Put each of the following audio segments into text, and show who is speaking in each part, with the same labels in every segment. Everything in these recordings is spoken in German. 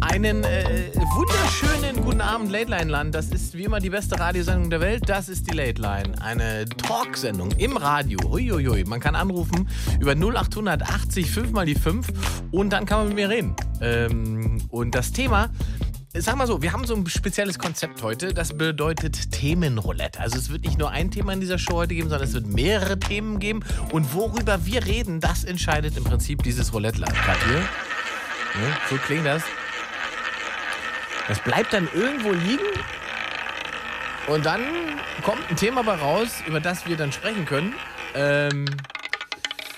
Speaker 1: Einen äh, wunderschönen guten Abend, Late Line Land. Das ist wie immer die beste Radiosendung der Welt. Das ist die Late Line. Eine Talksendung im Radio. Huiuiui. Man kann anrufen über 0880 5 mal die 5 und dann kann man mit mir reden. Ähm, und das Thema. Sag mal so, wir haben so ein spezielles Konzept heute, das bedeutet Themenroulette. Also es wird nicht nur ein Thema in dieser Show heute geben, sondern es wird mehrere Themen geben. Und worüber wir reden, das entscheidet im Prinzip dieses Roulette-Papier. Ne? So klingt das. Das bleibt dann irgendwo liegen und dann kommt ein Thema bei raus, über das wir dann sprechen können. Ähm,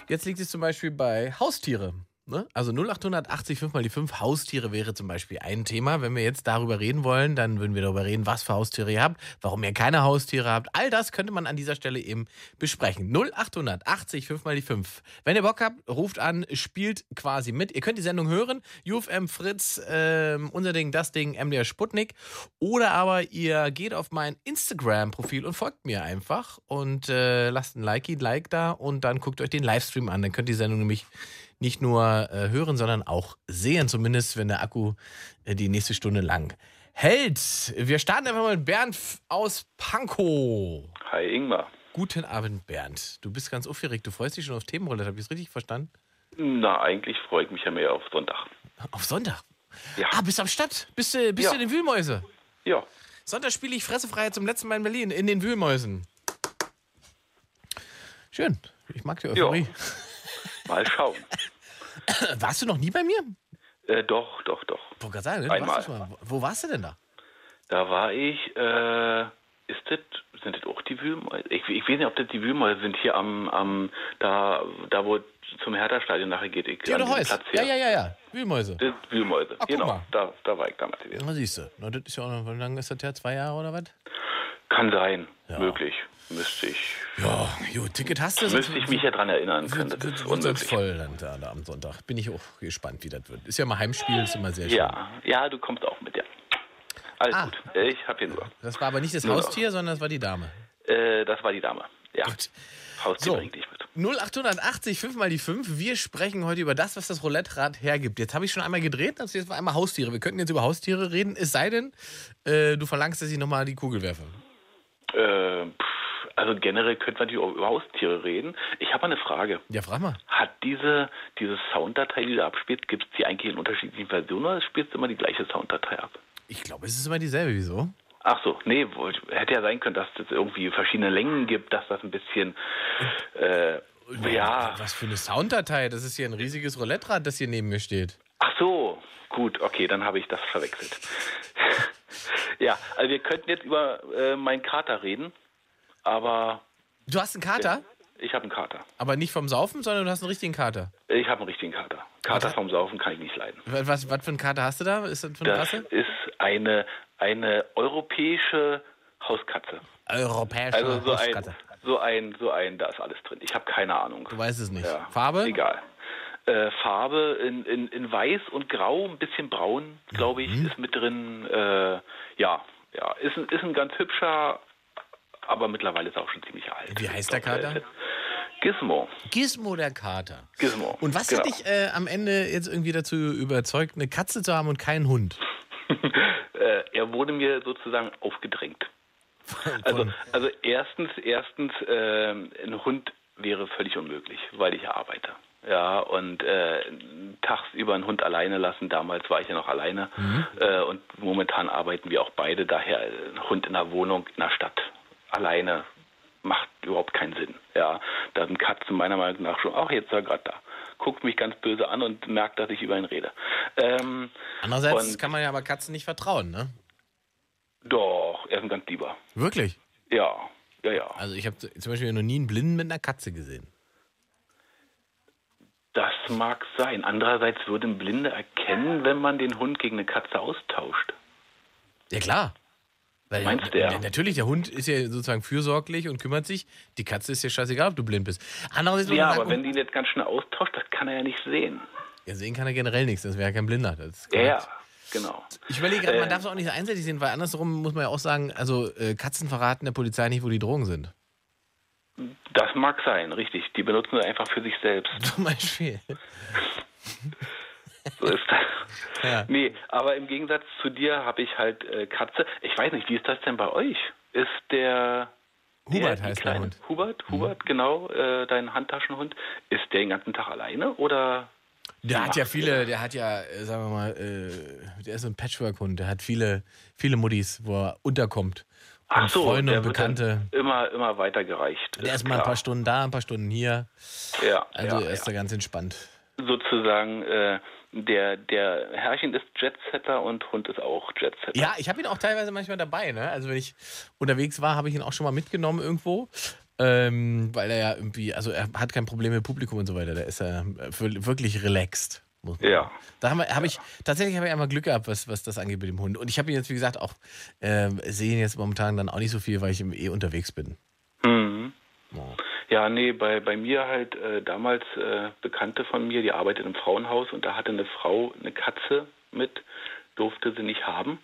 Speaker 1: jetzt liegt es zum Beispiel bei Haustiere. Ne? Also 0880 5 mal die 5 Haustiere wäre zum Beispiel ein Thema. Wenn wir jetzt darüber reden wollen, dann würden wir darüber reden, was für Haustiere ihr habt, warum ihr keine Haustiere habt. All das könnte man an dieser Stelle eben besprechen. 0880 5 mal die 5. Wenn ihr Bock habt, ruft an, spielt quasi mit. Ihr könnt die Sendung hören. UFM Fritz, ähm, unser Ding, das Ding, MDR Sputnik. Oder aber ihr geht auf mein Instagram-Profil und folgt mir einfach und äh, lasst ein Likey, Like da und dann guckt euch den Livestream an. Dann könnt ihr die Sendung nämlich nicht nur äh, hören, sondern auch sehen, zumindest wenn der Akku äh, die nächste Stunde lang hält. Wir starten einfach mal mit Bernd F- aus Pankow.
Speaker 2: Hi Ingmar.
Speaker 1: Guten Abend, Bernd. Du bist ganz aufgeregt. Du freust dich schon auf Themenroulette. Habe ich es richtig verstanden?
Speaker 2: Na, eigentlich freue ich mich ja mehr auf Sonntag.
Speaker 1: Auf Sonntag.
Speaker 2: Ja.
Speaker 1: Ah, bist am Stadt. Bist du bist
Speaker 2: Ja.
Speaker 1: du in den Wühlmäuse?
Speaker 2: Ja.
Speaker 1: Sonntag spiele ich Fressefreiheit zum letzten Mal in Berlin in den Wühlmäusen. Schön. Ich mag die Euphorie.
Speaker 2: Mal schauen.
Speaker 1: Warst du noch nie bei mir?
Speaker 2: äh, doch, doch, doch.
Speaker 1: Wollte gerade sagen, ne? du
Speaker 2: Einmal.
Speaker 1: warst du schon mal. Wo warst du denn da?
Speaker 2: Da war ich, äh, ist das, sind das auch die Wühlmäuse? Ich, ich weiß nicht, ob das die Wühlmäuse sind hier am, am, da, da wo es zum Hertha-Stadion nachher geht. Ich,
Speaker 1: Theodor
Speaker 2: an den
Speaker 1: Heuss.
Speaker 2: Platz
Speaker 1: Ja,
Speaker 2: her.
Speaker 1: ja, ja, ja. Wühlmäuse.
Speaker 2: Das sind Wühlmäuse.
Speaker 1: guck
Speaker 2: genau,
Speaker 1: mal.
Speaker 2: da, da war ich damals gewesen.
Speaker 1: Na, siehst du. Na, das ist ja auch noch, wie lange ist das her? Zwei Jahre oder was?
Speaker 2: Kann sein. Möglich. Müsste ich,
Speaker 1: Ja, jo, Ticket hast du.
Speaker 2: müsste ich mich ja dran erinnern können.
Speaker 1: wird,
Speaker 2: Das ist
Speaker 1: wird, wird sonst
Speaker 2: unmöglich.
Speaker 1: voll dann da, da am Sonntag. Bin ich auch gespannt, wie das wird. Ist ja mal Heimspiel, ist immer sehr schön.
Speaker 2: Ja, ja, du kommst auch mit, ja. Alles
Speaker 1: Ah.
Speaker 2: gut. Ich hab hier nur.
Speaker 1: Das war aber nicht das
Speaker 2: Ja.
Speaker 1: Haustier, sondern das war die Dame.
Speaker 2: Äh, das war die Dame. Ja.
Speaker 1: Gut.
Speaker 2: Haustier
Speaker 1: So.
Speaker 2: bringt dich mit.
Speaker 1: 0880, 5 mal die 5. Wir sprechen heute über das, was das Roulette-Rad hergibt. Jetzt habe ich schon einmal gedreht, also jetzt war einmal Haustiere. Wir könnten jetzt über Haustiere reden, es sei denn, äh, du verlangst, dass ich nochmal die Kugel werfe.
Speaker 2: Ähm, pff, also generell könnte man natürlich auch über Haustiere reden. Ich habe eine Frage.
Speaker 1: Ja, frag mal.
Speaker 2: Hat diese, diese Sounddatei, die du abspielst, gibt es die eigentlich in unterschiedlichen Versionen oder spielst du immer die gleiche Sounddatei ab?
Speaker 1: Ich glaube, es ist immer dieselbe. Wieso?
Speaker 2: Ach so, nee, wollt- hätte ja sein können, dass es irgendwie verschiedene Längen gibt, dass das ein bisschen, äh, ja,
Speaker 1: Was für eine Sounddatei. Das ist hier ein riesiges Roulette-Rad, das hier neben mir steht.
Speaker 2: ach so, gut, okay, dann habe ich das verwechselt. ja, also wir könnten jetzt über äh, meinen Kater reden, aber
Speaker 1: Du hast einen Kater,
Speaker 2: ich habe einen Kater.
Speaker 1: aber nicht vom Saufen, sondern du hast einen richtigen Kater.
Speaker 2: Ich habe einen richtigen Kater. Kater vom Saufen kann ich nicht leiden.
Speaker 1: Was, was, was für einen Kater hast du da? Ist das für eine
Speaker 2: Das
Speaker 1: Rasse?
Speaker 2: ist eine, eine europäische Hauskatze.
Speaker 1: Europäischer
Speaker 2: Also so ein,
Speaker 1: Hauskater.
Speaker 2: so ein, so ein, da ist alles drin. Ich habe keine Ahnung.
Speaker 1: Du weißt es nicht.
Speaker 2: Ja,
Speaker 1: Farbe?
Speaker 2: Egal. Äh, Farbe in, in, in weiß und grau, ein bisschen braun, glaube ich,
Speaker 1: Mhm.
Speaker 2: ist mit drin. Äh, ja, ja, ist ein, ist ein ganz hübscher, aber mittlerweile ist er auch schon ziemlich alt.
Speaker 1: Wie heißt der
Speaker 2: Ich glaub,
Speaker 1: Kater?
Speaker 2: ist Gizmo.
Speaker 1: Gizmo der Kater.
Speaker 2: Gizmo.
Speaker 1: Und was hat
Speaker 2: genau.
Speaker 1: dich äh, am Ende jetzt irgendwie dazu überzeugt, eine Katze zu haben und keinen Hund?
Speaker 2: äh, er wurde mir sozusagen aufgedrängt. Also, also erstens, erstens, ähm, ein Hund wäre völlig unmöglich, weil ich arbeite. Ja, und äh, tagsüber einen Hund alleine lassen, damals war ich ja noch alleine.
Speaker 1: Mhm.
Speaker 2: Äh, und momentan arbeiten wir auch beide, daher äh, ein Hund in der Wohnung, in der Stadt, alleine macht überhaupt keinen Sinn. Ja, da sind Katzen meiner Meinung nach schon, ach, jetzt ist er gerade da. Guckt mich ganz böse an und merkt, dass ich über ihn rede. Ähm,
Speaker 1: Andererseits
Speaker 2: und-
Speaker 1: kann man ja aber Katzen nicht vertrauen, ne?
Speaker 2: doch, er ist ein ganz lieber.
Speaker 1: Wirklich?
Speaker 2: Ja, ja, ja.
Speaker 1: Also ich habe z- zum Beispiel noch nie einen Blinden mit einer Katze gesehen.
Speaker 2: Das mag sein. Andererseits würde ein Blinder erkennen, wenn man den Hund gegen eine Katze austauscht.
Speaker 1: Ja klar. Weil,
Speaker 2: Meinst du, ja?
Speaker 1: na- Natürlich, der Hund ist ja sozusagen fürsorglich und kümmert sich. Die Katze ist ja scheißegal, ob du blind bist. Andererseits, muss
Speaker 2: Ja,
Speaker 1: man sagen, oh,
Speaker 2: aber wenn die ihn jetzt ganz schnell austauscht, das kann er ja nicht sehen.
Speaker 1: ja, sehen kann er generell nichts, das wäre ja kein Blinder. Das ist
Speaker 2: Ja,
Speaker 1: korrekt.
Speaker 2: ja, genau.
Speaker 1: Ich überlege gerade, man darf es auch nicht so einseitig sehen, weil andersrum muss man ja auch sagen, also äh, Katzen verraten der Polizei nicht, wo die Drogen sind.
Speaker 2: Ähm, Das mag sein, richtig. Die benutzen sie einfach für sich selbst.
Speaker 1: Zum Beispiel.
Speaker 2: So ist das.
Speaker 1: Ja.
Speaker 2: Nee, aber im Gegensatz zu dir habe ich halt äh, Katze. Ich weiß nicht, wie ist das denn bei euch? Ist der.
Speaker 1: Hubert
Speaker 2: die
Speaker 1: heißt der
Speaker 2: kleine-
Speaker 1: Hund. Mhm.
Speaker 2: Hubert, Hubert, genau, äh, dein Handtaschenhund. Ist der den ganzen Tag alleine oder.
Speaker 1: Der hat ja viele, der hat ja, äh, sagen wir mal, äh, der ist ein Patchwork-Hund, der hat viele, viele Muddies, wo er unterkommt. Und
Speaker 2: Ach so,
Speaker 1: Freunde
Speaker 2: der
Speaker 1: und
Speaker 2: wird dann
Speaker 1: Bekannte.
Speaker 2: Immer, immer weitergereicht.
Speaker 1: Der ist mal ein paar Stunden da, ein paar Stunden hier.
Speaker 2: Stunden. Ja,
Speaker 1: Also
Speaker 2: ja,
Speaker 1: er ist da ganz entspannt.
Speaker 2: sozusagen äh, der, der Herrchen ist Jetsetter und Hund ist auch Jetsetter.
Speaker 1: Ja, ich habe ihn auch teilweise manchmal dabei. Ne? Also wenn ich unterwegs war, habe ich ihn auch schon mal mitgenommen irgendwo. Ähm, weil er ja irgendwie, also er hat kein Problem mit Publikum und so weiter. Da ist er äh, für- wirklich relaxed. muss man
Speaker 2: Ja.
Speaker 1: sagen. Da habe hab ich, tatsächlich habe ich einmal Glück gehabt, was, was das angeht mit dem Hund. Und ich habe ihn jetzt, wie gesagt, auch, ähm, sehe ihn jetzt momentan dann auch nicht so viel, weil ich im eh unterwegs bin.
Speaker 2: Mhm.
Speaker 1: Ja.
Speaker 2: Ja, nee, bei, bei mir halt äh, damals äh, Bekannte von mir, die arbeitet im Frauenhaus und da hatte eine Frau eine Katze mit, durfte sie nicht haben.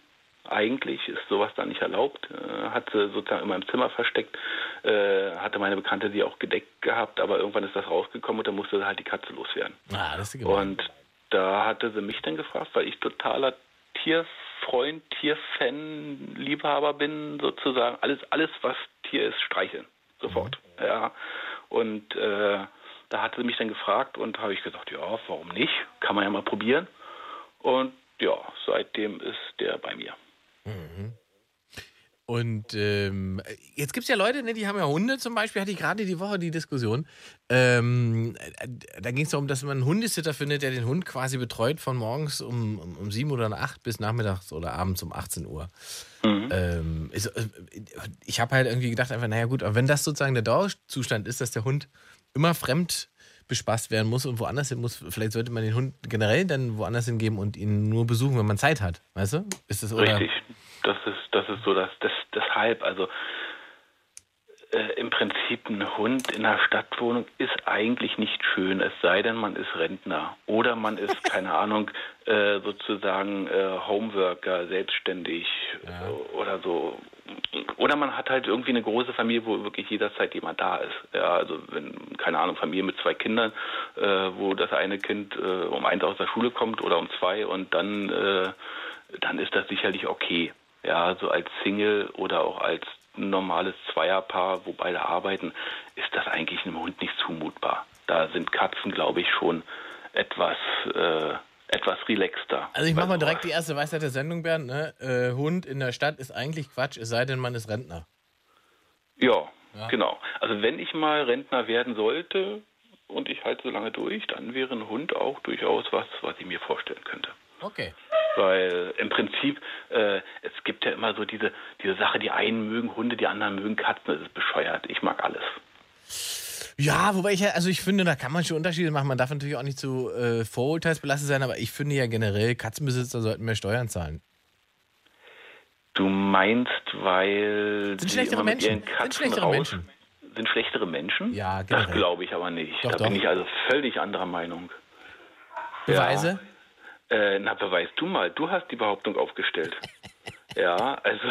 Speaker 2: Eigentlich ist sowas da nicht erlaubt, äh, hat sie sozusagen immer im Zimmer versteckt, äh, hatte meine Bekannte die auch gedeckt gehabt, aber irgendwann ist das rausgekommen und dann musste sie halt die Katze loswerden.
Speaker 1: Ah, das ist gemein.
Speaker 2: Und da hatte sie mich dann gefragt, weil ich totaler Tierfreund, Tierfan, Liebhaber bin, sozusagen. Alles, alles was Tier ist, streicheln. Sofort. Ja. Und äh, da hatte sie mich dann gefragt und habe ich gesagt, ja, warum nicht? Kann man ja mal probieren. Und ja, seitdem ist der bei mir.
Speaker 1: Und ähm, jetzt gibt es ja Leute, ne, die haben ja Hunde zum Beispiel, hatte ich gerade die Woche die Diskussion. Ähm, äh, da ging es darum, dass man einen Hundesitter findet, der den Hund quasi betreut von morgens um, um, um 7 oder um 8 bis nachmittags oder abends um 18 Uhr. Ähm, ist, äh, ich habe halt irgendwie gedacht, einfach, naja gut, aber wenn das sozusagen der Dauerzustand ist, dass der Hund immer fremd bespaßt werden muss und woanders hin muss, vielleicht sollte man den Hund generell dann woanders hingeben und ihn nur besuchen, wenn man Zeit hat. Weißt du? Ist das oder?
Speaker 2: Richtig. Das ist, das ist so das, das deshalb. Also äh, im Prinzip ein Hund in einer Stadtwohnung ist eigentlich nicht schön, es sei denn, man ist Rentner oder man ist, keine Ahnung, äh, sozusagen äh, Homeworker, selbstständig äh, oder so. Oder man hat halt irgendwie eine große Familie, wo wirklich jederzeit jemand da ist. Ja, also wenn, keine Ahnung, Familie mit zwei Kindern, äh, wo das eine Kind äh, um eins aus der Schule kommt oder um zwei und dann, äh, dann ist das sicherlich okay. Ja, so als Single oder auch als normales Zweierpaar, wo beide arbeiten, ist das eigentlich einem Hund nicht zumutbar. Da sind Katzen, glaube ich, schon etwas, äh, etwas relaxter.
Speaker 1: Also ich mache
Speaker 2: Bei
Speaker 1: mal
Speaker 2: sowas.
Speaker 1: direkt die erste Weisheit der Sendung, Bernd. Ne? Äh, Hund in der Stadt ist eigentlich Quatsch, es sei denn, man ist Rentner.
Speaker 2: Ja, genau. Also wenn ich mal Rentner werden sollte und ich halte so lange durch, dann wäre ein Hund auch durchaus was, was ich mir vorstellen könnte.
Speaker 1: Okay.
Speaker 2: Weil im Prinzip, äh, es gibt ja immer so diese, diese Sache, die einen mögen Hunde, die anderen mögen Katzen, das ist bescheuert. Ich mag alles.
Speaker 1: Ja, wobei ich ja, also ich finde, da kann man schon Unterschiede machen. Man darf natürlich auch nicht zu äh, Vorurteilsbelastet sein, aber ich finde ja generell, Katzenbesitzer sollten mehr Steuern zahlen.
Speaker 2: Du meinst, weil
Speaker 1: Sind
Speaker 2: sie
Speaker 1: schlechtere
Speaker 2: immer mit
Speaker 1: Menschen.
Speaker 2: ihren
Speaker 1: Sind
Speaker 2: Katzen
Speaker 1: schlechtere
Speaker 2: raus
Speaker 1: Menschen.
Speaker 2: sind schlechtere Menschen?
Speaker 1: Ja,
Speaker 2: Das
Speaker 1: generell.
Speaker 2: glaube ich aber nicht.
Speaker 1: Doch,
Speaker 2: da bin
Speaker 1: doch.
Speaker 2: ich also völlig anderer Meinung.
Speaker 1: Beweise?
Speaker 2: Äh, na, beweis du mal, du hast die Behauptung aufgestellt. ja, also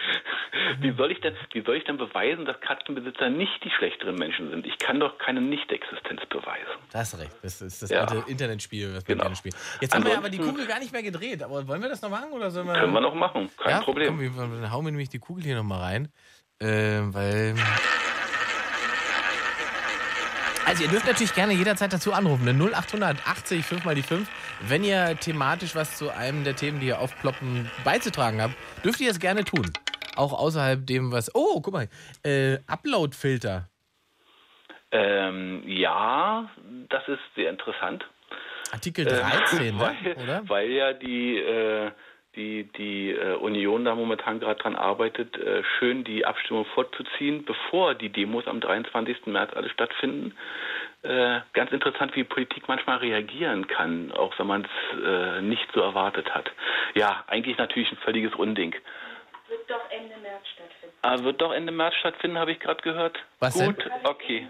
Speaker 2: wie soll ich denn, wie soll ich denn beweisen, dass Katzenbesitzer nicht die schlechteren Menschen sind? Ich kann doch keine Nichtexistenz beweisen.
Speaker 1: Da hast du recht. Das ist das
Speaker 2: Ja.
Speaker 1: alte Internetspiel, was wir
Speaker 2: Genau.
Speaker 1: gerne spielen. Jetzt haben wir ja aber die
Speaker 2: Ansonsten-
Speaker 1: Kugel gar nicht mehr gedreht. Aber wollen wir das noch machen oder sollen wir.
Speaker 2: Können wir noch machen, kein
Speaker 1: ja,
Speaker 2: Problem.
Speaker 1: Komm, wir, dann hauen wir nämlich die Kugel hier nochmal rein. Ähm, weil. Also ihr dürft natürlich gerne jederzeit dazu anrufen. Ne? 0880 5 mal die 5. Wenn ihr thematisch was zu einem der Themen, die hier aufploppen, beizutragen habt, dürft ihr das gerne tun. Auch außerhalb dem, was... Oh, guck mal. Äh, Upload-Filter.
Speaker 2: Ähm, ja, das ist sehr interessant.
Speaker 1: Artikel
Speaker 2: Äh,
Speaker 1: 13, ne?
Speaker 2: Ähm, weil,
Speaker 1: oder?
Speaker 2: weil ja die, äh, die, die äh, Union da momentan gerade dran arbeitet, äh, schön die Abstimmung fortzuziehen, bevor die Demos am 23. März alle stattfinden. Äh, ganz interessant, wie Politik manchmal reagieren kann, auch wenn man es äh, nicht so erwartet hat. Ja, eigentlich natürlich ein völliges Unding.
Speaker 3: Wird doch Ende März stattfinden.
Speaker 2: Ah, wird doch Ende März stattfinden, habe ich gerade gehört.
Speaker 1: Was
Speaker 2: Gut,
Speaker 1: denn?
Speaker 2: okay.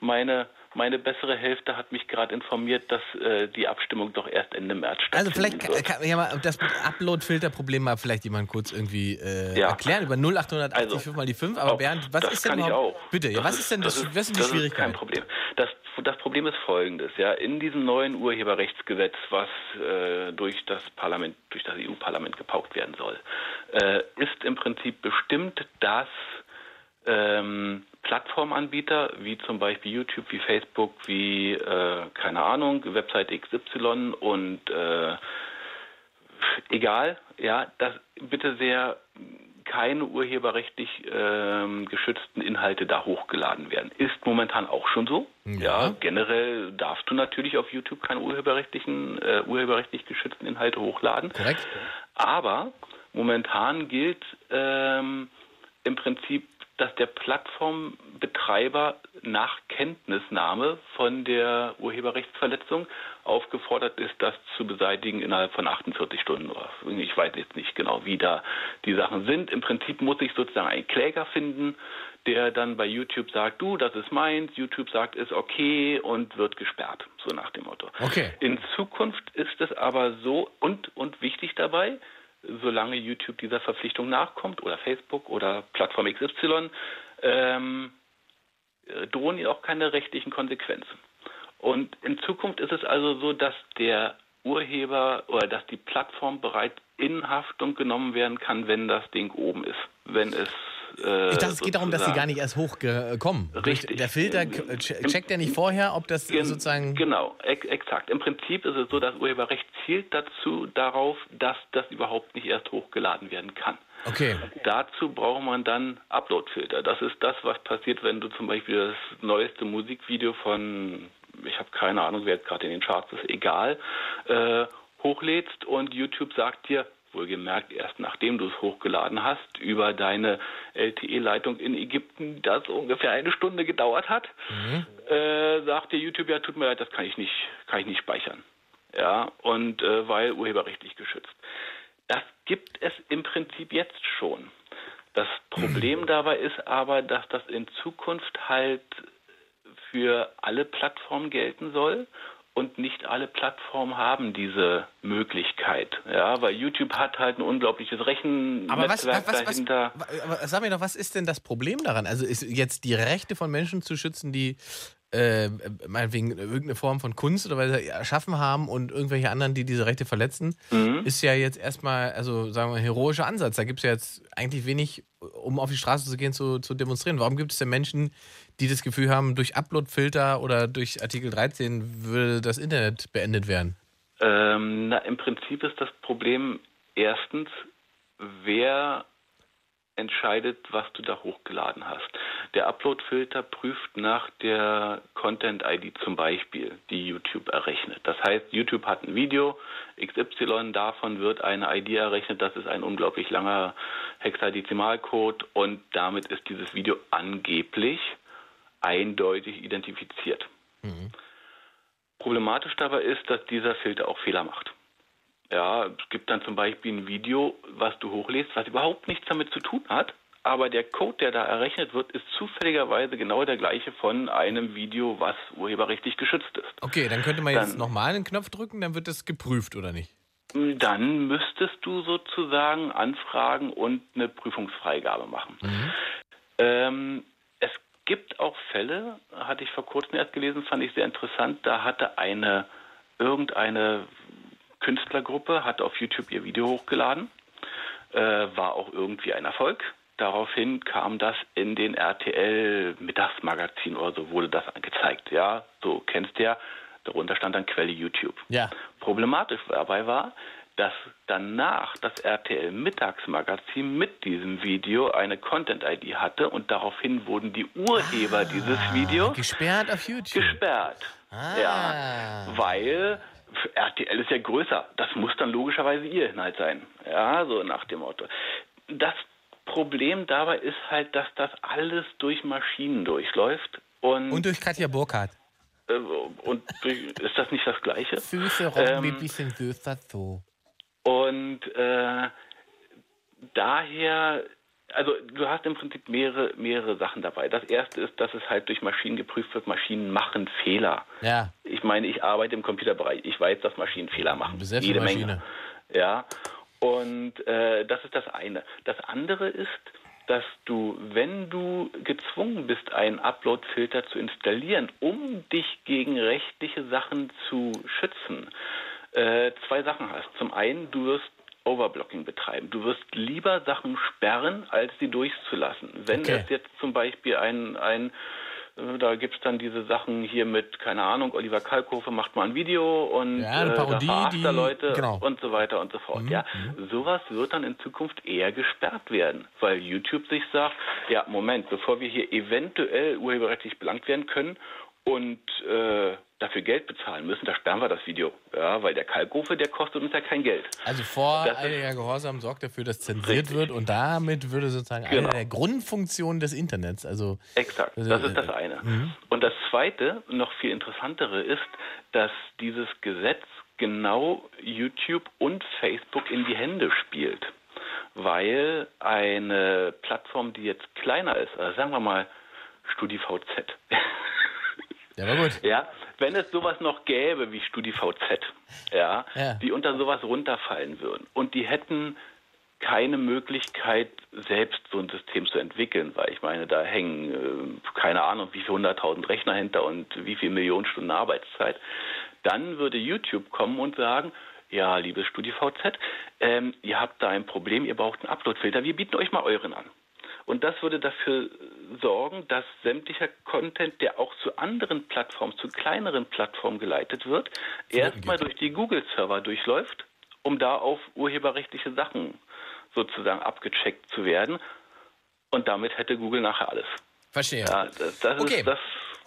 Speaker 2: Meine, meine bessere Hälfte hat mich gerade informiert, dass äh, die Abstimmung doch erst Ende März
Speaker 1: Also
Speaker 2: stattfindet.
Speaker 1: vielleicht kann, kann ja mal das Upload-Filter-Problem mal vielleicht jemand kurz irgendwie äh,
Speaker 2: Ja.
Speaker 1: erklären über 0880
Speaker 2: Also,
Speaker 1: 5 mal die 5. Aber
Speaker 2: Oh,
Speaker 1: Bernd, was
Speaker 2: das
Speaker 1: ist denn
Speaker 2: kann
Speaker 1: überhaupt-
Speaker 2: Ich auch.
Speaker 1: Bitte, ja,
Speaker 2: Das
Speaker 1: was
Speaker 2: ist-
Speaker 1: ist denn das,
Speaker 2: das ist,
Speaker 1: was ist die
Speaker 2: das Ist
Speaker 1: Schwierigkeit?
Speaker 2: kein Problem. Das, das Problem ist folgendes, ja, in diesem neuen Urheberrechtsgesetz, was äh, durch das Parlament, durch das EU-Parlament gepaukt werden soll, äh, ist im Prinzip bestimmt, dass ähm, Plattformanbieter wie zum Beispiel YouTube, wie Facebook, wie äh, keine Ahnung, Website XY und äh, egal, ja, dass bitte sehr keine urheberrechtlich ähm, geschützten Inhalte da hochgeladen werden. Ist momentan auch schon so.
Speaker 1: Ja.
Speaker 2: generell darfst du natürlich auf YouTube keine urheberrechtlichen, äh, urheberrechtlich geschützten Inhalte hochladen.
Speaker 1: Korrekt.
Speaker 2: Aber momentan gilt ähm, im Prinzip, dass der Plattformbetreiber nach Kenntnisnahme von der Urheberrechtsverletzung aufgefordert ist, das zu beseitigen innerhalb von 48 Stunden. Oder Ich weiß jetzt nicht genau, wie da die Sachen sind. Im Prinzip muss ich sozusagen einen Kläger finden, der dann bei YouTube sagt, du, das ist meins. YouTube sagt, ist okay und wird gesperrt. So nach dem Motto.
Speaker 1: Okay.
Speaker 2: In Zukunft ist es aber so und, und wichtig dabei, solange YouTube dieser Verpflichtung nachkommt oder Facebook oder Plattform XY, ähm, äh, drohen ihr auch keine rechtlichen Konsequenzen. Und in Zukunft ist es also so, dass der Urheber oder dass die Plattform bereits in Haftung genommen werden kann, wenn das Ding oben ist. Wenn es. Äh,
Speaker 1: Ich dachte, es geht darum, dass sie
Speaker 2: sozusagen-
Speaker 1: gar nicht erst hochkommen.
Speaker 2: Richtig.
Speaker 1: Der Filter k-
Speaker 2: Im-
Speaker 1: ch- checkt ja nicht vorher, ob das
Speaker 2: Gen-
Speaker 1: sozusagen.
Speaker 2: Genau, ex exakt. Im Prinzip ist es so, das Urheberrecht zielt dazu darauf, dass das überhaupt nicht erst hochgeladen werden kann.
Speaker 1: Okay.
Speaker 2: Dazu braucht man dann Uploadfilter. Das ist das, was passiert, wenn du zum Beispiel das neueste Musikvideo von, ich habe keine Ahnung, wer jetzt gerade in den Charts ist, egal, äh, hochlädst und YouTube sagt dir, wohlgemerkt erst nachdem du es hochgeladen hast, über deine LTE-Leitung in Ägypten, das ungefähr eine Stunde gedauert hat,
Speaker 1: Mhm.
Speaker 2: äh, sagt dir YouTube, ja, tut mir leid, das kann ich nicht, kann ich nicht speichern. Ja, und äh, weil urheberrechtlich geschützt. Das gibt es im Prinzip jetzt schon. Das
Speaker 1: Mhm.
Speaker 2: Problem dabei ist aber, dass das in Zukunft halt für alle Plattformen gelten soll und nicht alle Plattformen haben diese Möglichkeit. Ja, weil YouTube hat halt ein unglaubliches
Speaker 1: Aber was,
Speaker 2: Rechennetzwerk
Speaker 1: was, was, was,
Speaker 2: dahinter.
Speaker 1: wa- aber sag mir doch, was ist denn das Problem daran? Also ist jetzt die Rechte von Menschen zu schützen, die äh, meinetwegen irgendeine Form von Kunst oder was erschaffen haben und irgendwelche anderen, die diese Rechte verletzen,
Speaker 2: Mhm.
Speaker 1: ist ja jetzt erstmal, also sagen wir, heroischer Ansatz. Da gibt es ja jetzt eigentlich wenig, um auf die Straße zu gehen, zu, zu demonstrieren. Warum gibt es denn Menschen, die das Gefühl haben, durch Uploadfilter oder durch Artikel 13 würde das Internet beendet werden?
Speaker 2: Ähm, na, im Prinzip ist das Problem erstens, wer entscheidet, was du da hochgeladen hast. Der Upload-Filter prüft nach der Content-ID zum Beispiel, die YouTube errechnet. Das heißt, YouTube hat ein Video, XY, davon wird eine ID errechnet, das ist ein unglaublich langer Hexadezimalcode und damit ist dieses Video angeblich eindeutig identifiziert. Problematisch dabei ist, dass dieser Filter auch Fehler macht. Ja, es gibt dann zum Beispiel ein Video, was du hochlädst, was überhaupt nichts damit zu tun hat, aber der Code, der da errechnet wird, ist zufälligerweise genau der gleiche von einem Video, was urheberrechtlich geschützt ist.
Speaker 1: Okay, dann könnte man jetzt
Speaker 2: Dann-
Speaker 1: nochmal einen Knopf drücken, dann wird das geprüft, oder nicht?
Speaker 2: Dann müsstest du sozusagen anfragen und eine Prüfungsfreigabe machen. Ähm, es gibt auch Fälle, hatte ich vor kurzem erst gelesen, fand ich sehr interessant. Da hatte eine irgendeine Künstlergruppe hat auf YouTube ihr Video hochgeladen, äh, war auch irgendwie ein Erfolg. Daraufhin kam das in den RTL Mittagsmagazin oder so wurde das angezeigt. Ja, so kennst du ja. Darunter stand dann Quelle YouTube.
Speaker 1: Ja.
Speaker 2: Problematisch dabei war, dass danach das RTL Mittagsmagazin mit diesem Video eine Content-ID hatte und daraufhin wurden die Urheber dieses Videos
Speaker 1: Ah, Gesperrt auf YouTube. Ah.
Speaker 2: gesperrt. Ja, weil RTL ist ja größer. Das muss dann logischerweise ihr Inhalt sein. Ja, so nach dem Motto. Das Problem dabei ist halt, dass das alles durch Maschinen durchläuft. Und,
Speaker 1: Und durch Katja Burkhardt.
Speaker 2: äh, und durch, ist das nicht das Gleiche?
Speaker 1: Süße Robben, ähm, bisschen süßer so.
Speaker 2: Und äh, daher, also du hast im Prinzip mehrere, mehrere Sachen dabei. Das erste ist, dass es halt durch Maschinen geprüft wird. Maschinen machen Fehler.
Speaker 1: Ja.
Speaker 2: Ich meine, ich arbeite im Computerbereich. Ich weiß, dass Maschinen Fehler machen.
Speaker 1: Sehr viel
Speaker 2: Jede
Speaker 1: Maschine.
Speaker 2: Menge. Ja. Und äh, das ist das eine. Das andere ist, dass du, wenn du gezwungen bist, einen Upload-Filter zu installieren, um dich gegen rechtliche Sachen zu schützen, äh, zwei Sachen hast. Zum einen, du wirst Overblocking betreiben. Du wirst lieber Sachen sperren, als sie durchzulassen. Wenn
Speaker 1: Okay.
Speaker 2: es jetzt zum Beispiel ein, ein äh, da gibt es dann diese Sachen hier mit, keine Ahnung, Oliver Kalkofe macht mal ein Video und
Speaker 1: Ja, eine
Speaker 2: äh,
Speaker 1: Parodie,
Speaker 2: da verarscht er
Speaker 1: die-
Speaker 2: Leute
Speaker 1: genau. Mhm,
Speaker 2: und so weiter und so fort. Ja, sowas wird dann in Zukunft eher gesperrt werden, weil YouTube sich sagt, ja, Moment, bevor wir hier eventuell urheberrechtlich belangt werden können und äh, dafür Geld bezahlen müssen, da sperren wir das Video. Ja, weil der Kalkofe, der kostet uns ja kein Geld.
Speaker 1: Also vor
Speaker 2: Das ist-
Speaker 1: einiger Gehorsam sorgt dafür, dass zensiert
Speaker 2: Richtig.
Speaker 1: wird und damit würde sozusagen
Speaker 2: Genau.
Speaker 1: eine der Grundfunktionen des Internets, also
Speaker 2: Exakt,
Speaker 1: Also,
Speaker 2: das
Speaker 1: äh,
Speaker 2: ist das eine. Und das zweite, noch viel interessantere ist, dass dieses Gesetz genau YouTube und Facebook in die Hände spielt. Weil eine Plattform, die jetzt kleiner ist, also sagen wir mal StudiVZ,
Speaker 1: ja, war gut.
Speaker 2: ja, wenn es sowas noch gäbe wie StudiVZ, ja,
Speaker 1: Ja.
Speaker 2: die unter sowas runterfallen würden und die hätten keine Möglichkeit, selbst so ein System zu entwickeln, weil ich meine, da hängen äh, keine Ahnung, wie viele hunderttausend Rechner hinter und wie viele Millionen Stunden Arbeitszeit. Dann würde YouTube kommen und sagen, ja, liebes StudiVZ, ähm, ihr habt da ein Problem, ihr braucht einen Uploadfilter, wir bieten euch mal euren an. Und das würde dafür sorgen, dass sämtlicher Content, der auch zu anderen Plattformen, zu kleineren Plattformen geleitet wird, erstmal durch die Google-Server durchläuft, um da auf urheberrechtliche Sachen sozusagen abgecheckt zu werden. Und damit hätte Google nachher alles.
Speaker 1: Verstehe.
Speaker 2: Ja, das, das
Speaker 1: Okay.
Speaker 2: ist das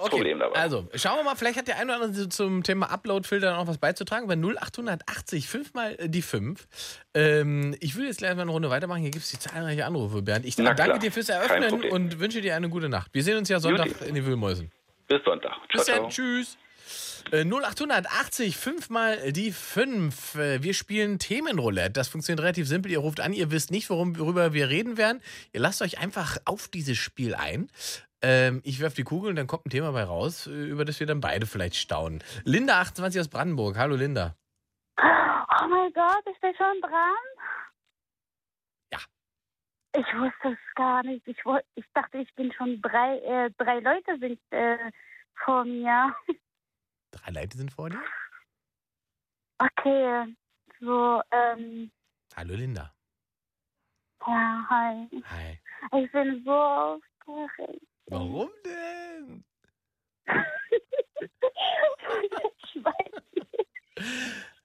Speaker 1: Okay,
Speaker 2: Problem dabei.
Speaker 1: also schauen wir mal, vielleicht hat der eine oder andere zum Thema Upload-Filter noch was beizutragen. Bei 0880, 5 mal äh, die 5. Ähm, ich würde jetzt gleich mal eine Runde weitermachen. Hier gibt es die zahlreichen Anrufe, Bernd. Ich
Speaker 2: Na
Speaker 1: danke
Speaker 2: klar,
Speaker 1: dir fürs
Speaker 2: kein
Speaker 1: Eröffnen
Speaker 2: Problem.
Speaker 1: und wünsche dir eine gute Nacht. Wir sehen uns ja Sonntag
Speaker 2: Juti.
Speaker 1: in den Wühlmäusen.
Speaker 2: Bis Sonntag. Ciao,
Speaker 1: Bis
Speaker 2: ciao.
Speaker 1: dann, tschüss. Äh, 0880, 5 mal die 5. Äh, Wir spielen Themenroulette. Das funktioniert relativ simpel. Ihr ruft an, ihr wisst nicht, worum, worüber wir reden werden. Ihr lasst euch einfach auf dieses Spiel ein. Ähm, ich werfe die Kugel und dann kommt ein Thema bei raus, äh, über das wir dann beide vielleicht staunen. Linda, 28 aus Brandenburg. Hallo, Linda.
Speaker 4: Oh mein Gott, ist der schon dran?
Speaker 1: Ja.
Speaker 4: Ich wusste es gar nicht. Ich, woll- ich dachte, ich bin schon drei, äh, drei Leute sind äh, vor mir.
Speaker 1: Drei Leute sind vor dir.
Speaker 4: Okay, so, ähm,
Speaker 1: Hallo, Linda.
Speaker 4: ja, hi.
Speaker 1: Hi.
Speaker 4: Ich bin so aufgeregt.
Speaker 1: Warum denn?
Speaker 4: ich weiß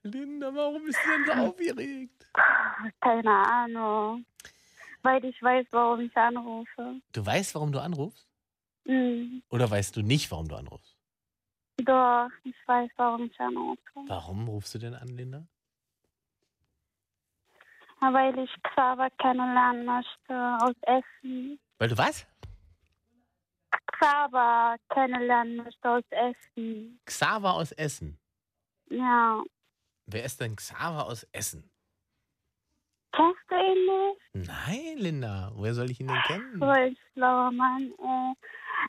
Speaker 1: Linda, warum bist du denn so aufgeregt?
Speaker 4: Hm. keine Ahnung. Weil ich weiß, warum ich anrufe.
Speaker 1: Du weißt, warum du anrufst?
Speaker 4: Hm,
Speaker 1: Oder weißt du nicht, warum du anrufst?
Speaker 4: doch, ich weiß, warum ich anrufe.
Speaker 1: Warum rufst du denn an, Linda? Ah.
Speaker 4: Weil ich Xaver kennenlernen möchte aus Essen.
Speaker 1: Weil du was?
Speaker 4: Xaver kennenlernen möchte aus Essen.
Speaker 1: Xaver aus Essen.
Speaker 4: Ja.
Speaker 1: Wer ist denn Xaver aus Essen?
Speaker 4: Kennst du ihn nicht?
Speaker 1: Nein, Linda. Woher soll ich ihn denn kennen?
Speaker 4: So ein schlauer Mann. Ey.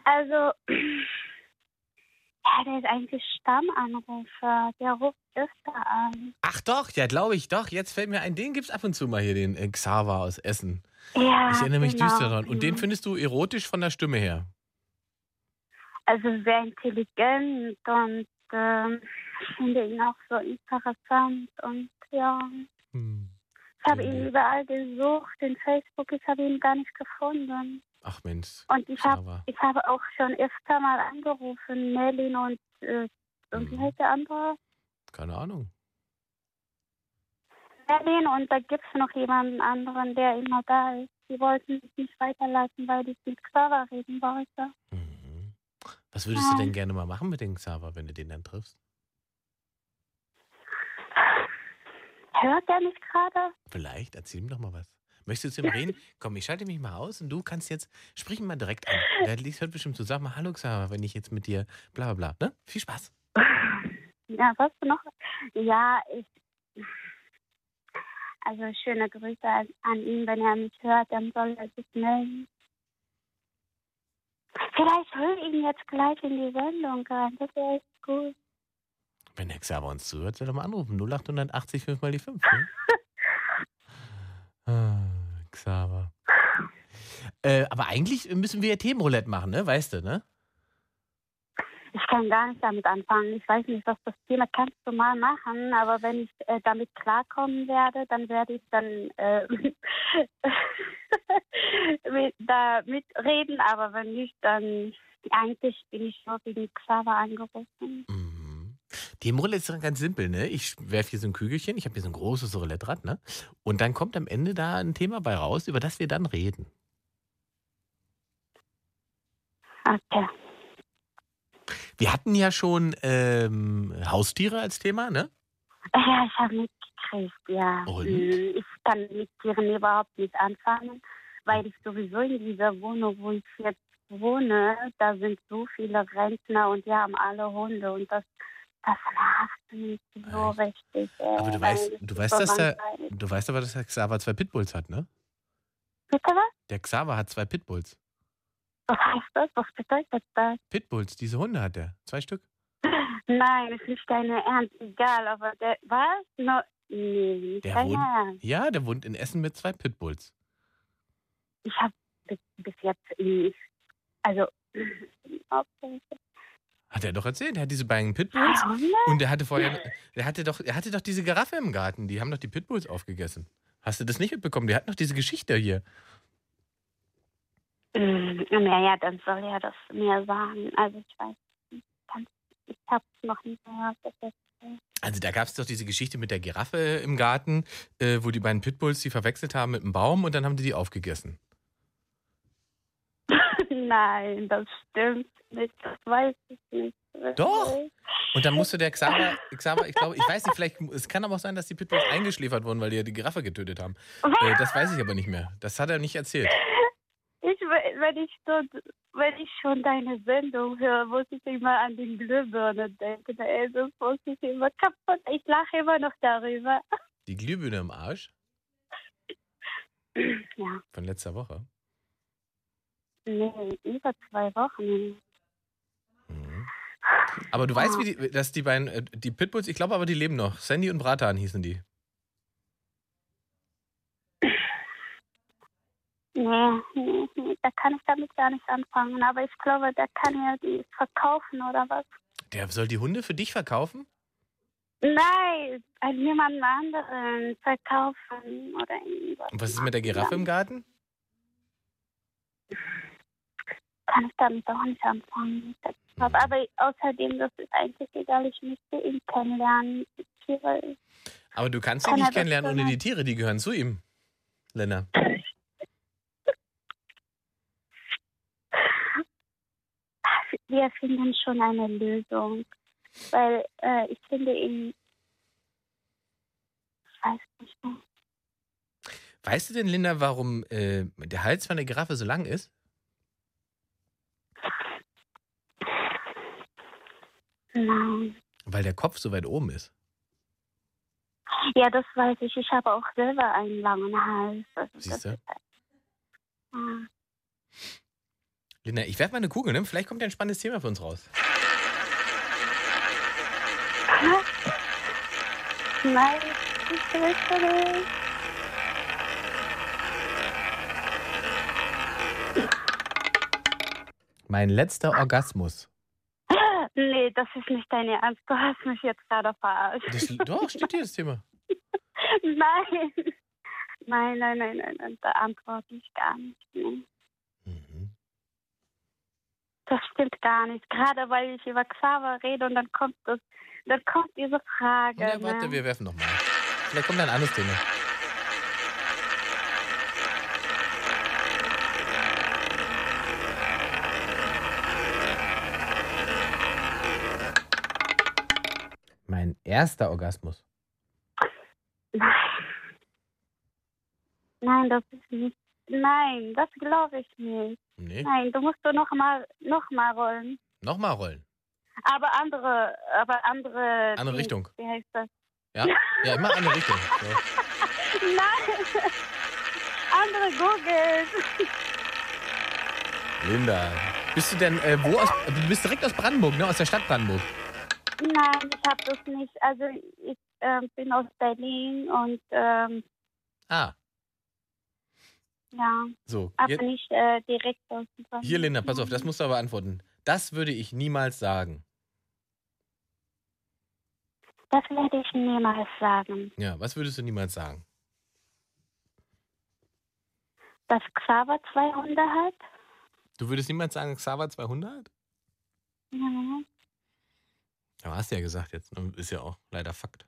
Speaker 4: Also, ja, der ist eigentlich Stammanrufer. Der ruft öfter an.
Speaker 1: Ach doch, ja, glaube ich doch. Jetzt fällt mir ein, den gibt's ab und zu mal hier, den äh, Xaver aus Essen.
Speaker 4: Ja,
Speaker 1: Ich erinnere mich
Speaker 4: genau,
Speaker 1: düster daran. Und den
Speaker 4: genau.
Speaker 1: findest du erotisch von der Stimme her.
Speaker 4: Also sehr intelligent und ähm, ich finde ihn auch so interessant. Und ja,
Speaker 1: Hm.
Speaker 4: ich habe
Speaker 1: Mhm.
Speaker 4: ihn überall gesucht, in Facebook. Ich habe ihn gar nicht gefunden.
Speaker 1: Ach Mensch.
Speaker 4: Und ich habe
Speaker 1: Xaver.
Speaker 4: Ich habe auch schon öfter mal angerufen, Merlin und, äh, und wie
Speaker 1: Mhm.
Speaker 4: heißt der andere?
Speaker 1: Keine Ahnung.
Speaker 4: Merlin und da gibt es noch jemanden anderen, der immer da ist. Die wollten mich nicht weiterleiten, weil ich mit Clara reden wollte.
Speaker 1: Mhm. Was würdest du
Speaker 4: Ja.
Speaker 1: denn gerne mal machen mit dem Xaver, wenn du den dann triffst?
Speaker 4: Hört er mich gerade?
Speaker 1: Vielleicht, erzähl ihm doch mal was. Möchtest du zu ihm reden? Komm, ich schalte mich mal aus und du kannst jetzt, sprich ihn mal direkt an. Der liest, hört bestimmt zu, sag mal Hallo Xaver, wenn ich jetzt mit dir bla bla bla. Ne? Viel Spaß.
Speaker 4: Ja, was noch? Ja, ich. Also schöne Grüße an an ihn, wenn er mich hört, dann soll er sich melden. Vielleicht hol ihn jetzt gleich in die Sendung rein, das wäre echt gut.
Speaker 1: Wenn der Xaver uns zuhört, soll er mal anrufen. 0880 5 mal die 5. Ne? ah, Xaver. Äh, aber eigentlich müssen wir ja Themenroulette machen, ne? Weißt du, ne?
Speaker 4: Ich kann gar nicht damit anfangen. Ich weiß nicht, was das Thema kannst du mal machen, aber wenn ich äh, damit klarkommen werde, dann werde ich dann äh, mit, da mitreden, aber wenn nicht, dann eigentlich bin ich nur wegen Xaver angerufen.
Speaker 1: Mhm. Themenroulette ist dann ganz simpel, ne? Ich werfe hier so ein Kügelchen, ich habe hier so ein großes Roulette-Rad, ne? Und dann kommt am Ende da ein Thema bei raus, über das wir dann reden.
Speaker 4: Okay.
Speaker 1: Wir hatten ja schon ähm, Haustiere als Thema, ne?
Speaker 4: Ja, ich habe mitgekriegt, ja.
Speaker 1: Und?
Speaker 4: Mhm. Ich kann mit Tieren überhaupt nicht anfangen, weil ich sowieso in dieser Wohnung, wo ich jetzt wohne, da sind so viele Rentner und die haben alle Hunde und das, das nervt mich so
Speaker 1: Echt?
Speaker 4: richtig. äh,
Speaker 1: Aber du
Speaker 4: weil
Speaker 1: weißt,
Speaker 4: ich
Speaker 1: du
Speaker 4: so
Speaker 1: weißt, dass der,
Speaker 4: manchmal-
Speaker 1: du weißt aber, dass der Xaver zwei Pitbulls hat, ne?
Speaker 4: Bitte was?
Speaker 1: Der Xaver hat zwei Pitbulls.
Speaker 4: Was heißt das? Was bedeutet das?
Speaker 1: Pitbulls, diese Hunde hat er. Zwei Stück.
Speaker 4: Nein, ist nicht deine Ernst, egal, aber der, was? No, nee, nicht
Speaker 1: Der
Speaker 4: deine
Speaker 1: Hund-
Speaker 4: Ernst.
Speaker 1: Ja, der wohnt in Essen mit zwei Pitbulls.
Speaker 4: Ich habe bis, bis jetzt nicht, also, okay.
Speaker 1: Hat er doch erzählt. Er hat diese beiden Pitbulls.
Speaker 4: Hunde?
Speaker 1: Und er hatte vorher, er hatte doch, er hatte doch diese Giraffe im Garten. Die haben doch die Pitbulls aufgegessen. Hast du das nicht mitbekommen? Die hatten doch diese Geschichte hier.
Speaker 4: Mm, Naja, dann soll er das mir sagen. Also ich weiß nicht ganz, ich habe es noch nie gehört. bis jetzt.
Speaker 1: Also da gab es doch diese Geschichte mit der Giraffe im Garten, äh, wo die beiden Pitbulls die verwechselt haben mit einem Baum und dann haben die die aufgegessen.
Speaker 4: Nein, das stimmt nicht. Das weiß ich nicht. Das
Speaker 1: Doch.
Speaker 4: weiß ich.
Speaker 1: Und dann musste der Xaver, Xaver, ich glaube, ich weiß nicht, vielleicht, es kann aber auch sein, dass die Pitbulls eingeschläfert wurden, weil die ja die Giraffe getötet haben. Äh, das weiß ich aber nicht mehr. Das hat er nicht erzählt.
Speaker 4: Ich, we- wenn, ich so, wenn ich schon deine Sendung höre, muss ich immer an den Glühbirne denken. Ey, das muss ich immer kaputt. Ich lache immer noch darüber.
Speaker 1: Die Glühbirne im Arsch
Speaker 4: Ja,
Speaker 1: von letzter Woche.
Speaker 4: nee, über zwei Wochen.
Speaker 1: Mhm. Aber du weißt, wie die, dass die beiden, äh, die Pitbulls, ich glaube aber, die leben noch. Sandy und Bratan hießen die.
Speaker 4: Nee, nee, nee, da kann ich damit gar nicht anfangen. Aber ich glaube, da kann er die verkaufen oder was.
Speaker 1: Der soll die Hunde für dich verkaufen?
Speaker 4: Nein, an jemand anderen verkaufen oder irgendwas.
Speaker 1: Und was ist mit der Giraffe im Garten?
Speaker 4: Kann ich damit auch nicht anfangen. Das- Aber außerdem, das ist eigentlich egal, ich müsste ihn kennenlernen. Die Tiere-
Speaker 1: Aber du kannst ihn
Speaker 4: Kann er
Speaker 1: nicht
Speaker 4: das
Speaker 1: kennenlernen ohne
Speaker 4: schon
Speaker 1: die Tiere, die gehören zu ihm. Lena.
Speaker 4: Wir finden schon eine Lösung. Weil äh, ich finde ihn. Ich weiß nicht mehr.
Speaker 1: Weißt du denn, Linda, warum äh, der Hals von der Giraffe so lang ist?
Speaker 4: Nein.
Speaker 1: Weil der Kopf so weit oben ist.
Speaker 4: Ja, das weiß ich. Ich habe auch selber einen langen Hals. Das,
Speaker 1: Siehst
Speaker 4: das,
Speaker 1: du?
Speaker 4: Ah.
Speaker 1: Linda, ich werfe mal eine Kugel, ne? Vielleicht kommt ja ein spannendes Thema für uns raus.
Speaker 4: Nein, ich möchte nicht.
Speaker 1: Mein letzter Orgasmus.
Speaker 4: Nee, das ist nicht dein Ernst. Du hast mich jetzt gerade verarscht.
Speaker 1: Das, doch, steht hier das Thema.
Speaker 4: Nein. Nein, nein, nein, nein, nein. Da antworte ich gar nicht. Nee.
Speaker 1: Mhm.
Speaker 4: Das stimmt gar nicht. Gerade weil ich über Xaver rede und dann kommt das, dann kommt diese Frage.
Speaker 1: Na, warte,
Speaker 4: ne?
Speaker 1: wir werfen nochmal. Vielleicht kommt ein anderes Thema. Mein erster Orgasmus.
Speaker 4: Nein, das ist nicht. Nein, das glaube ich nicht.
Speaker 1: Nee,
Speaker 4: Nein, du musst du noch mal, noch mal rollen.
Speaker 1: nochmal rollen.
Speaker 4: Aber andere, aber andere.
Speaker 1: Andere Richtung.
Speaker 4: Wie heißt das?
Speaker 1: Ja, ja immer eine Richtung. So.
Speaker 4: Nein. Andere Googles.
Speaker 1: Linda. Bist du denn, äh, wo aus, du bist direkt aus Brandenburg, ne? Aus der Stadt Brandenburg.
Speaker 4: Nein, ich habe das nicht. Also ich ähm, bin aus Berlin und ähm,
Speaker 1: Ah,
Speaker 4: ja,
Speaker 1: so.
Speaker 4: aber
Speaker 1: Hier,
Speaker 4: nicht äh, direkt aus dem Brandenburg.
Speaker 1: hier, Linda, pass auf, das musst du aber antworten. Das würde ich niemals sagen.
Speaker 4: Das werde ich niemals sagen.
Speaker 1: Ja, was würdest du niemals sagen?
Speaker 4: Dass Xaver zwei Hunde hat.
Speaker 1: Du würdest niemals sagen Xaver 200?
Speaker 4: Ja.
Speaker 1: Aber hast du ja gesagt jetzt. ne? Ist ja auch leider Fakt.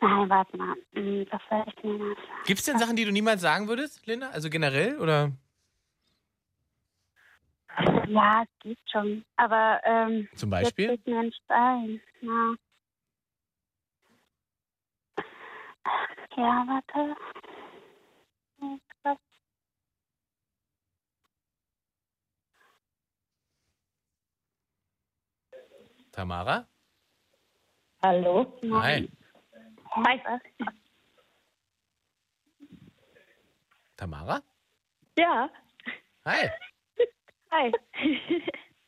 Speaker 4: Nein, warte mal. Hm, Das werde ich niemals sagen.
Speaker 1: Gibt es denn Sachen, die du niemals sagen würdest, Linda? Also generell oder
Speaker 4: Ja, es geht schon. Aber ähm,
Speaker 1: zum
Speaker 4: jetzt
Speaker 1: Beispiel?
Speaker 4: fällt mir nichts ein. Ja. ja, warte. Ich glaub-
Speaker 1: Tamara?
Speaker 5: Hallo?
Speaker 1: Hi.
Speaker 5: Hi.
Speaker 1: Tamara?
Speaker 5: Ja,
Speaker 1: Hi.
Speaker 5: hi.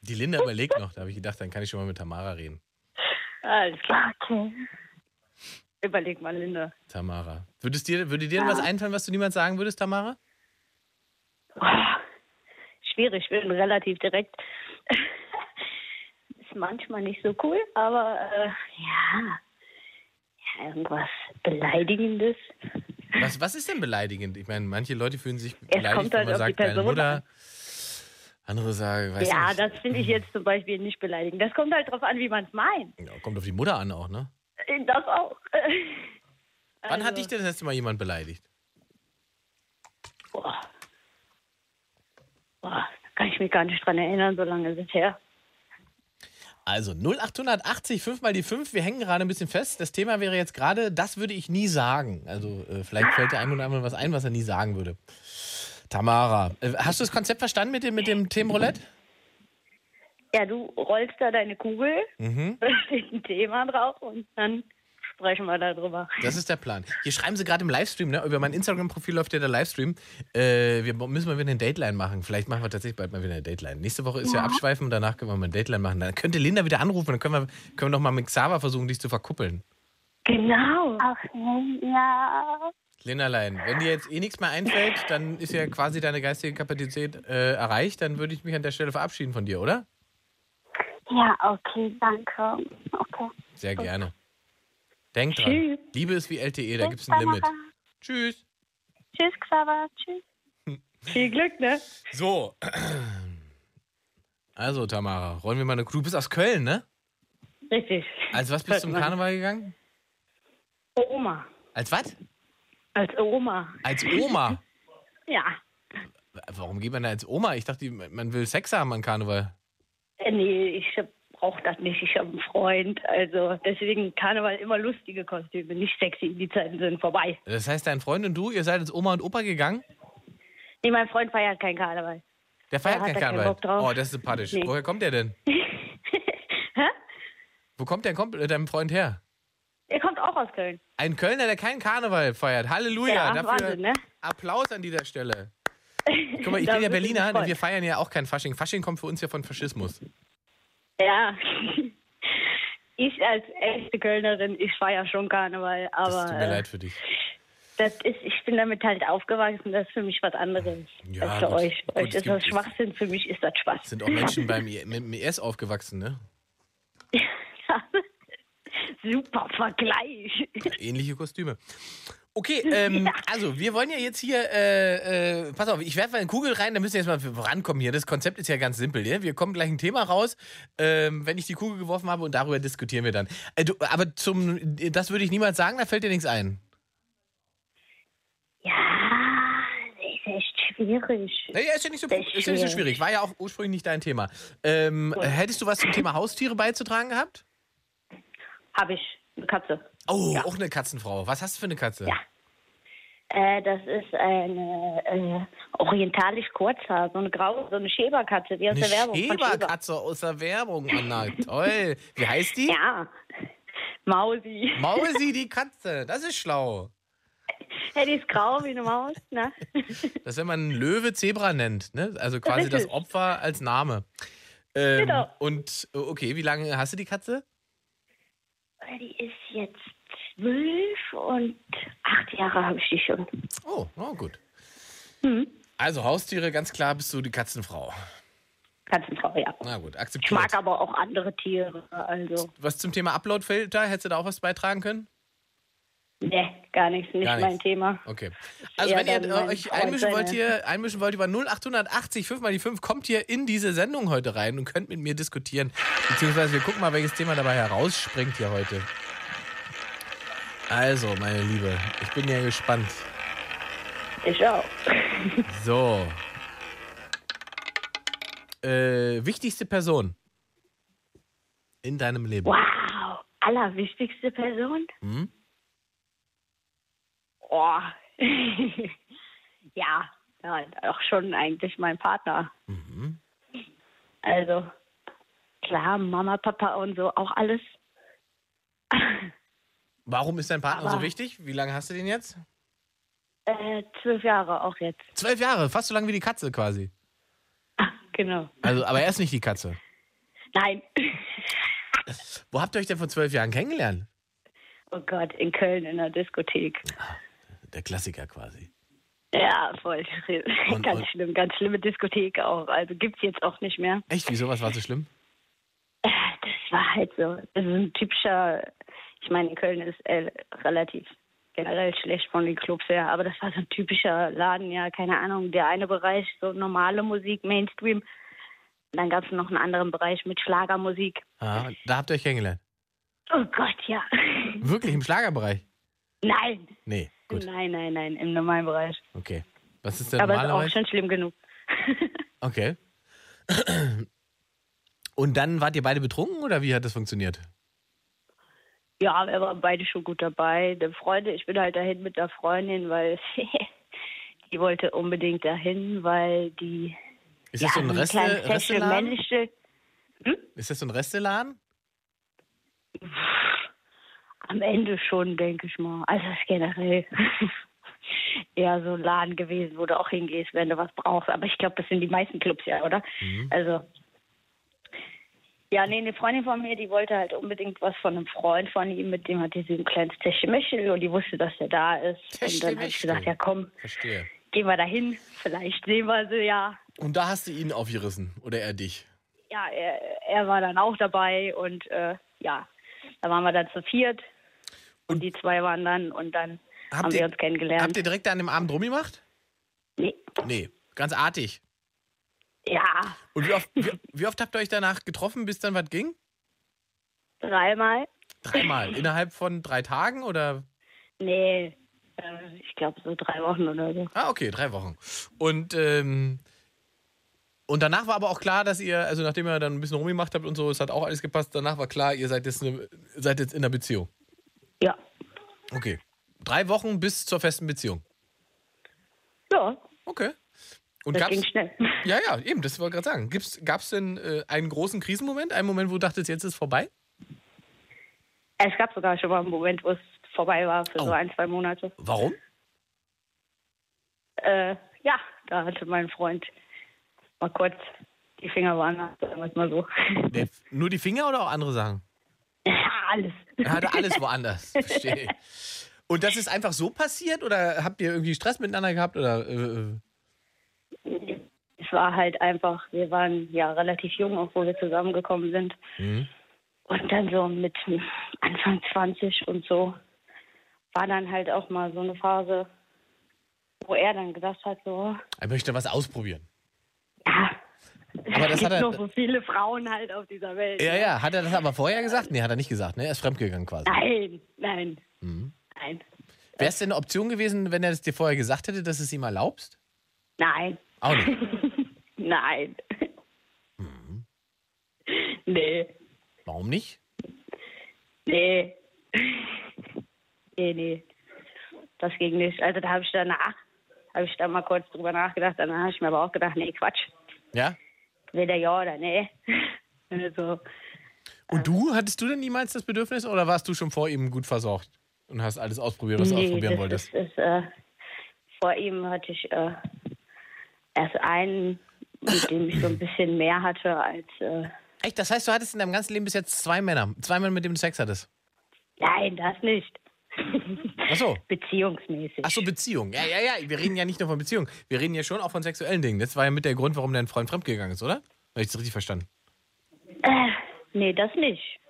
Speaker 1: Die Linda überlegt noch. Da habe ich gedacht, dann kann ich schon mal mit Tamara reden.
Speaker 5: Alles klar.
Speaker 4: Okay.
Speaker 5: Überleg mal, Linda.
Speaker 1: Tamara. Würdest dir, würde dir denn was einfallen, was du niemals sagen würdest, Tamara?
Speaker 5: Oh, schwierig, ich bin relativ direkt. Ist manchmal nicht so cool, aber äh, ja. ja, irgendwas Beleidigendes.
Speaker 1: Was, was ist denn beleidigend? Ich meine, manche Leute fühlen sich
Speaker 5: kommt
Speaker 1: beleidigt, wenn
Speaker 5: halt auf
Speaker 1: man
Speaker 5: die
Speaker 1: sagt, deine
Speaker 5: Person an.
Speaker 1: Mutter. Andere sagen, weiß
Speaker 5: ja,
Speaker 1: nicht.
Speaker 5: das finde ich jetzt zum Beispiel nicht beleidigend. Das kommt halt drauf an, wie man es meint.
Speaker 1: Ja, kommt auf die Mutter an auch, ne?
Speaker 5: Äh, Das auch.
Speaker 1: Wann
Speaker 5: Also
Speaker 1: hat dich denn das letzte Mal jemand beleidigt?
Speaker 5: Boah. Boah, da kann ich mich gar nicht dran erinnern, so lange ist es her.
Speaker 1: Also 0880, 5 mal die 5. Wir hängen gerade ein bisschen fest. Das Thema wäre jetzt gerade, das würde ich nie sagen. Also äh, vielleicht fällt der ein oder andere was ein, was er nie sagen würde. Tamara, äh, hast du das Konzept verstanden mit dem, mit dem Themenroulette?
Speaker 5: Ja, du rollst da deine Kugel,
Speaker 1: Mhm.
Speaker 5: da steht ein Thema drauf und dann sprechen wir darüber.
Speaker 1: Das ist der Plan. Hier schreiben sie gerade im Livestream, ne? über mein Instagram-Profil läuft ja der Livestream. Äh, wir müssen mal wieder eine Dateline machen. Vielleicht machen wir tatsächlich bald mal wieder eine Dateline. Nächste Woche ist ja, Abschweifen, danach können wir mal eine Dateline machen. Dann könnte Linda wieder anrufen, dann können wir, können wir noch mal mit Xaver versuchen, dich zu verkuppeln.
Speaker 5: Genau.
Speaker 4: Ach, nee, ja.
Speaker 1: Linderlein, wenn dir jetzt eh nichts mehr einfällt, dann ist ja quasi deine geistige Kapazität äh, erreicht. Dann würde ich mich an der Stelle verabschieden von dir, oder?
Speaker 4: Ja, okay, danke. Okay.
Speaker 1: Sehr gerne. Denk dran.
Speaker 5: Tschüss.
Speaker 1: Liebe ist wie LTE, da gibt es
Speaker 4: Tschüss,
Speaker 1: ein Limit.
Speaker 4: Tamara.
Speaker 1: Tschüss.
Speaker 4: Tschüss, Xaver. Tschüss.
Speaker 5: Viel Glück, ne?
Speaker 1: So. Also, Tamara, rollen wir mal eine Crew. Du bist aus Köln, ne?
Speaker 5: Richtig.
Speaker 1: Als was bist du zum
Speaker 5: Hört man.
Speaker 1: Karneval gegangen?
Speaker 5: Oma.
Speaker 1: Als was?
Speaker 5: Als Oma.
Speaker 1: Als Oma.
Speaker 5: Ja.
Speaker 1: Warum geht man da als Oma? Ich dachte, man will Sex haben an Karneval.
Speaker 5: Äh, Nee, ich brauche das nicht. Ich habe einen Freund. Also deswegen Karneval immer lustige Kostüme, nicht sexy. Die Zeiten sind vorbei.
Speaker 1: Das heißt, dein Freund und du, ihr seid als Oma und Opa gegangen?
Speaker 5: Nee, mein Freund feiert kein Karneval.
Speaker 1: Der feiert
Speaker 5: hat
Speaker 1: keinen
Speaker 5: er keinen
Speaker 1: Karneval.
Speaker 5: Bock drauf.
Speaker 1: Oh, das ist sympathisch.
Speaker 5: Nee.
Speaker 1: Woher kommt der denn?
Speaker 5: Hä?
Speaker 1: Wo kommt der Komp äh, dein Freund her?
Speaker 5: Er kommt auch aus Köln.
Speaker 1: Ein Kölner, der keinen Karneval feiert. Halleluja.
Speaker 5: Ja,
Speaker 1: Oh dafür
Speaker 5: Wahnsinn, ne?
Speaker 1: Applaus an dieser Stelle. Guck mal, ich
Speaker 5: Da
Speaker 1: bin ja
Speaker 5: würde ich mich
Speaker 1: Berliner,
Speaker 5: freuen.
Speaker 1: wir feiern ja auch kein Fasching. Fasching kommt für uns ja von Faschismus.
Speaker 5: Ja. Ich als echte Kölnerin, ich feiere schon Karneval,
Speaker 1: Das
Speaker 5: aber
Speaker 1: tut mir
Speaker 5: äh,
Speaker 1: leid für dich.
Speaker 5: das ist, ich bin damit halt aufgewachsen, das ist für mich was anderes
Speaker 1: Ja,
Speaker 5: als für
Speaker 1: gut.
Speaker 5: Also euch.
Speaker 1: Gut,
Speaker 5: euch
Speaker 1: es
Speaker 5: ist das
Speaker 1: gibt-
Speaker 5: Schwachsinn, für mich ist das Spaß.
Speaker 1: Sind auch Menschen beim I mit dem IS aufgewachsen, ne?
Speaker 5: Super Vergleich.
Speaker 1: Ähnliche Kostüme. Okay, ähm, also wir wollen ja jetzt hier, äh, äh, pass auf, ich werfe mal eine Kugel rein, da müssen wir jetzt mal vorankommen hier. Das Konzept ist ja ganz simpel, ja? wir kommen gleich ein Thema raus, ähm, wenn ich die Kugel geworfen habe und darüber diskutieren wir dann. Äh, du, aber zum, das würde ich niemals sagen, da fällt dir nichts ein.
Speaker 4: Ah,
Speaker 5: Ja, das ist echt schwierig.
Speaker 1: Naja, ist ja nicht so,
Speaker 5: Das ist
Speaker 1: ist ja nicht so
Speaker 5: schwierig.
Speaker 1: schwierig, war ja auch ursprünglich nicht dein Thema. Ähm, äh, hättest du was zum Thema Haustiere beizutragen gehabt?
Speaker 5: Habe ich eine Katze.
Speaker 1: Oh, auch eine Katzenfrau. Was hast du für eine Katze?
Speaker 5: Äh, das ist eine, äh, oh, orientalisch Kurzhaar, so eine graue, so eine Schäberkatze, wie aus
Speaker 1: Eine
Speaker 5: der Werbung. von Schäber.
Speaker 1: Schäberkatze aus der Werbung, Anna. Toll. Wie heißt die?
Speaker 5: Ja. Mausi.
Speaker 1: Mausi, die Katze. Das ist schlau.
Speaker 5: Ja, die ist grau wie eine Maus, ne?
Speaker 1: Das, wenn man einen Löwe Zebra nennt, ne? Also quasi das
Speaker 5: Richtig.
Speaker 1: Opfer als Name. Ähm,
Speaker 5: Genau.
Speaker 1: Und äh, okay, wie lange hast du die Katze?
Speaker 5: Die ist jetzt zwölf und acht Jahre habe ich die schon.
Speaker 1: Oh, oh gut.
Speaker 5: Mhm.
Speaker 1: Also Haustiere, ganz klar bist du die Katzenfrau.
Speaker 5: Katzenfrau, ja.
Speaker 1: Na gut,
Speaker 5: Ich
Speaker 1: akzeptiert.
Speaker 5: mag aber auch andere Tiere, also.
Speaker 1: Was zum Thema Uploadfilter, hättest du da auch was beitragen können?
Speaker 5: Ne, gar nichts, nicht
Speaker 1: Gar nichts.
Speaker 5: mein Thema.
Speaker 1: Okay. Also
Speaker 5: eher
Speaker 1: wenn ihr
Speaker 5: dann
Speaker 1: äh,
Speaker 5: mein
Speaker 1: euch
Speaker 5: Freund
Speaker 1: einmischen wollt,
Speaker 5: seine-
Speaker 1: hier, einmischen wollt über 0880 5 mal die 5, kommt hier in diese Sendung heute rein und könnt mit mir diskutieren. Beziehungsweise wir gucken mal, welches Thema dabei herausspringt hier heute. Also, meine Liebe, ich bin ja gespannt.
Speaker 5: Ich auch.
Speaker 1: So. Äh, wichtigste Person in deinem Leben.
Speaker 5: Wow, allerwichtigste Person?
Speaker 1: Hm?
Speaker 5: Oh. ja, ja, auch schon eigentlich mein Partner.
Speaker 1: Mhm.
Speaker 5: Also, klar, Mama, Papa und so, auch alles.
Speaker 1: Warum ist dein Partner so
Speaker 5: Aber-
Speaker 1: wichtig? Wie lange hast du den jetzt?
Speaker 5: Äh, zwölf Jahre auch jetzt.
Speaker 1: Zwölf Jahre, fast so lange wie die Katze quasi.
Speaker 5: Genau.
Speaker 1: Also, aber er ist nicht die Katze.
Speaker 5: Nein.
Speaker 1: Wo habt ihr euch denn vor zwölf Jahren kennengelernt?
Speaker 5: Oh Gott, in Köln in der Diskothek.
Speaker 1: Der Klassiker quasi.
Speaker 5: Ja, voll schlimm.
Speaker 1: Und-
Speaker 5: ganz
Speaker 1: und-
Speaker 5: schlimm, ganz schlimme Diskothek auch. Also gibt's jetzt auch nicht mehr.
Speaker 1: Echt? Wieso? Was war so schlimm?
Speaker 5: Das war halt so. Das ist ein typischer, ich meine, in Köln ist äh, relativ generell schlecht von den Clubs her, aber das war so ein typischer Laden, ja, keine Ahnung. Der eine Bereich, so normale Musik, Mainstream. Und dann gab's noch einen anderen Bereich mit Schlagermusik.
Speaker 1: Ah, da habt ihr euch kennengelernt.
Speaker 5: Oh Gott, ja.
Speaker 1: Wirklich im Schlagerbereich?
Speaker 5: nein.
Speaker 1: Nee, gut.
Speaker 5: Nein, nein, nein, im normalen Bereich.
Speaker 1: Okay. Was ist der
Speaker 5: aber ist
Speaker 1: normale
Speaker 5: auch
Speaker 1: Bereich?
Speaker 5: schon schlimm genug.
Speaker 1: Okay. Und dann wart ihr beide betrunken oder wie hat das funktioniert?
Speaker 5: Ja, wir waren beide schon gut dabei. Die Freunde, ich bin halt dahin mit der Freundin, weil die wollte unbedingt dahin, weil die
Speaker 1: Ist das so ein Reste,
Speaker 5: kleines Special
Speaker 1: Resteladen?
Speaker 5: Männliche.
Speaker 1: Ist das so ein Resteladen?
Speaker 5: Am Ende schon, denke ich mal. Also das ist generell eher so ein Laden gewesen, wo du auch hingehst, wenn du was brauchst. Aber ich glaube, das sind die meisten Clubs ja, oder?
Speaker 1: Mhm.
Speaker 5: Also ja, nee, eine Freundin von mir, die wollte halt unbedingt was von einem Freund von ihm, mit dem hat die so ein kleines Techtelmechtel und die wusste, dass er da ist. Und dann habe ich
Speaker 1: Techtelmechtel.
Speaker 5: gesagt, ja komm,
Speaker 1: Verstehe.
Speaker 5: gehen wir da hin, vielleicht sehen wir sie ja.
Speaker 1: Und da hast du ihn aufgerissen oder er dich?
Speaker 5: Ja, er, er war dann auch dabei und äh, ja, da waren wir dann zu viert und, die zwei waren dann und dann
Speaker 1: Habt
Speaker 5: haben
Speaker 1: ihr-
Speaker 5: wir uns kennengelernt.
Speaker 1: Habt ihr direkt an dem Abend rumgemacht?
Speaker 5: nee.
Speaker 1: Nee, ganz artig.
Speaker 5: Ja,
Speaker 1: Und wie oft, wie, wie oft habt ihr euch danach getroffen, bis dann was ging?
Speaker 5: dreimal?
Speaker 1: Dreimal. Innerhalb von drei Tagen oder?
Speaker 5: Nee, äh, ich glaube so drei Wochen oder so.
Speaker 1: Ah, okay, drei Wochen. Und, ähm, und danach war aber auch klar, dass ihr, also nachdem ihr dann ein bisschen rumgemacht habt und so, es hat auch alles gepasst, danach war klar, ihr seid jetzt, eine, seid jetzt in einer Beziehung.
Speaker 5: Ja,
Speaker 1: Okay. Drei Wochen bis zur festen Beziehung.
Speaker 5: ja,
Speaker 1: Okay. Und
Speaker 5: das
Speaker 1: gab's,
Speaker 5: ging schnell.
Speaker 1: ja, ja, eben, das wollte ich gerade sagen. Gibt's, gab's denn äh, einen großen Krisenmoment, einen Moment, wo du dachtest, jetzt ist vorbei?
Speaker 5: Es gab sogar schon mal einen Moment, wo es vorbei war für
Speaker 1: Oh.
Speaker 5: so ein, zwei Monate.
Speaker 1: Warum?
Speaker 5: Äh, ja, da hatte mein Freund mal kurz die Finger waren, sagen wir es mal so.
Speaker 1: Nee, nur die Finger oder auch andere Sachen?
Speaker 5: Ja, alles.
Speaker 1: Er hatte alles woanders. Verstehe. Und das ist einfach so passiert oder habt ihr irgendwie Stress miteinander gehabt oder äh,
Speaker 5: es war halt einfach, wir waren ja relativ jung, auch wo wir zusammengekommen sind. Und dann so mit Anfang 20 und so war dann halt auch mal so eine Phase, wo er dann gesagt hat, so,
Speaker 1: er möchte was ausprobieren?
Speaker 5: ja,
Speaker 1: Aber das
Speaker 5: es
Speaker 1: hat
Speaker 5: gibt
Speaker 1: er-
Speaker 5: noch so viele Frauen halt auf dieser Welt.
Speaker 1: Ja, ja, hat er das aber vorher gesagt? Nee, hat er nicht gesagt, ne? Er ist fremdgegangen quasi.
Speaker 5: Nein, nein,
Speaker 1: Mhm.
Speaker 5: nein,
Speaker 1: Wäre es denn eine Option gewesen, wenn er das dir vorher gesagt hätte, dass du es ihm erlaubst?
Speaker 5: nein,
Speaker 1: Auch nicht.
Speaker 5: nein.
Speaker 1: Mhm.
Speaker 5: Nee,
Speaker 1: Warum nicht?
Speaker 5: Nee. Nee, nee. Das ging nicht. Also da habe ich danach, Habe ich da mal kurz drüber nachgedacht. Dann habe ich mir aber auch gedacht, nee, Quatsch.
Speaker 1: Ja?
Speaker 5: Weder ja oder nee. Also, ähm,
Speaker 1: Und du, hattest du denn niemals das Bedürfnis oder warst du schon vor ihm gut versorgt und hast alles ausprobiert, was du
Speaker 5: nee,
Speaker 1: ausprobieren
Speaker 5: das
Speaker 1: wolltest?
Speaker 5: Ist, ist, äh, vor ihm hatte ich äh, erst einen, mit dem ich so ein bisschen mehr hatte als. Äh,
Speaker 1: Echt? Das heißt, du hattest in deinem ganzen Leben bis jetzt zwei Männer. Zwei Männer, mit denen du Sex hattest.
Speaker 5: nein, das nicht.
Speaker 1: Ach so.
Speaker 5: Beziehungsmäßig.
Speaker 1: Ach so, Beziehung. Ja, ja, ja. Wir reden ja nicht nur von Beziehung. Wir reden ja schon auch von sexuellen Dingen. Das war ja mit der Grund, warum dein Freund fremdgegangen ist, oder? Habe ich das richtig verstanden?
Speaker 5: äh, Nee, das nicht.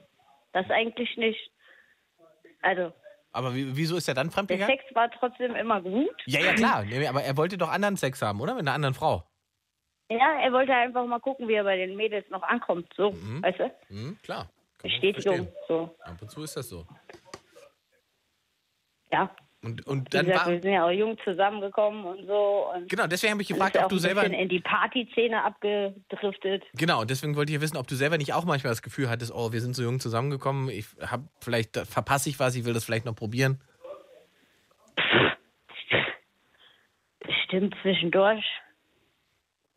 Speaker 5: Das eigentlich nicht. Also,
Speaker 1: Aber wie, wieso ist er dann
Speaker 5: der
Speaker 1: fremdgegangen?
Speaker 5: Sex war trotzdem immer gut.
Speaker 1: Ja, ja, klar. Nee, aber er wollte doch anderen Sex haben, oder? Mit einer anderen Frau.
Speaker 5: Ja, er wollte einfach mal gucken, wie er bei den Mädels noch ankommt. So, weißt du?
Speaker 1: Hm, klar. Kann man
Speaker 5: Bestätigung.
Speaker 1: verstehen.
Speaker 5: So,
Speaker 1: Ab und zu ist das so.
Speaker 5: ja.
Speaker 1: Und, und
Speaker 5: Wie
Speaker 1: dann
Speaker 5: gesagt,
Speaker 1: war.
Speaker 5: wir sind ja auch jung zusammengekommen und so. Und
Speaker 1: Genau, deswegen habe ich gefragt,
Speaker 5: ist ja
Speaker 1: ob
Speaker 5: auch
Speaker 1: du
Speaker 5: ein
Speaker 1: selber.
Speaker 5: bisschen in die Partyszene abgedriftet.
Speaker 1: Genau, deswegen wollte ich wissen, ob du selber nicht auch manchmal das Gefühl hattest, oh, wir sind so jung zusammengekommen, ich hab vielleicht da verpasse ich was, ich will das vielleicht noch probieren.
Speaker 5: Bestimmt zwischendurch.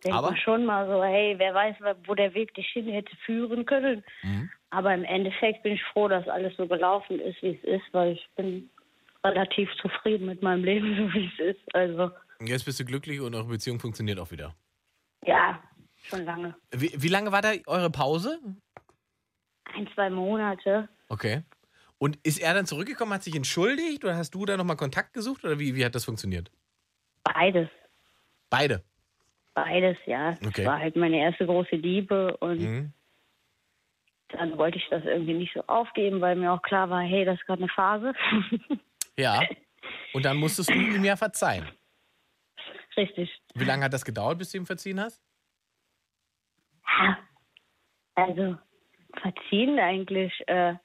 Speaker 5: Denkt
Speaker 1: Aber?
Speaker 5: man schon mal so, hey, wer weiß, wo der Weg dich hin hätte führen können.
Speaker 1: Mhm.
Speaker 5: Aber im Endeffekt bin ich froh, dass alles so gelaufen ist, wie es ist, weil ich bin relativ zufrieden mit meinem Leben, so wie es ist. Also,
Speaker 1: Und jetzt bist du glücklich und eure Beziehung funktioniert auch wieder.
Speaker 5: ja, schon lange.
Speaker 1: Wie, wie lange war da eure Pause?
Speaker 5: Ein, zwei Monate.
Speaker 1: Okay. Und ist er dann zurückgekommen, hat sich entschuldigt oder hast du da nochmal Kontakt gesucht oder wie, wie hat das funktioniert?
Speaker 5: Beides.
Speaker 1: Beide.
Speaker 5: Beides, ja. Das
Speaker 1: Okay.
Speaker 5: war halt meine erste große Liebe und
Speaker 1: Mhm.
Speaker 5: dann wollte ich das irgendwie nicht so aufgeben, weil mir auch klar war, hey, das ist gerade eine Phase.
Speaker 1: Ja. Und dann musstest du ihm ja verzeihen.
Speaker 5: Richtig.
Speaker 1: Wie lange hat das gedauert, bis du ihm verziehen hast?
Speaker 5: Ha. Also verziehen eigentlich äh,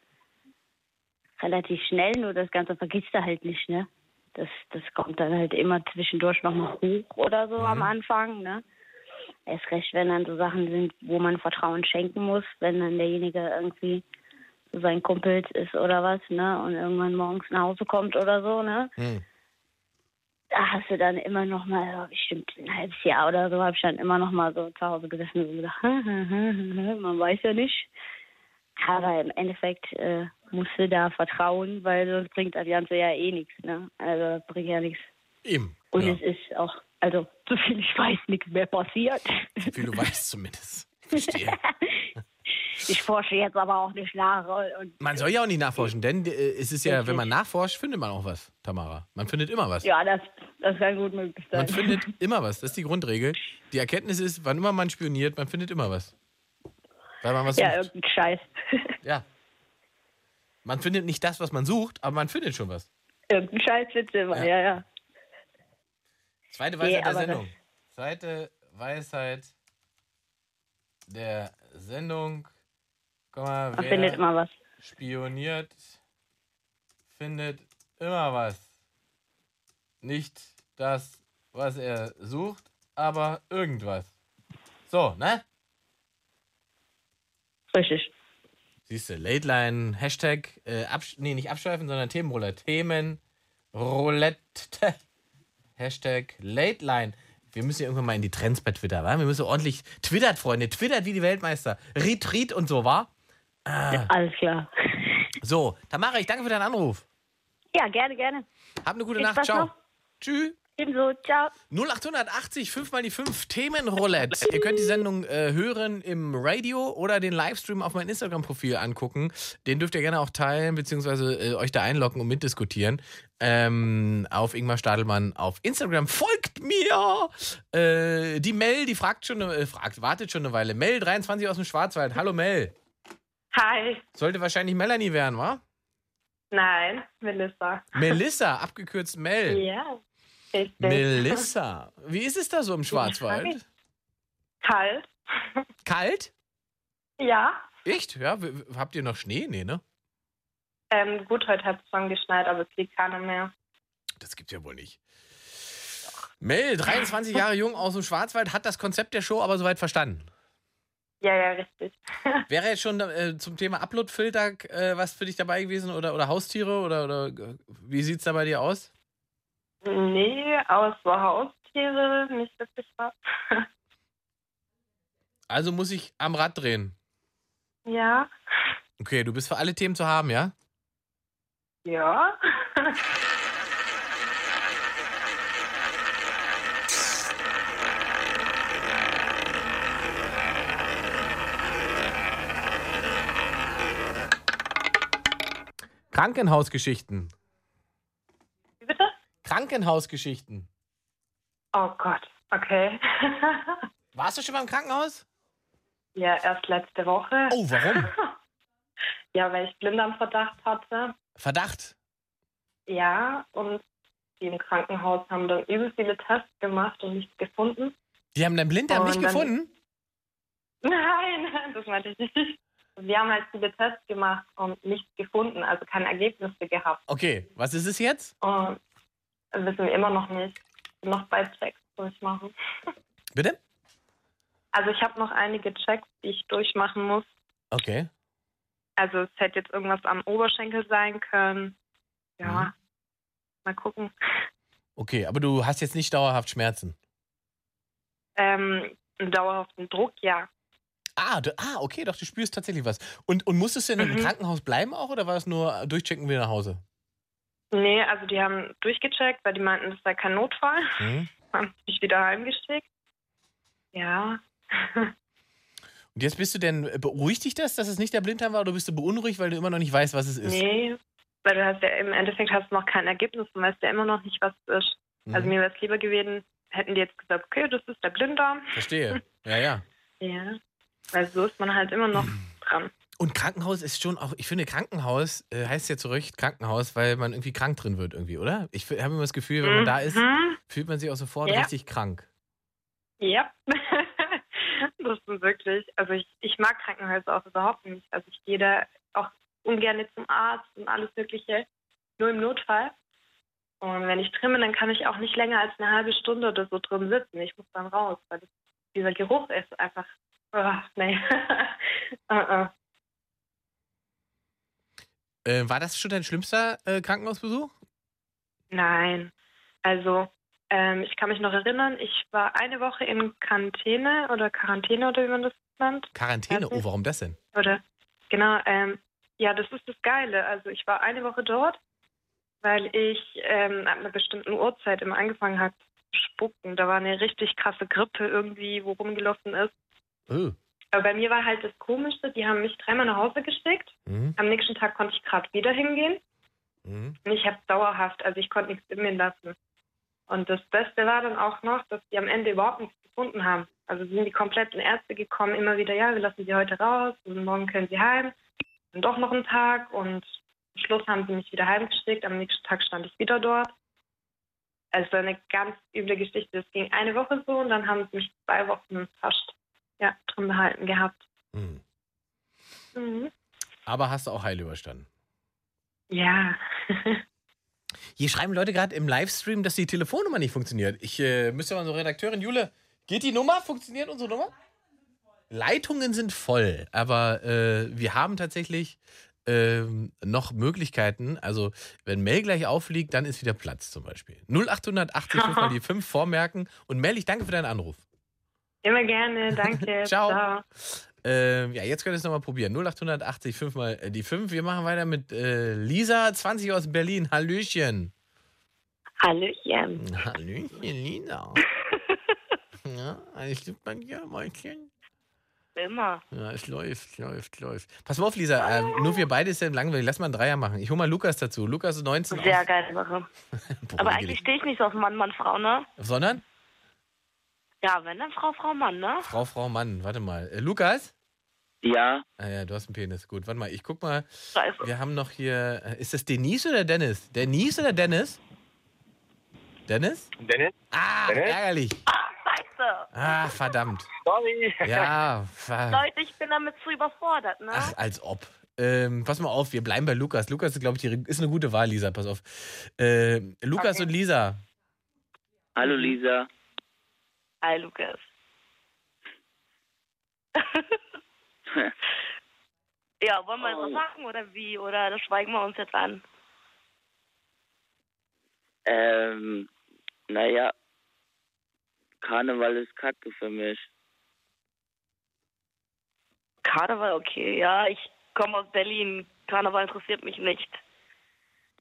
Speaker 5: relativ schnell, nur das Ganze vergisst du halt nicht, ne? Das, das kommt dann halt immer zwischendurch nochmal hoch oder so
Speaker 1: Mhm.
Speaker 5: am Anfang, ne? Erst recht, wenn dann so Sachen sind, wo man Vertrauen schenken muss, wenn dann derjenige irgendwie so sein Kumpel ist oder was, ne? Und irgendwann morgens nach Hause kommt oder so, ne?
Speaker 1: Hm.
Speaker 5: da hast du dann immer noch mal ja, bestimmt ein halbes Jahr oder so habe ich dann immer noch mal so zu Hause gesessen und gedacht, man weiß ja nicht. Aber im Endeffekt äh, musst du da vertrauen, weil sonst bringt das Ganze ja eh nichts. Ne? Also das bringt ja nichts.
Speaker 1: Eben.
Speaker 5: Und
Speaker 1: Ja.
Speaker 5: es ist auch, also so viel ich weiß, nichts mehr passiert.
Speaker 1: Wie du weißt zumindest. Verstehe.
Speaker 5: Ich forsche jetzt aber auch nicht nach und
Speaker 1: Man soll ja auch nicht nachforschen, denn äh, es ist ja, wenn man nachforscht, findet man auch was, Tamara. Man findet immer was.
Speaker 5: ja, das, das kann gut möglich sein.
Speaker 1: Man findet immer was. Das ist die Grundregel. Die Erkenntnis ist, wann immer man spioniert, man findet immer was. Weil man was
Speaker 5: ja,
Speaker 1: sucht.
Speaker 5: irgendein Scheiß.
Speaker 1: Ja. Man findet nicht das, was man sucht, aber man findet schon was.
Speaker 5: irgendein Scheiß wird's immer,
Speaker 1: Ja.
Speaker 5: ja, ja.
Speaker 1: Zweite Weisheit der
Speaker 5: aber das-
Speaker 1: Sendung. Zweite Weisheit der Sendung. Guck mal,
Speaker 5: Man
Speaker 1: wer
Speaker 5: findet immer was.
Speaker 1: spioniert, findet immer was. Nicht das, was er sucht, aber irgendwas. So, ne?
Speaker 5: Richtig.
Speaker 1: Siehst du, Late Line, Hashtag, äh, absch nee, nicht abschweifen, sondern Themenroulette. Themenroulette. Hashtag Late Line. Wir müssen ja irgendwann mal in die Trends bei Twitter, wa? Wir müssen ordentlich twittert, Freunde, twittert wie die Weltmeister. Retreat und so, wa?
Speaker 5: Alles klar.
Speaker 1: Ah. So, Tamara, ich danke für deinen Anruf.
Speaker 5: Ja, gerne, gerne.
Speaker 1: Hab eine gute
Speaker 5: Viel
Speaker 1: Nacht,
Speaker 5: Spaß
Speaker 1: ciao.
Speaker 5: noch.
Speaker 1: Tschüss.
Speaker 5: Ebenso, ciao.
Speaker 1: 0880 5 mal die 5 Themenroulette. Ihr könnt die Sendung äh, hören im Radio oder den Livestream auf meinem Instagram-Profil angucken. Den dürft ihr gerne auch teilen, beziehungsweise äh, euch da einloggen und mitdiskutieren. Ähm, auf Ingmar Stadelmann auf Instagram. Folgt mir! Äh, die Mel, die fragt schon, äh, fragt, wartet schon eine Weile. Mel 23 aus dem Schwarzwald. Hallo Mel.
Speaker 6: Hi.
Speaker 1: Sollte wahrscheinlich Melanie werden, wa?
Speaker 6: Nein, Melissa.
Speaker 1: Melissa, abgekürzt Mel.
Speaker 6: Ja. Richtig.
Speaker 1: Melissa. Wie ist es da so im Schwarzwald?
Speaker 6: Kalt.
Speaker 1: Kalt?
Speaker 6: Ja.
Speaker 1: Echt? Ja, w- w- habt ihr noch Schnee? Nee, ne?
Speaker 6: Ähm, gut, heute hat es schon geschneit, aber es liegt keiner mehr.
Speaker 1: Das gibt's ja wohl nicht. Mel, 23 Jahre jung aus dem Schwarzwald, hat das Konzept der Show aber soweit verstanden.
Speaker 6: Ja, ja, richtig.
Speaker 1: Wäre jetzt schon äh, zum Thema Upload-Filter äh, was für dich dabei gewesen oder, oder Haustiere oder, oder äh, wie sieht's da bei dir aus?
Speaker 6: Nee, aus so Haustiere nicht wirklich was.
Speaker 1: Also muss ich am Rad drehen.
Speaker 6: ja.
Speaker 1: Okay, du bist für alle Themen zu haben, ja?
Speaker 6: Ja.
Speaker 1: Krankenhausgeschichten.
Speaker 6: Wie bitte?
Speaker 1: Krankenhausgeschichten.
Speaker 6: Oh Gott. Okay.
Speaker 1: Warst du schon mal im Krankenhaus?
Speaker 6: ja, erst letzte Woche.
Speaker 1: Oh, warum?
Speaker 6: Ja, weil ich Blinddarmverdacht hatte.
Speaker 1: Verdacht.
Speaker 6: Ja, und die im Krankenhaus haben dann übel viele Tests gemacht und nichts gefunden.
Speaker 1: Die haben deinen Blinddarm
Speaker 6: Oh, Und
Speaker 1: nicht
Speaker 6: dann-
Speaker 1: gefunden?
Speaker 6: Nein, das meinte ich nicht. Wir haben halt viele Tests gemacht und nichts gefunden, also keine Ergebnisse gehabt.
Speaker 1: Okay, was ist es jetzt?
Speaker 6: Und wissen wir immer noch nicht. Noch bei Checks durchmachen.
Speaker 1: Bitte?
Speaker 6: Also ich habe noch einige Checks, die ich durchmachen muss.
Speaker 1: Okay.
Speaker 6: Also es hätte jetzt irgendwas am Oberschenkel sein können. Ja,
Speaker 1: Mhm.
Speaker 6: mal gucken.
Speaker 1: Okay, aber du hast jetzt nicht dauerhaft Schmerzen.
Speaker 6: Ähm, einen dauerhaften Druck, ja.
Speaker 1: Ah, du, ah, okay, doch, du spürst tatsächlich was. Und, und musstest du denn im
Speaker 6: Mhm.
Speaker 1: Krankenhaus bleiben auch oder war es nur äh, durchchecken wieder nach Hause?
Speaker 6: Nee, also die haben durchgecheckt, weil die meinten, das sei kein Notfall.
Speaker 1: Mhm.
Speaker 6: Haben mich wieder heimgeschickt. Ja.
Speaker 1: Und jetzt bist du denn, äh, beruhigt dich das, dass es nicht der Blinddarm war oder bist du beunruhigt, weil du immer noch nicht weißt, was es ist?
Speaker 6: Nee, weil du hast ja im Endeffekt hast du noch kein Ergebnis und weißt ja immer noch nicht, was es ist.
Speaker 1: Mhm,
Speaker 6: Also mir wäre es lieber gewesen, hätten die jetzt gesagt, okay, das ist der Blinddarm.
Speaker 1: Verstehe. Ja, ja.
Speaker 6: Ja. Weil so ist man halt immer noch dran.
Speaker 1: Und Krankenhaus ist schon auch, ich finde, Krankenhaus äh, heißt ja zu Recht Krankenhaus, weil man irgendwie krank drin wird irgendwie, oder? Ich f- habe immer das Gefühl, wenn man da ist,
Speaker 6: Mhm.
Speaker 1: fühlt man sich auch sofort
Speaker 6: Ja.
Speaker 1: richtig krank.
Speaker 6: Ja. das sind wirklich, also ich, ich mag Krankenhäuser auch überhaupt nicht. Also ich gehe da auch ungern zum Arzt und alles Mögliche, nur im Notfall. Und wenn ich trimme, dann kann ich auch nicht länger als eine halbe Stunde oder so drin sitzen. Ich muss dann raus, weil das, dieser Geruch ist einfach, oh, nee. uh -uh.
Speaker 1: Äh, war das schon dein schlimmster äh, Krankenhausbesuch?
Speaker 6: Nein. Also, ähm, ich kann mich noch erinnern, ich war eine Woche in Quarantäne oder Quarantäne oder wie man das nennt.
Speaker 1: Quarantäne?
Speaker 6: Ja.
Speaker 1: Oh, warum das denn?
Speaker 6: Oder genau, ähm, ja, das ist das Geile. Also ich war eine Woche dort, weil ich ähm, ab einer bestimmten Uhrzeit immer angefangen hat zu spucken. Da war eine richtig krasse Grippe irgendwie, wo rumgelaufen ist.
Speaker 1: Oh.
Speaker 6: Aber bei mir war halt das Komische, die haben mich dreimal nach Hause geschickt.
Speaker 1: Mhm.
Speaker 6: Am nächsten Tag konnte ich gerade wieder hingehen.
Speaker 1: Mhm.
Speaker 6: Und ich habe dauerhaft, also ich konnte nichts in mir lassen. Und das Beste war dann auch noch, dass die am Ende überhaupt nichts gefunden haben. Also sind die kompletten Ärzte gekommen, immer wieder, ja, wir lassen sie heute raus und morgen können sie heim. Und doch noch einen Tag und am Schluss haben sie mich wieder heimgeschickt. Am nächsten Tag stand ich wieder dort. Also eine ganz üble Geschichte. Es ging eine Woche so und dann haben sie mich zwei Wochen fast ja, drin behalten gehabt.
Speaker 1: Mhm.
Speaker 6: Mhm.
Speaker 1: Aber hast du auch heil überstanden?
Speaker 6: Ja.
Speaker 1: Hier schreiben Leute gerade im Livestream, dass die Telefonnummer nicht funktioniert. Ich äh, müsste mal so Redakteurin Jule, geht die Nummer? Funktioniert unsere Nummer? Leitungen sind voll, aber äh, wir haben tatsächlich ähm, noch Möglichkeiten. Also, wenn Mel gleich aufliegt, dann ist wieder Platz zum Beispiel. 0880 5 mal die 5 vormerken. Und Mel, ich danke für deinen Anruf.
Speaker 6: Immer gerne. Danke.
Speaker 1: Ciao. Ähm, ja, jetzt könnt ihr es nochmal probieren. 0880 5 mal äh, die 5. Wir machen weiter mit äh, Lisa, 20 aus Berlin. Hallöchen.
Speaker 7: Hallöchen.
Speaker 1: Hallöchen, Lina. ja, ich liebe bei dir, Mäulchen.
Speaker 7: Immer.
Speaker 1: Ja, es läuft, läuft, läuft. Pass mal auf, Lisa, äh, nur wir beide ist ja langweilig. Lass mal einen Dreier machen. Ich hol mal Lukas dazu. Lukas ist 19.
Speaker 7: Sehr
Speaker 1: aus-
Speaker 7: geile Sache.
Speaker 1: Boah,
Speaker 7: Aber
Speaker 1: Willi.
Speaker 7: eigentlich stehe ich nicht so auf Mann, Mann, Frau, ne?
Speaker 1: Sondern
Speaker 7: Ja, wenn dann Frau, Frau, Mann, ne?
Speaker 1: Frau, Frau, Mann. Warte mal. Äh, Lukas?
Speaker 8: Ja,
Speaker 1: Ah ja, du hast einen Penis. Gut, warte mal. Ich guck mal.
Speaker 7: Scheiße.
Speaker 1: Wir haben noch hier. äh, Ist das Denise oder Dennis? Denise oder Dennis? Dennis?
Speaker 8: Dennis?
Speaker 1: Ah,
Speaker 8: Dennis?
Speaker 1: ärgerlich.
Speaker 7: Scheiße.
Speaker 1: Ah, verdammt.
Speaker 8: Sorry.
Speaker 1: Ja, ver
Speaker 7: Leute, ich bin damit zu überfordert, ne?
Speaker 1: Ach, als ob. Ähm, pass mal auf, wir bleiben bei Lukas. Lukas ist, glaube ich, die, ist eine gute Wahl, Lisa, pass auf. Ähm, Lukas und Lisa,
Speaker 8: Hallo Lisa.
Speaker 7: Hi, Lukas. ja, wollen
Speaker 8: Oh.
Speaker 7: wir jetzt was sagen oder wie? Oder das schweigen wir uns jetzt an?
Speaker 8: Ähm, naja, Karneval ist kacke für mich.
Speaker 7: Karneval, okay, ja, ich komme aus Berlin. Karneval interessiert mich nicht.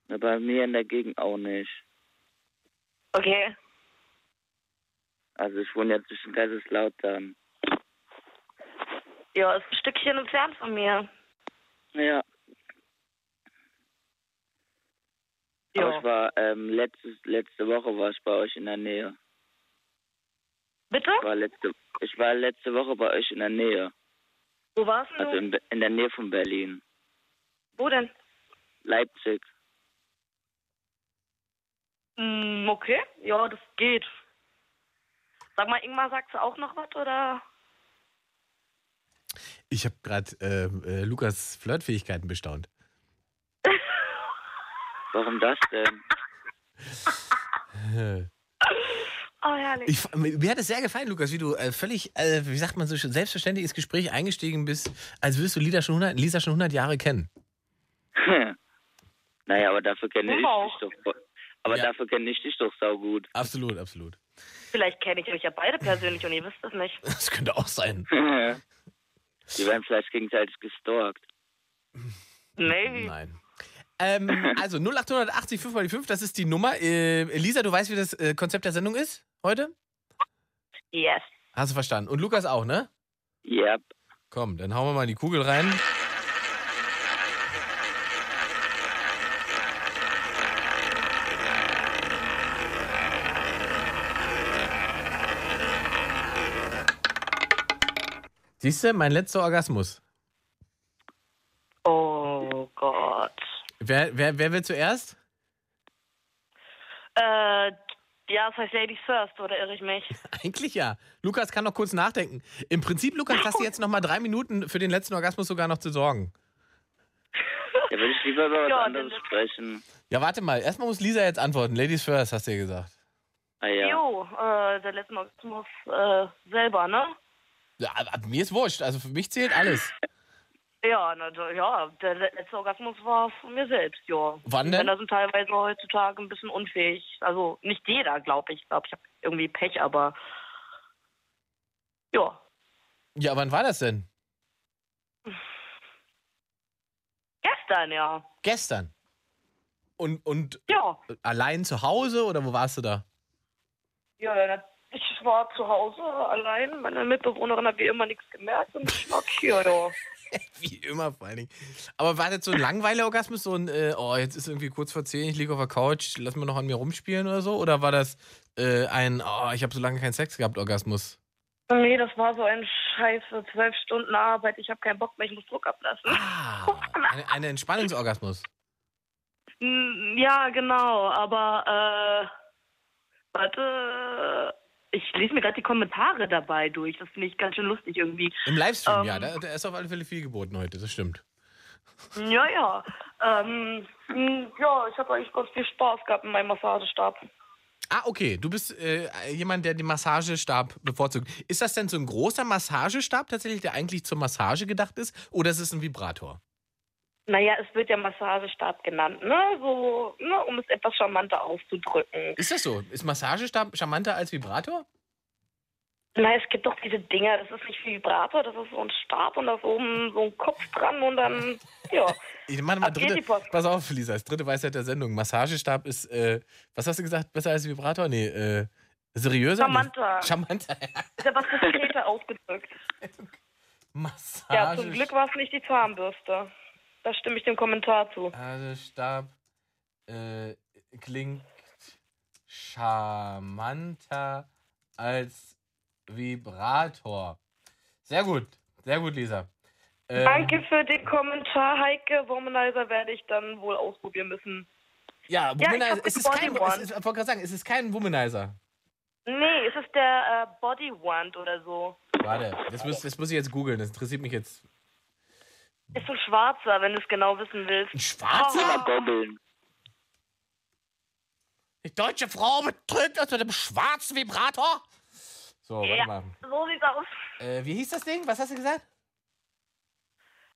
Speaker 8: Na, Bei mir in der Gegend auch nicht.
Speaker 7: Okay.
Speaker 8: Also ich wohne ja zwischen Kaiserslautern.
Speaker 7: Ja, ist ein Stückchen entfernt von mir.
Speaker 8: Ja. Aber ich war ähm, letztes, letzte Woche war ich bei euch in der Nähe.
Speaker 7: Bitte?
Speaker 8: Ich war letzte, ich war letzte Woche bei euch in der Nähe.
Speaker 7: Wo warst denn
Speaker 8: Also
Speaker 7: du?
Speaker 8: in, Be- in der Nähe von Berlin.
Speaker 7: Wo denn?
Speaker 8: Leipzig.
Speaker 7: Hm, okay, ja, das geht. Sag mal, Ingmar, sagst du auch noch was, oder?
Speaker 1: Ich habe gerade äh, äh, Lukas Flirtfähigkeiten bestaunt.
Speaker 8: Warum das denn?
Speaker 7: Oh, herrlich.
Speaker 1: Ich, mir hat es sehr gefallen, Lukas, wie du äh, völlig, äh, wie sagt man so, schön, selbstverständlich ins Gespräch eingestiegen bist, als würdest du Lisa schon 100, Lisa schon 100 Jahre kennen.
Speaker 8: naja, aber dafür kenne ich
Speaker 7: Wow.
Speaker 8: dich doch. voll- Aber dafür kenne ich dich doch saugut.
Speaker 1: Absolut, absolut.
Speaker 7: Vielleicht kenne ich euch ja beide persönlich und ihr wisst es nicht.
Speaker 1: Das könnte auch sein.
Speaker 8: Die werden vielleicht gegenseitig gestalkt.
Speaker 7: Maybe.
Speaker 1: Nein. Ähm, also 0880 5 mal 5 das ist die Nummer. Äh, Lisa, du weißt, wie das äh, Konzept der Sendung ist heute?
Speaker 7: Yes.
Speaker 1: Hast du verstanden. Und Lukas auch, ne?
Speaker 8: Yep.
Speaker 1: Komm, dann hauen wir mal die Kugel rein. Siehst du, mein letzter Orgasmus.
Speaker 7: Oh Gott.
Speaker 1: Wer, wer, wer will zuerst?
Speaker 7: Äh, ja, das heißt Ladies First, oder irre ich mich?
Speaker 1: Eigentlich ja. Lukas kann noch kurz nachdenken. Im Prinzip, Lukas, hast du jetzt noch mal drei Minuten für den letzten Orgasmus sogar noch zu sorgen.
Speaker 8: Da würde ich lieber über was
Speaker 7: Ja,
Speaker 8: anderes
Speaker 7: dann-
Speaker 8: sprechen.
Speaker 1: Ja, warte mal. Erstmal muss Lisa jetzt antworten. Ladies first, hast du ja gesagt.
Speaker 8: Ah ja.
Speaker 7: Jo, äh, der letzte Orgasmus äh, selber, ne?
Speaker 1: Ja, ab- ab mir ist wurscht. Also für mich zählt alles.
Speaker 7: Ja, na, da- ja, der le- letzte Orgasmus war von mir selbst, ja.
Speaker 1: Wann denn?
Speaker 7: Männer sind teilweise heutzutage ein bisschen unfähig. Also nicht jeder, glaube ich. Ich glaube, ich habe irgendwie Pech, aber ja,
Speaker 1: Ja, wann war das denn?
Speaker 7: gestern, ja.
Speaker 1: Gestern. Und, und
Speaker 7: Ja,
Speaker 1: allein zu Hause oder wo warst du da?
Speaker 7: ja, na, ich war zu Hause allein. Meine Mitbewohnerin hat wie immer nichts gemerkt und ich war hier, ja.
Speaker 1: Wie immer vor allen Dingen. Aber war das so ein langweiliger Orgasmus? So ein, äh, oh, jetzt ist irgendwie kurz vor 10, ich liege auf der Couch, lass mir noch an mir rumspielen oder so? Oder war das äh, ein, oh, ich habe so lange keinen Sex gehabt, Orgasmus?
Speaker 7: Nee, das war so ein scheiße zwölf Stunden Arbeit. Ich habe keinen Bock mehr, ich muss Druck ablassen.
Speaker 1: Ah, ein eine Entspannungsorgasmus.
Speaker 7: Mm, Ja, genau, aber äh, warte, ich lese mir gerade die Kommentare dabei durch. Das finde ich ganz schön lustig irgendwie.
Speaker 1: Im Livestream,
Speaker 7: Ähm.
Speaker 1: ja. Da, da ist auf alle Fälle viel geboten heute, das stimmt.
Speaker 7: Ja, ja. Ähm, mm, ja, ich habe eigentlich ganz viel Spaß gehabt in meinem Massagestab.
Speaker 1: Ah, okay. Du bist äh, jemand, der den Massagestab bevorzugt. Ist das denn so ein großer Massagestab tatsächlich, der eigentlich zur Massage gedacht ist? Oder ist es ein Vibrator?
Speaker 7: Naja, es wird ja Massagestab genannt, ne? So, ne, um es etwas charmanter auszudrücken.
Speaker 1: Ist das so? Ist Massagestab charmanter als Vibrator?
Speaker 7: Na, es gibt doch diese Dinger, das ist nicht wie Vibrator, das ist so ein Stab und da ist oben so ein Kopf dran und dann, ja.
Speaker 1: Ich meine mal
Speaker 7: Ab geht
Speaker 1: dritte.
Speaker 7: die Post.
Speaker 1: Pass auf, Lisa, das dritte Weisheit der Sendung. Massagestab ist, äh, was hast du gesagt? Besser als Vibrator? Nee, äh, seriöser?
Speaker 7: Charmanter.
Speaker 1: Nee. Charmanter.
Speaker 7: Ist ja was konkreter ausgedrückt.
Speaker 1: Massage.
Speaker 7: Ja, zum Glück war es nicht die Zahnbürste. Da stimme ich dem Kommentar zu.
Speaker 1: Massagestab Also, äh, klingt charmanter als Vibrator. Sehr gut, sehr gut, Lisa. Ähm,
Speaker 7: Danke für den Kommentar, Heike. Womanizer werde ich dann wohl ausprobieren müssen.
Speaker 1: Ja,
Speaker 7: ich
Speaker 1: Womanizer,
Speaker 7: hab
Speaker 1: es
Speaker 7: den
Speaker 1: ist kein,
Speaker 7: Body
Speaker 1: es
Speaker 7: One.
Speaker 1: ist, ich wollte gerade sagen, es ist kein Womanizer.
Speaker 7: Nee, es ist der äh, Body Wand oder so.
Speaker 1: Warte, das muss, das muss ich jetzt googeln, das interessiert mich jetzt.
Speaker 7: Ist so ein schwarzer, wenn du es genau wissen willst. Ah.
Speaker 1: Ein schwarzer?
Speaker 8: Mal gobbeln.
Speaker 1: Die deutsche Frau betrügt uns mit einem schwarzen Vibrator? So, warte
Speaker 7: Ja,
Speaker 1: mal.
Speaker 7: so sieht's aus.
Speaker 1: Äh, wie hieß das Ding? Was hast du gesagt?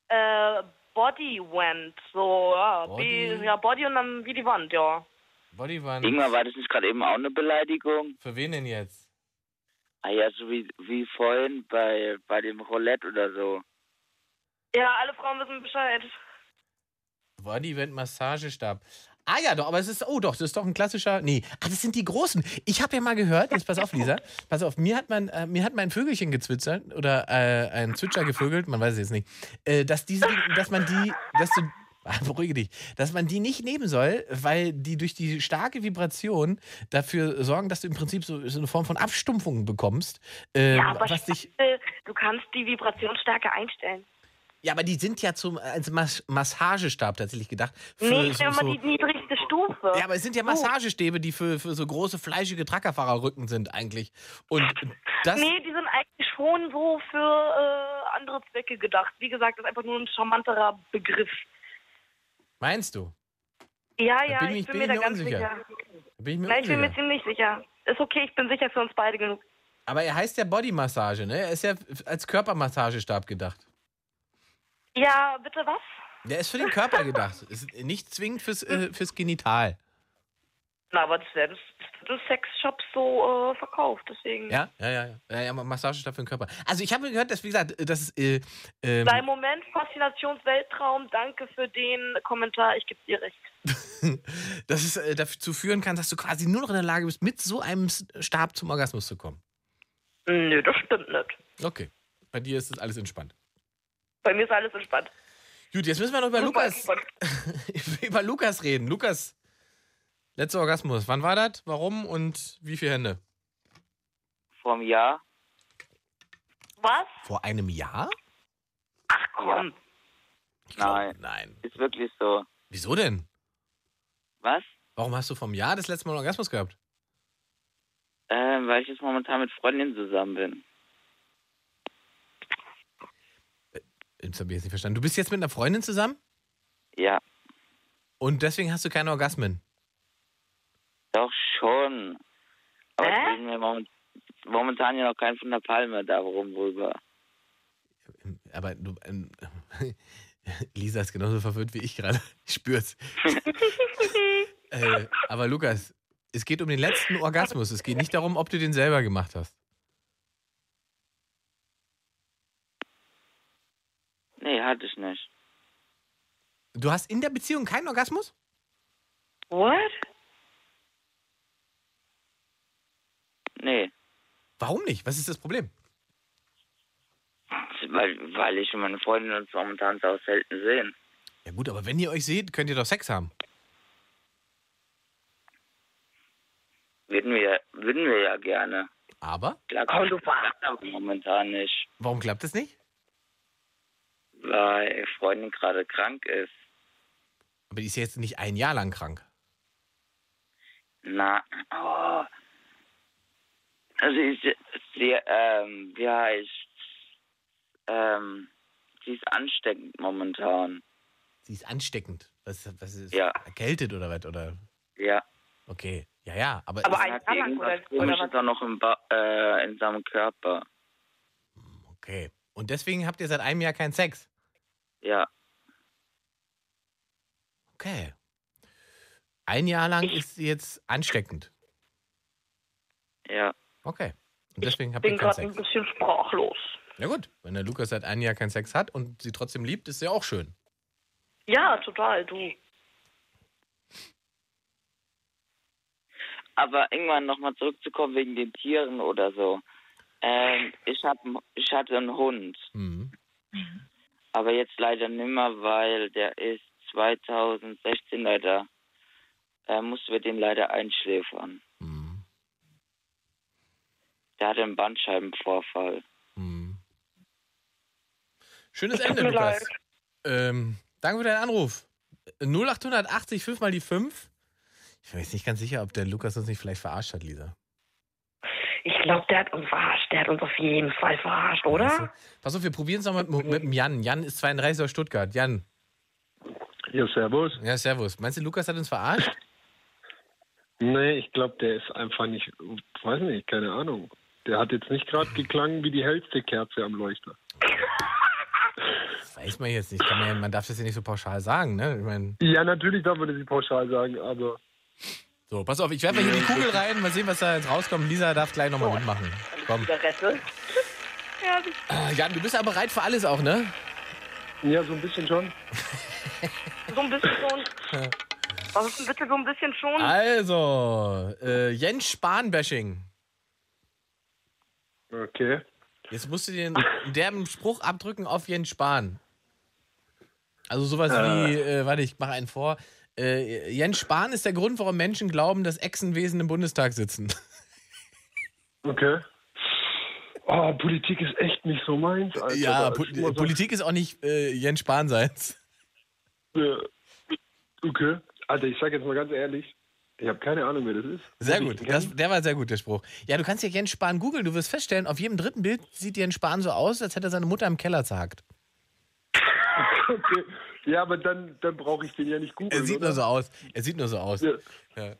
Speaker 7: Äh, Body Wand. So, ja.
Speaker 1: Body-
Speaker 7: Wie, ja, Body und dann wie die Wand, ja.
Speaker 1: Body war
Speaker 8: Ingmar, war das nicht gerade eben auch eine Beleidigung?
Speaker 1: Für wen denn jetzt?
Speaker 8: Ah ja, so wie, wie vorhin bei, bei dem Roulette oder so.
Speaker 7: Ja, alle Frauen wissen Bescheid.
Speaker 1: Body Vent Massagestab. Ah ja, doch, aber es ist, oh doch, das ist doch ein klassischer, nee, ah, das sind die Großen. Ich habe ja mal gehört, jetzt pass auf, Lisa, pass auf, mir hat man, äh, mir hat mein Vögelchen gezwitschert oder äh, ein Zwitscher gevögelt, man weiß es jetzt nicht, äh, dass diese, dass man die, dass du, ah, beruhige dich, dass man die nicht nehmen soll, weil die durch die starke Vibration dafür sorgen, dass du im Prinzip so, so eine Form von Abstumpfung bekommst, äh,
Speaker 7: ja, aber
Speaker 1: was dich
Speaker 7: Scheiße, du kannst die Vibrationsstärke einstellen.
Speaker 1: ja, aber die sind ja zum als Mas Massagestab tatsächlich gedacht. Für
Speaker 7: Nee, ich
Speaker 1: so,
Speaker 7: nehme mal
Speaker 1: so,
Speaker 7: die niedrigste Stufe.
Speaker 1: Ja, aber es sind ja Massagestäbe, die für, für so große, fleischige Truckerfahrerrücken sind eigentlich. Und das.
Speaker 7: nee, die sind eigentlich schon so für äh, andere Zwecke gedacht. Wie gesagt, das ist einfach nur ein charmanterer Begriff.
Speaker 1: Meinst du?
Speaker 7: Ja,
Speaker 1: Da
Speaker 7: ja,
Speaker 1: bin
Speaker 7: ich
Speaker 1: ich-
Speaker 7: bin, mir
Speaker 1: bin ich
Speaker 7: da
Speaker 1: mir
Speaker 7: ganz
Speaker 1: unsicher.
Speaker 7: sicher.
Speaker 1: Da bin ich mir
Speaker 7: Nein, ich bin mir
Speaker 1: unsicher.
Speaker 7: ziemlich sicher. Ist okay, ich bin sicher für uns beide genug.
Speaker 1: Aber er heißt ja Bodymassage, ne? Er ist ja als Körpermassagestab gedacht.
Speaker 7: Ja, bitte was?
Speaker 1: Der ist für den Körper gedacht. Ist nicht zwingend fürs, äh, fürs Genital.
Speaker 7: Na, aber das werden das Sexshops so äh, verkauft, deswegen.
Speaker 1: Ja, ja, ja. ja. Ja, ja Massagestab für den Körper. Also ich habe gehört, dass, wie gesagt, das ist. Äh, ähm,
Speaker 7: Dein Moment, Faszinationsweltraum, danke für den Kommentar, ich gebe dir recht.
Speaker 1: dass es äh, dazu führen kann, dass du quasi nur noch in der Lage bist, mit so einem S- Stab zum Orgasmus zu kommen.
Speaker 7: Nö, das stimmt nicht.
Speaker 1: Okay. Bei dir ist das alles entspannt.
Speaker 7: Bei mir ist alles entspannt.
Speaker 1: Gut, jetzt müssen wir noch über Lukas, über Lukas reden. Lukas, letzter Orgasmus. Wann war das? Warum und wie viele Hände?
Speaker 8: Vom Jahr?
Speaker 7: Was?
Speaker 1: Vor einem Jahr?
Speaker 8: Komm. Nein.
Speaker 1: Nein.
Speaker 8: Ist wirklich so.
Speaker 1: Wieso denn?
Speaker 8: Was?
Speaker 1: Warum hast du vom Jahr das letzte Mal einen Orgasmus gehabt?
Speaker 8: Ähm, weil ich jetzt momentan mit Freundinnen zusammen bin.
Speaker 1: Das habe ich jetzt nicht verstanden. Du bist jetzt mit einer Freundin zusammen
Speaker 8: Ja,
Speaker 1: und deswegen hast du keine Orgasmen.
Speaker 8: doch schon. Aber ich reden wir moment momentan ja noch keinen von der Palme da rum rüber.
Speaker 1: Aber du, ähm, Lisa ist genauso verwirrt wie ich gerade. Ich spür's. äh, aber Lukas, es geht um den letzten Orgasmus. Es geht nicht darum, ob du den selber gemacht hast.
Speaker 8: Nee, hatte ich nicht.
Speaker 1: Du hast in der Beziehung keinen Orgasmus?
Speaker 7: What?
Speaker 8: Nee.
Speaker 1: Warum nicht? Was ist das Problem?
Speaker 8: Weil, weil ich und meine Freundin uns momentan so selten sehen.
Speaker 1: Ja gut, aber wenn ihr euch seht, könnt ihr doch Sex haben.
Speaker 8: Würden wir, würden wir ja gerne.
Speaker 1: Aber?
Speaker 8: Klar, komm, du aber momentan nicht,
Speaker 1: Warum klappt das nicht?
Speaker 8: weil Freundin gerade krank ist.
Speaker 1: Aber die ist ja jetzt nicht ein Jahr lang krank.
Speaker 8: Na, oh. Also sie, sie ähm, wie heißt, ähm, sie ist ansteckend momentan.
Speaker 1: Sie ist ansteckend. Was, was ist
Speaker 8: Ja.
Speaker 1: erkältet oder was? Oder?
Speaker 8: Ja.
Speaker 1: Okay. Ja, ja, aber.
Speaker 8: Sie hat irgendwas Komisches auch noch im ba äh, in seinem Körper.
Speaker 1: okay. Und deswegen habt ihr seit einem Jahr keinen Sex.
Speaker 8: Ja,
Speaker 1: Okay. Ein Jahr lang ist sie jetzt ansteckend.
Speaker 8: ja.
Speaker 1: Okay. Und deswegen habt ihr
Speaker 7: Bin
Speaker 1: keinen
Speaker 7: gerade ein
Speaker 1: Sex.
Speaker 7: bisschen sprachlos.
Speaker 1: Na gut, wenn der Lukas seit einem Jahr keinen Sex hat und sie trotzdem liebt, ist ja auch schön.
Speaker 7: Ja, total, du.
Speaker 8: Aber irgendwann nochmal zurückzukommen wegen den Tieren oder so. Ähm, ich, hab, ich hatte einen Hund.
Speaker 1: Mhm.
Speaker 8: Aber jetzt leider nimmer, weil der ist 2016 leider, äh, mussten wir den leider einschläfern.
Speaker 1: Mhm.
Speaker 8: Der hatte einen Bandscheibenvorfall.
Speaker 1: Hm. Schönes Ende,
Speaker 8: mir
Speaker 1: Lukas.
Speaker 8: leid.
Speaker 1: Ähm, danke für deinen Anruf. 0880 5 mal die 5. Ich bin mir jetzt nicht ganz sicher, ob der Lukas uns nicht vielleicht verarscht hat, Lisa.
Speaker 7: Ich glaube, der hat uns verarscht. Der hat uns auf jeden Fall verarscht, oder?
Speaker 1: Weißt du? Pass auf, wir probieren es nochmal mit, mit dem Jan. Jan ist 32 aus Stuttgart. Jan.
Speaker 9: Ja, servus.
Speaker 1: Ja, servus. Meinst du, Lukas hat uns verarscht?
Speaker 9: Nee, ich glaube, der ist einfach nicht, weiß nicht, keine Ahnung. Der hat jetzt nicht gerade geklangen wie die hellste Kerze am Leuchter.
Speaker 1: Das weiß man jetzt nicht. Kann man, ja, man darf das ja nicht so pauschal sagen, ne? Ich meine,
Speaker 9: Ja, natürlich darf man das nicht pauschal sagen, aber
Speaker 1: So, pass auf, ich werfe mal hier die Kugel rein, mal sehen, was da jetzt rauskommt. Lisa darf gleich nochmal mitmachen. Komm.
Speaker 7: Zigarette. Ja, das
Speaker 1: Äh, Jan, du bist ja bereit für alles auch, ne?
Speaker 9: Ja, so ein bisschen schon.
Speaker 7: ist so ein bisschen schon. Was ist denn bitte so ein bisschen schon?
Speaker 1: Also, äh, Jens Spahn-Bashing.
Speaker 9: Okay.
Speaker 1: Jetzt musst du den derben Spruch abdrücken auf Jens Spahn. Also sowas
Speaker 9: Äh.
Speaker 1: wie, äh, warte, ich mache einen vor. Äh, Jens Spahn ist der Grund, warum Menschen glauben, dass Echsenwesen im Bundestag sitzen.
Speaker 9: Okay. Oh, Politik ist echt nicht so meins. Alter.
Speaker 1: ja,
Speaker 9: Also Da
Speaker 1: po
Speaker 9: ist immer so-
Speaker 1: Politik ist auch nicht äh, Jens Spahn seins.
Speaker 9: Ja. Okay. Alter, ich sag jetzt mal ganz ehrlich, ich habe keine Ahnung, wer das ist.
Speaker 1: Sehr
Speaker 9: Muss ich
Speaker 1: gut,
Speaker 9: ihn
Speaker 1: das,
Speaker 9: kennen?
Speaker 1: der war sehr gut, der Spruch. Ja, du kannst ja Jens Spahn googeln, du wirst feststellen, auf jedem dritten Bild sieht Jens Spahn so aus, als hätte er seine Mutter im Keller zerhackt.
Speaker 9: okay. Ja, aber dann, dann brauche ich den ja nicht googeln.
Speaker 1: Er sieht
Speaker 9: oder?
Speaker 1: nur so aus, er sieht nur so aus.
Speaker 9: Ja.
Speaker 1: Ja.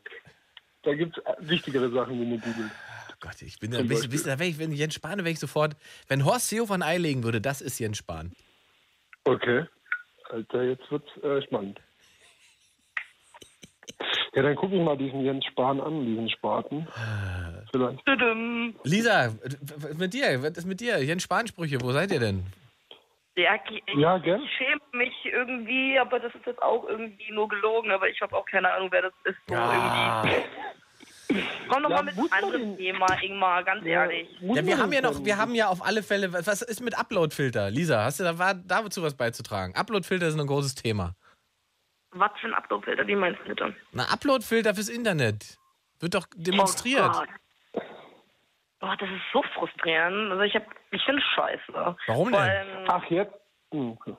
Speaker 9: Da gibt es wichtigere Sachen, wo man googelt.
Speaker 1: Oh Gott, ich bin ja
Speaker 9: Zum
Speaker 1: ein bisschen,
Speaker 9: Beispiel.
Speaker 1: bisschen da wär ich, wenn Jens Spahn, wäre ich sofort, wenn Horst Seehofer ein Ei legen würde, das ist Jens Spahn.
Speaker 9: Okay. Alter, jetzt wird's äh, spannend. Ja, dann gucke ich mal diesen Jens Spahn an, diesen Spaten.
Speaker 1: Ah.
Speaker 9: Vielleicht.
Speaker 7: Tudum.
Speaker 1: Lisa, w- w- was mit dir, was ist mit dir? Jens Spahn-Sprüche, wo seid ihr denn?
Speaker 7: Ja, ich,
Speaker 9: Ja, gell?
Speaker 7: ich schäme mich irgendwie, aber das ist jetzt auch irgendwie nur gelogen, aber ich habe auch keine Ahnung, wer das ist. So
Speaker 1: Ah.
Speaker 7: irgendwie. Komm doch
Speaker 9: Ja,
Speaker 7: mal mit
Speaker 9: muss
Speaker 7: einem
Speaker 9: man
Speaker 7: anderen Thema, Ingmar, ganz ehrlich.
Speaker 1: Ja, wir haben ja noch, wir haben ja auf alle Fälle, was was ist mit Upload-Filter? Lisa, hast du da war, dazu was beizutragen? Upload-Filter sind ein großes Thema.
Speaker 7: Was für ein Uploadfilter, wie meinst du mit dann?
Speaker 1: Na, Upload-Filter fürs Internet. Wird doch demonstriert.
Speaker 7: Oh Gott. Boah, das ist so frustrierend. Also ich hab, ich finde scheiße. Vor
Speaker 1: Warum denn?
Speaker 7: allem
Speaker 9: Ach, jetzt? Hm, okay.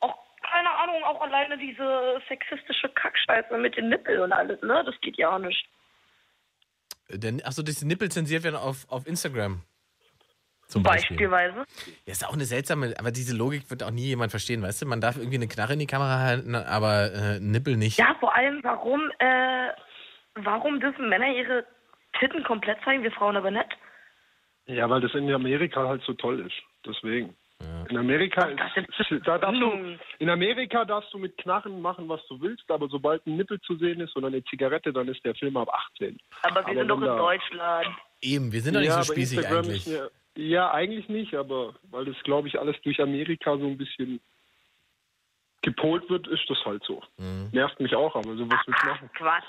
Speaker 7: auch, keine Ahnung, auch alleine diese sexistische Kackscheiße mit den Nippeln und alles, ne? Das geht ja auch nicht.
Speaker 1: Denn, achso, dass die Nippel zensiert werden auf, auf Instagram. Zum Beispiel.
Speaker 7: Beispielsweise.
Speaker 1: Ja, ist auch eine seltsame, aber diese Logik wird auch nie jemand verstehen, weißt du? Man darf irgendwie eine Knarre in die Kamera halten, aber äh, Nippel nicht.
Speaker 7: Ja, vor allem, warum, äh, warum dürfen Männer ihre Titten komplett zeigen, wir Frauen aber nicht?
Speaker 9: Ja, weil das in Amerika halt so toll ist. Deswegen. In Amerika, ist, da darfst du, in Amerika darfst du mit Knarren machen, was du willst, aber sobald ein Nippel zu sehen ist oder eine Zigarette, dann ist der Film ab 18.
Speaker 7: Aber wir sind doch in
Speaker 9: wenn da-
Speaker 7: Deutschland.
Speaker 1: Eben, wir sind doch nicht
Speaker 9: ja,
Speaker 1: so
Speaker 9: aber
Speaker 1: spießig
Speaker 9: Instagram
Speaker 1: eigentlich.
Speaker 9: Ist ja, ja, eigentlich nicht, aber weil das, glaube ich, alles durch Amerika so ein bisschen gepolt wird, ist das halt so.
Speaker 1: Mhm.
Speaker 9: Nervt mich auch, aber so was willst du machen.
Speaker 7: Quatsch.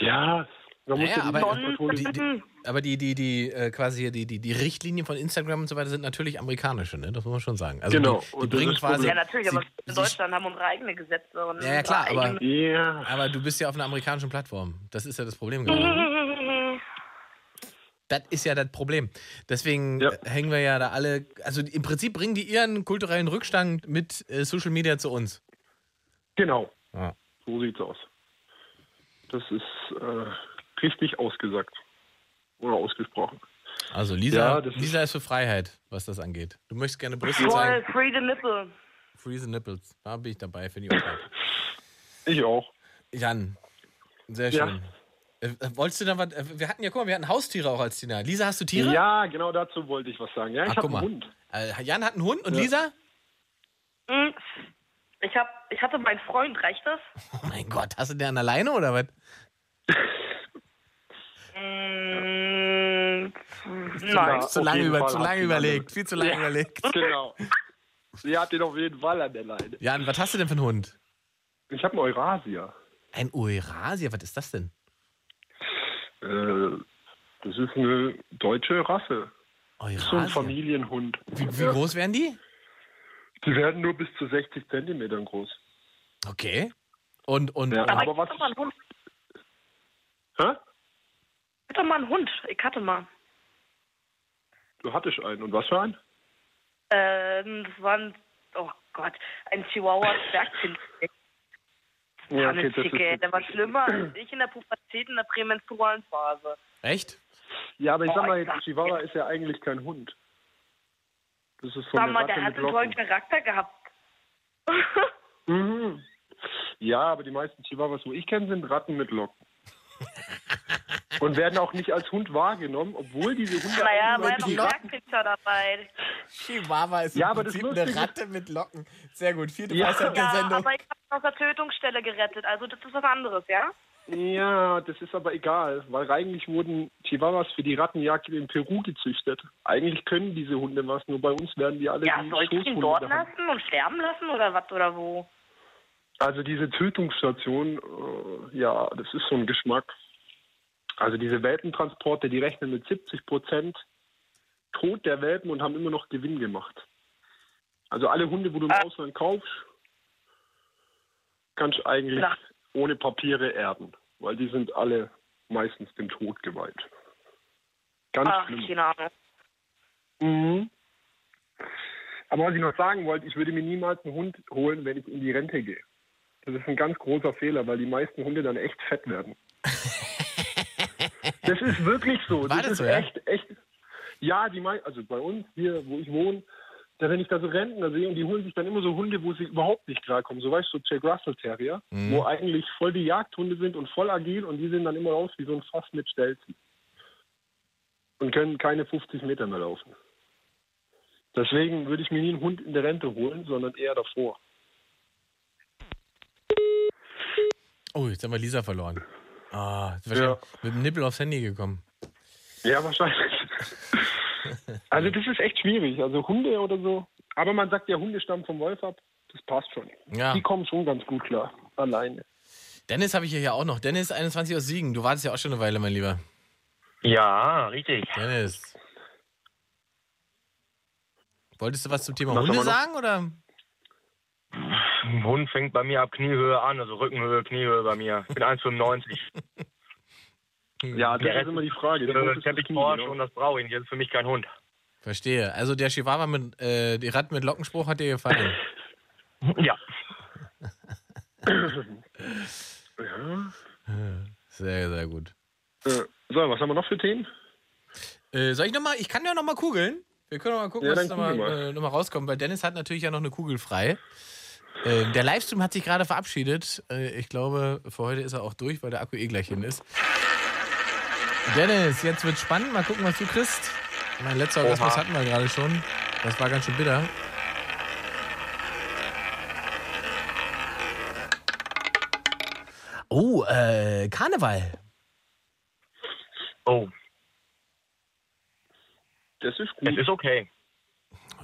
Speaker 9: Ja, da musst
Speaker 1: Naja,
Speaker 9: du
Speaker 1: aber,
Speaker 9: die Antwort holen.
Speaker 1: die, die, aber die, die, die, äh, quasi hier die, die, die Richtlinien von Instagram und so weiter sind natürlich amerikanische, ne? Das muss man schon sagen. Also
Speaker 9: Genau,
Speaker 1: Die, die
Speaker 9: und das
Speaker 1: bringen
Speaker 9: ist das
Speaker 1: quasi.
Speaker 9: Problem.
Speaker 7: Ja, natürlich, aber in
Speaker 1: sie-
Speaker 7: Deutschland haben unsere eigenen Gesetze. Und
Speaker 1: Ja, ja, klar,
Speaker 7: unsere
Speaker 1: aber-
Speaker 9: Ja,
Speaker 1: Aber du bist ja auf einer amerikanischen Plattform. Das ist ja das Problem geworden.
Speaker 7: eigenen-
Speaker 1: Das ist ja das Problem. Deswegen
Speaker 9: Ja.
Speaker 1: äh, hängen wir ja da alle. Also im Prinzip bringen die ihren kulturellen Rückstand mit äh, Social Media zu uns.
Speaker 9: genau.
Speaker 1: Ja.
Speaker 9: So sieht's aus. Das ist äh, richtig ausgesagt. Oder ausgesprochen.
Speaker 1: Also Lisa,
Speaker 9: Ja, das ist-
Speaker 1: Lisa ist für Freiheit, was das angeht. Du möchtest gerne Brüste
Speaker 7: Voll,
Speaker 1: zeigen.
Speaker 7: free the nipple.
Speaker 1: Free the nipples. Da bin ich dabei, finde ich auch. gut.
Speaker 9: Ich auch.
Speaker 1: Jan, sehr
Speaker 9: Ja.
Speaker 1: schön. Äh, äh, wolltest du da was? äh, Wir hatten ja, guck mal, wir hatten Haustiere auch als Thema. Lisa, hast du Tiere?
Speaker 9: Ja, genau dazu wollte ich was sagen. Ja, ich
Speaker 1: Ach,
Speaker 9: habe
Speaker 1: guck
Speaker 9: einen
Speaker 1: mal.
Speaker 9: Hund.
Speaker 1: Äh, Jan hat einen Hund und
Speaker 9: Ja.
Speaker 1: Lisa?
Speaker 7: Hm. Ich, hab, ich hatte meinen Freund, reicht das?
Speaker 1: Oh mein Gott, hast du den alleine oder was?
Speaker 7: Hm,
Speaker 9: Ja,
Speaker 7: Nein.
Speaker 9: Genau, auf
Speaker 1: zu lange,
Speaker 9: jeden
Speaker 1: über,
Speaker 9: Fall
Speaker 1: zu
Speaker 9: hat
Speaker 1: lange
Speaker 9: sie
Speaker 1: überlegt, viel zu lange überlegt.
Speaker 9: Genau. Sie hat den auf jeden Fall an der Leine.
Speaker 1: Jan, was hast du denn für einen Hund?
Speaker 9: Ich habe einen Eurasier.
Speaker 1: Ein Eurasier, was ist das denn?
Speaker 9: Äh, das ist eine deutsche Rasse. Das ist so ein
Speaker 1: Eurasier.
Speaker 9: Familienhund.
Speaker 1: Wie, wie
Speaker 9: Ja.
Speaker 1: groß wären die?
Speaker 9: Die werden nur bis zu 60 Zentimetern groß.
Speaker 1: Okay. Und, und,
Speaker 9: Ja.
Speaker 1: und
Speaker 9: Aber was-
Speaker 7: ich hatte mal einen Hund.
Speaker 9: Hä?
Speaker 7: Ich hatte mal einen Hund. Ich hatte mal.
Speaker 9: Du hattest einen. Und was für einen?
Speaker 7: Ähm, das war ein, oh Gott, ein chihuahua zwergkind ja,
Speaker 9: okay, das ist,
Speaker 7: Der war schlimmer als ich in der Pubertät in der prämenstrualen Phase.
Speaker 1: echt?
Speaker 9: ja, aber ich sag
Speaker 7: Oh,
Speaker 9: mal,
Speaker 7: ich sag-
Speaker 9: jetzt, Chihuahua ist ja eigentlich kein Hund. Das ist von
Speaker 7: Sag
Speaker 9: der
Speaker 7: mal,
Speaker 9: Ratte
Speaker 7: der
Speaker 9: mit
Speaker 7: hat einen tollen
Speaker 9: Locken.
Speaker 7: Charakter gehabt.
Speaker 9: Mhm. Ja, aber die meisten Chihuahuas, wo ich kenne, sind Ratten mit Locken. Und werden auch nicht als Hund wahrgenommen, obwohl diese Hunde.
Speaker 7: naja,
Speaker 9: eigentlich
Speaker 7: war ja noch
Speaker 9: Leute-
Speaker 7: ein Zwergpinscher dabei.
Speaker 1: Chihuahua ist
Speaker 9: Ja,
Speaker 1: im
Speaker 9: aber das
Speaker 1: Prinzip eine
Speaker 9: Lustige-
Speaker 1: Ratte mit Locken. Sehr gut, vierte
Speaker 9: Ja.
Speaker 1: Weisheit der
Speaker 7: Ja,
Speaker 1: Sendung.
Speaker 7: aber ich habe ihn aus der Tötungsstelle gerettet. Also das ist was anderes, ja?
Speaker 9: Ja, das ist aber egal, weil eigentlich wurden Chihuahuas für die Rattenjagd in Peru gezüchtet. Eigentlich können diese Hunde was, nur bei uns werden die alle
Speaker 7: Ja,
Speaker 9: wie
Speaker 7: soll ich ihn
Speaker 9: Schoßhunde
Speaker 7: dort
Speaker 9: behandelt.
Speaker 7: lassen und sterben lassen oder was oder wo?
Speaker 9: Also diese Tötungsstation, äh, ja, das ist so ein Geschmack. Also diese Welpentransporte, die rechnen mit 70 Prozent Tod der Welpen und haben immer noch Gewinn gemacht. Also alle Hunde, wo du im
Speaker 7: Ah.
Speaker 9: Ausland kaufst, kannst du eigentlich ohne Papiere erben, weil die sind alle meistens dem Tod geweiht. Ganz
Speaker 7: Ach,
Speaker 9: schlimm.
Speaker 7: keine Ahnung.
Speaker 9: Mhm. Aber was ich noch sagen wollte, ich würde mir niemals einen Hund holen, wenn ich in die Rente gehe. Das ist ein ganz großer Fehler, weil die meisten Hunde dann echt fett werden. das ist wirklich so.
Speaker 1: War das
Speaker 9: ist
Speaker 1: so, ja?
Speaker 9: echt, echt. Ja, die mei also bei uns hier, wo ich wohne, da wenn ich da so Rentner sehe und die holen sich dann immer so Hunde, wo sie überhaupt nicht klarkommen. So weißt du, so Jack Russell Terrier,
Speaker 1: Mhm.
Speaker 9: wo eigentlich voll die Jagdhunde sind und voll agil und die sehen dann immer aus wie so ein Fass mit Stelzen. Und können keine 50 Meter mehr laufen. Deswegen würde ich mir nie einen Hund in der Rente holen, sondern eher davor.
Speaker 1: Oh, jetzt haben wir Lisa verloren. Ah, ist wahrscheinlich mit dem Nippel aufs Handy gekommen.
Speaker 9: Ja, wahrscheinlich. Also das ist echt schwierig. Also Hunde oder so. Aber man sagt ja, Hunde stammen vom Wolf ab. Das passt schon.
Speaker 1: Ja.
Speaker 9: Die kommen schon ganz gut klar. Alleine.
Speaker 1: Dennis habe ich hier ja auch noch. Dennis 21 aus Siegen. Du wartest ja auch schon eine Weile, mein Lieber.
Speaker 10: Ja, richtig.
Speaker 1: Dennis. Wolltest du was zum Thema
Speaker 10: Was
Speaker 1: Hunde
Speaker 10: haben wir noch?
Speaker 1: sagen oder?
Speaker 10: Ein Hund fängt bei mir ab Kniehöhe an, also Rückenhöhe, Kniehöhe bei mir. Ich bin 1,95.
Speaker 9: Ja, das
Speaker 10: Der
Speaker 9: ist
Speaker 10: Rest
Speaker 9: immer die Frage. Wie hoch ist
Speaker 10: Äh,
Speaker 9: das
Speaker 10: Teppichmorsch
Speaker 9: Knie, ne?
Speaker 10: und das brauche ich nicht. Das ist für mich kein Hund.
Speaker 1: Verstehe. Also der Chihuahua mit äh, die Ratte mit Lockenspruch hat dir gefallen.
Speaker 10: Ja.
Speaker 9: ja.
Speaker 1: Sehr, sehr gut.
Speaker 9: Äh, so, was haben wir noch für Themen?
Speaker 1: Äh, soll ich nochmal, ich kann ja nochmal kugeln. Wir können noch mal gucken,
Speaker 9: Ja,
Speaker 1: was
Speaker 9: dann
Speaker 1: nochmal
Speaker 9: kugel mal.
Speaker 1: äh, noch mal rauskommt, weil Dennis hat natürlich ja noch eine Kugel frei. Ähm, der Livestream hat sich gerade verabschiedet. Äh, ich glaube, für heute ist er auch durch, weil der Akku eh gleich hin ist. Dennis, jetzt wird's spannend. Mal gucken, was du kriegst. Mein letzter
Speaker 10: Oha.
Speaker 1: Orgasmus hatten wir gerade schon. Das war ganz schön bitter. Oh, äh, Karneval.
Speaker 10: Oh.
Speaker 9: Das ist
Speaker 10: gut. Das ist okay.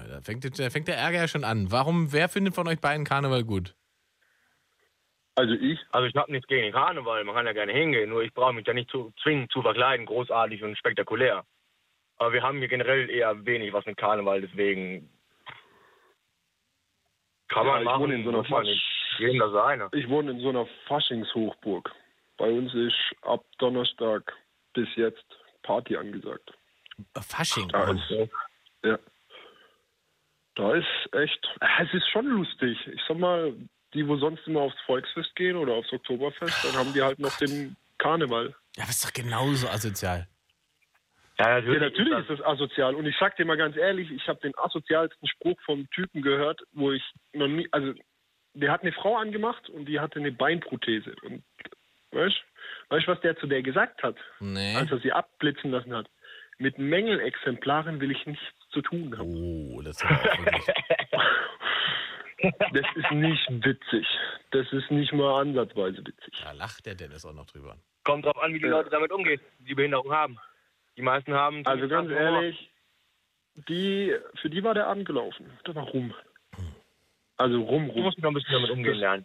Speaker 1: Da fängt, jetzt- da fängt der Ärger ja schon an. Warum, wer findet von euch beiden Karneval gut?
Speaker 9: Also ich?
Speaker 10: Also ich habe nichts gegen den Karneval, man kann ja gerne hingehen, nur ich brauche mich ja nicht zu zwingen zu verkleiden, großartig und spektakulär. Aber wir haben hier generell eher wenig was mit Karneval, deswegen kann
Speaker 9: Ja,
Speaker 10: man
Speaker 9: ich
Speaker 10: machen.
Speaker 9: wohne in so einer
Speaker 10: muss man
Speaker 9: Fasch-
Speaker 10: nicht. Jedem das eine.
Speaker 9: Ich wohne in so einer Faschingshochburg. Bei uns ist ab Donnerstag bis jetzt Party angesagt.
Speaker 1: Fasching.
Speaker 9: Da ist, ja. Da ist echt, Ah, es ist schon lustig. Ich sag mal, die, wo sonst immer aufs Volksfest gehen oder aufs Oktoberfest, dann haben die halt noch den Karneval.
Speaker 1: Ja, aber ist doch genauso asozial.
Speaker 10: Ja,
Speaker 9: natürlich, ist, das asozial. Und ich sag dir mal ganz ehrlich, ich habe den asozialsten Spruch vom Typen gehört, wo ich noch nie, also der hat eine Frau angemacht und die hatte eine Beinprothese. Und weißt du, was der zu der gesagt hat,
Speaker 1: nee.
Speaker 9: als er sie abblitzen lassen hat? Mit Mängelexemplaren will ich nichts zu tun
Speaker 1: haben. Oh, das ist wirklich...
Speaker 9: Das ist nicht witzig. Das ist nicht mal ansatzweise witzig.
Speaker 1: Da lacht der Dennis auch noch drüber.
Speaker 10: Kommt drauf an, wie die Leute damit umgehen, die Behinderung haben. Die meisten haben.
Speaker 9: Also ganz ehrlich, die, für die war der Abend gelaufen. Da war rum. Also rum, rum.
Speaker 10: Du musst noch ein bisschen damit umgehen lernen.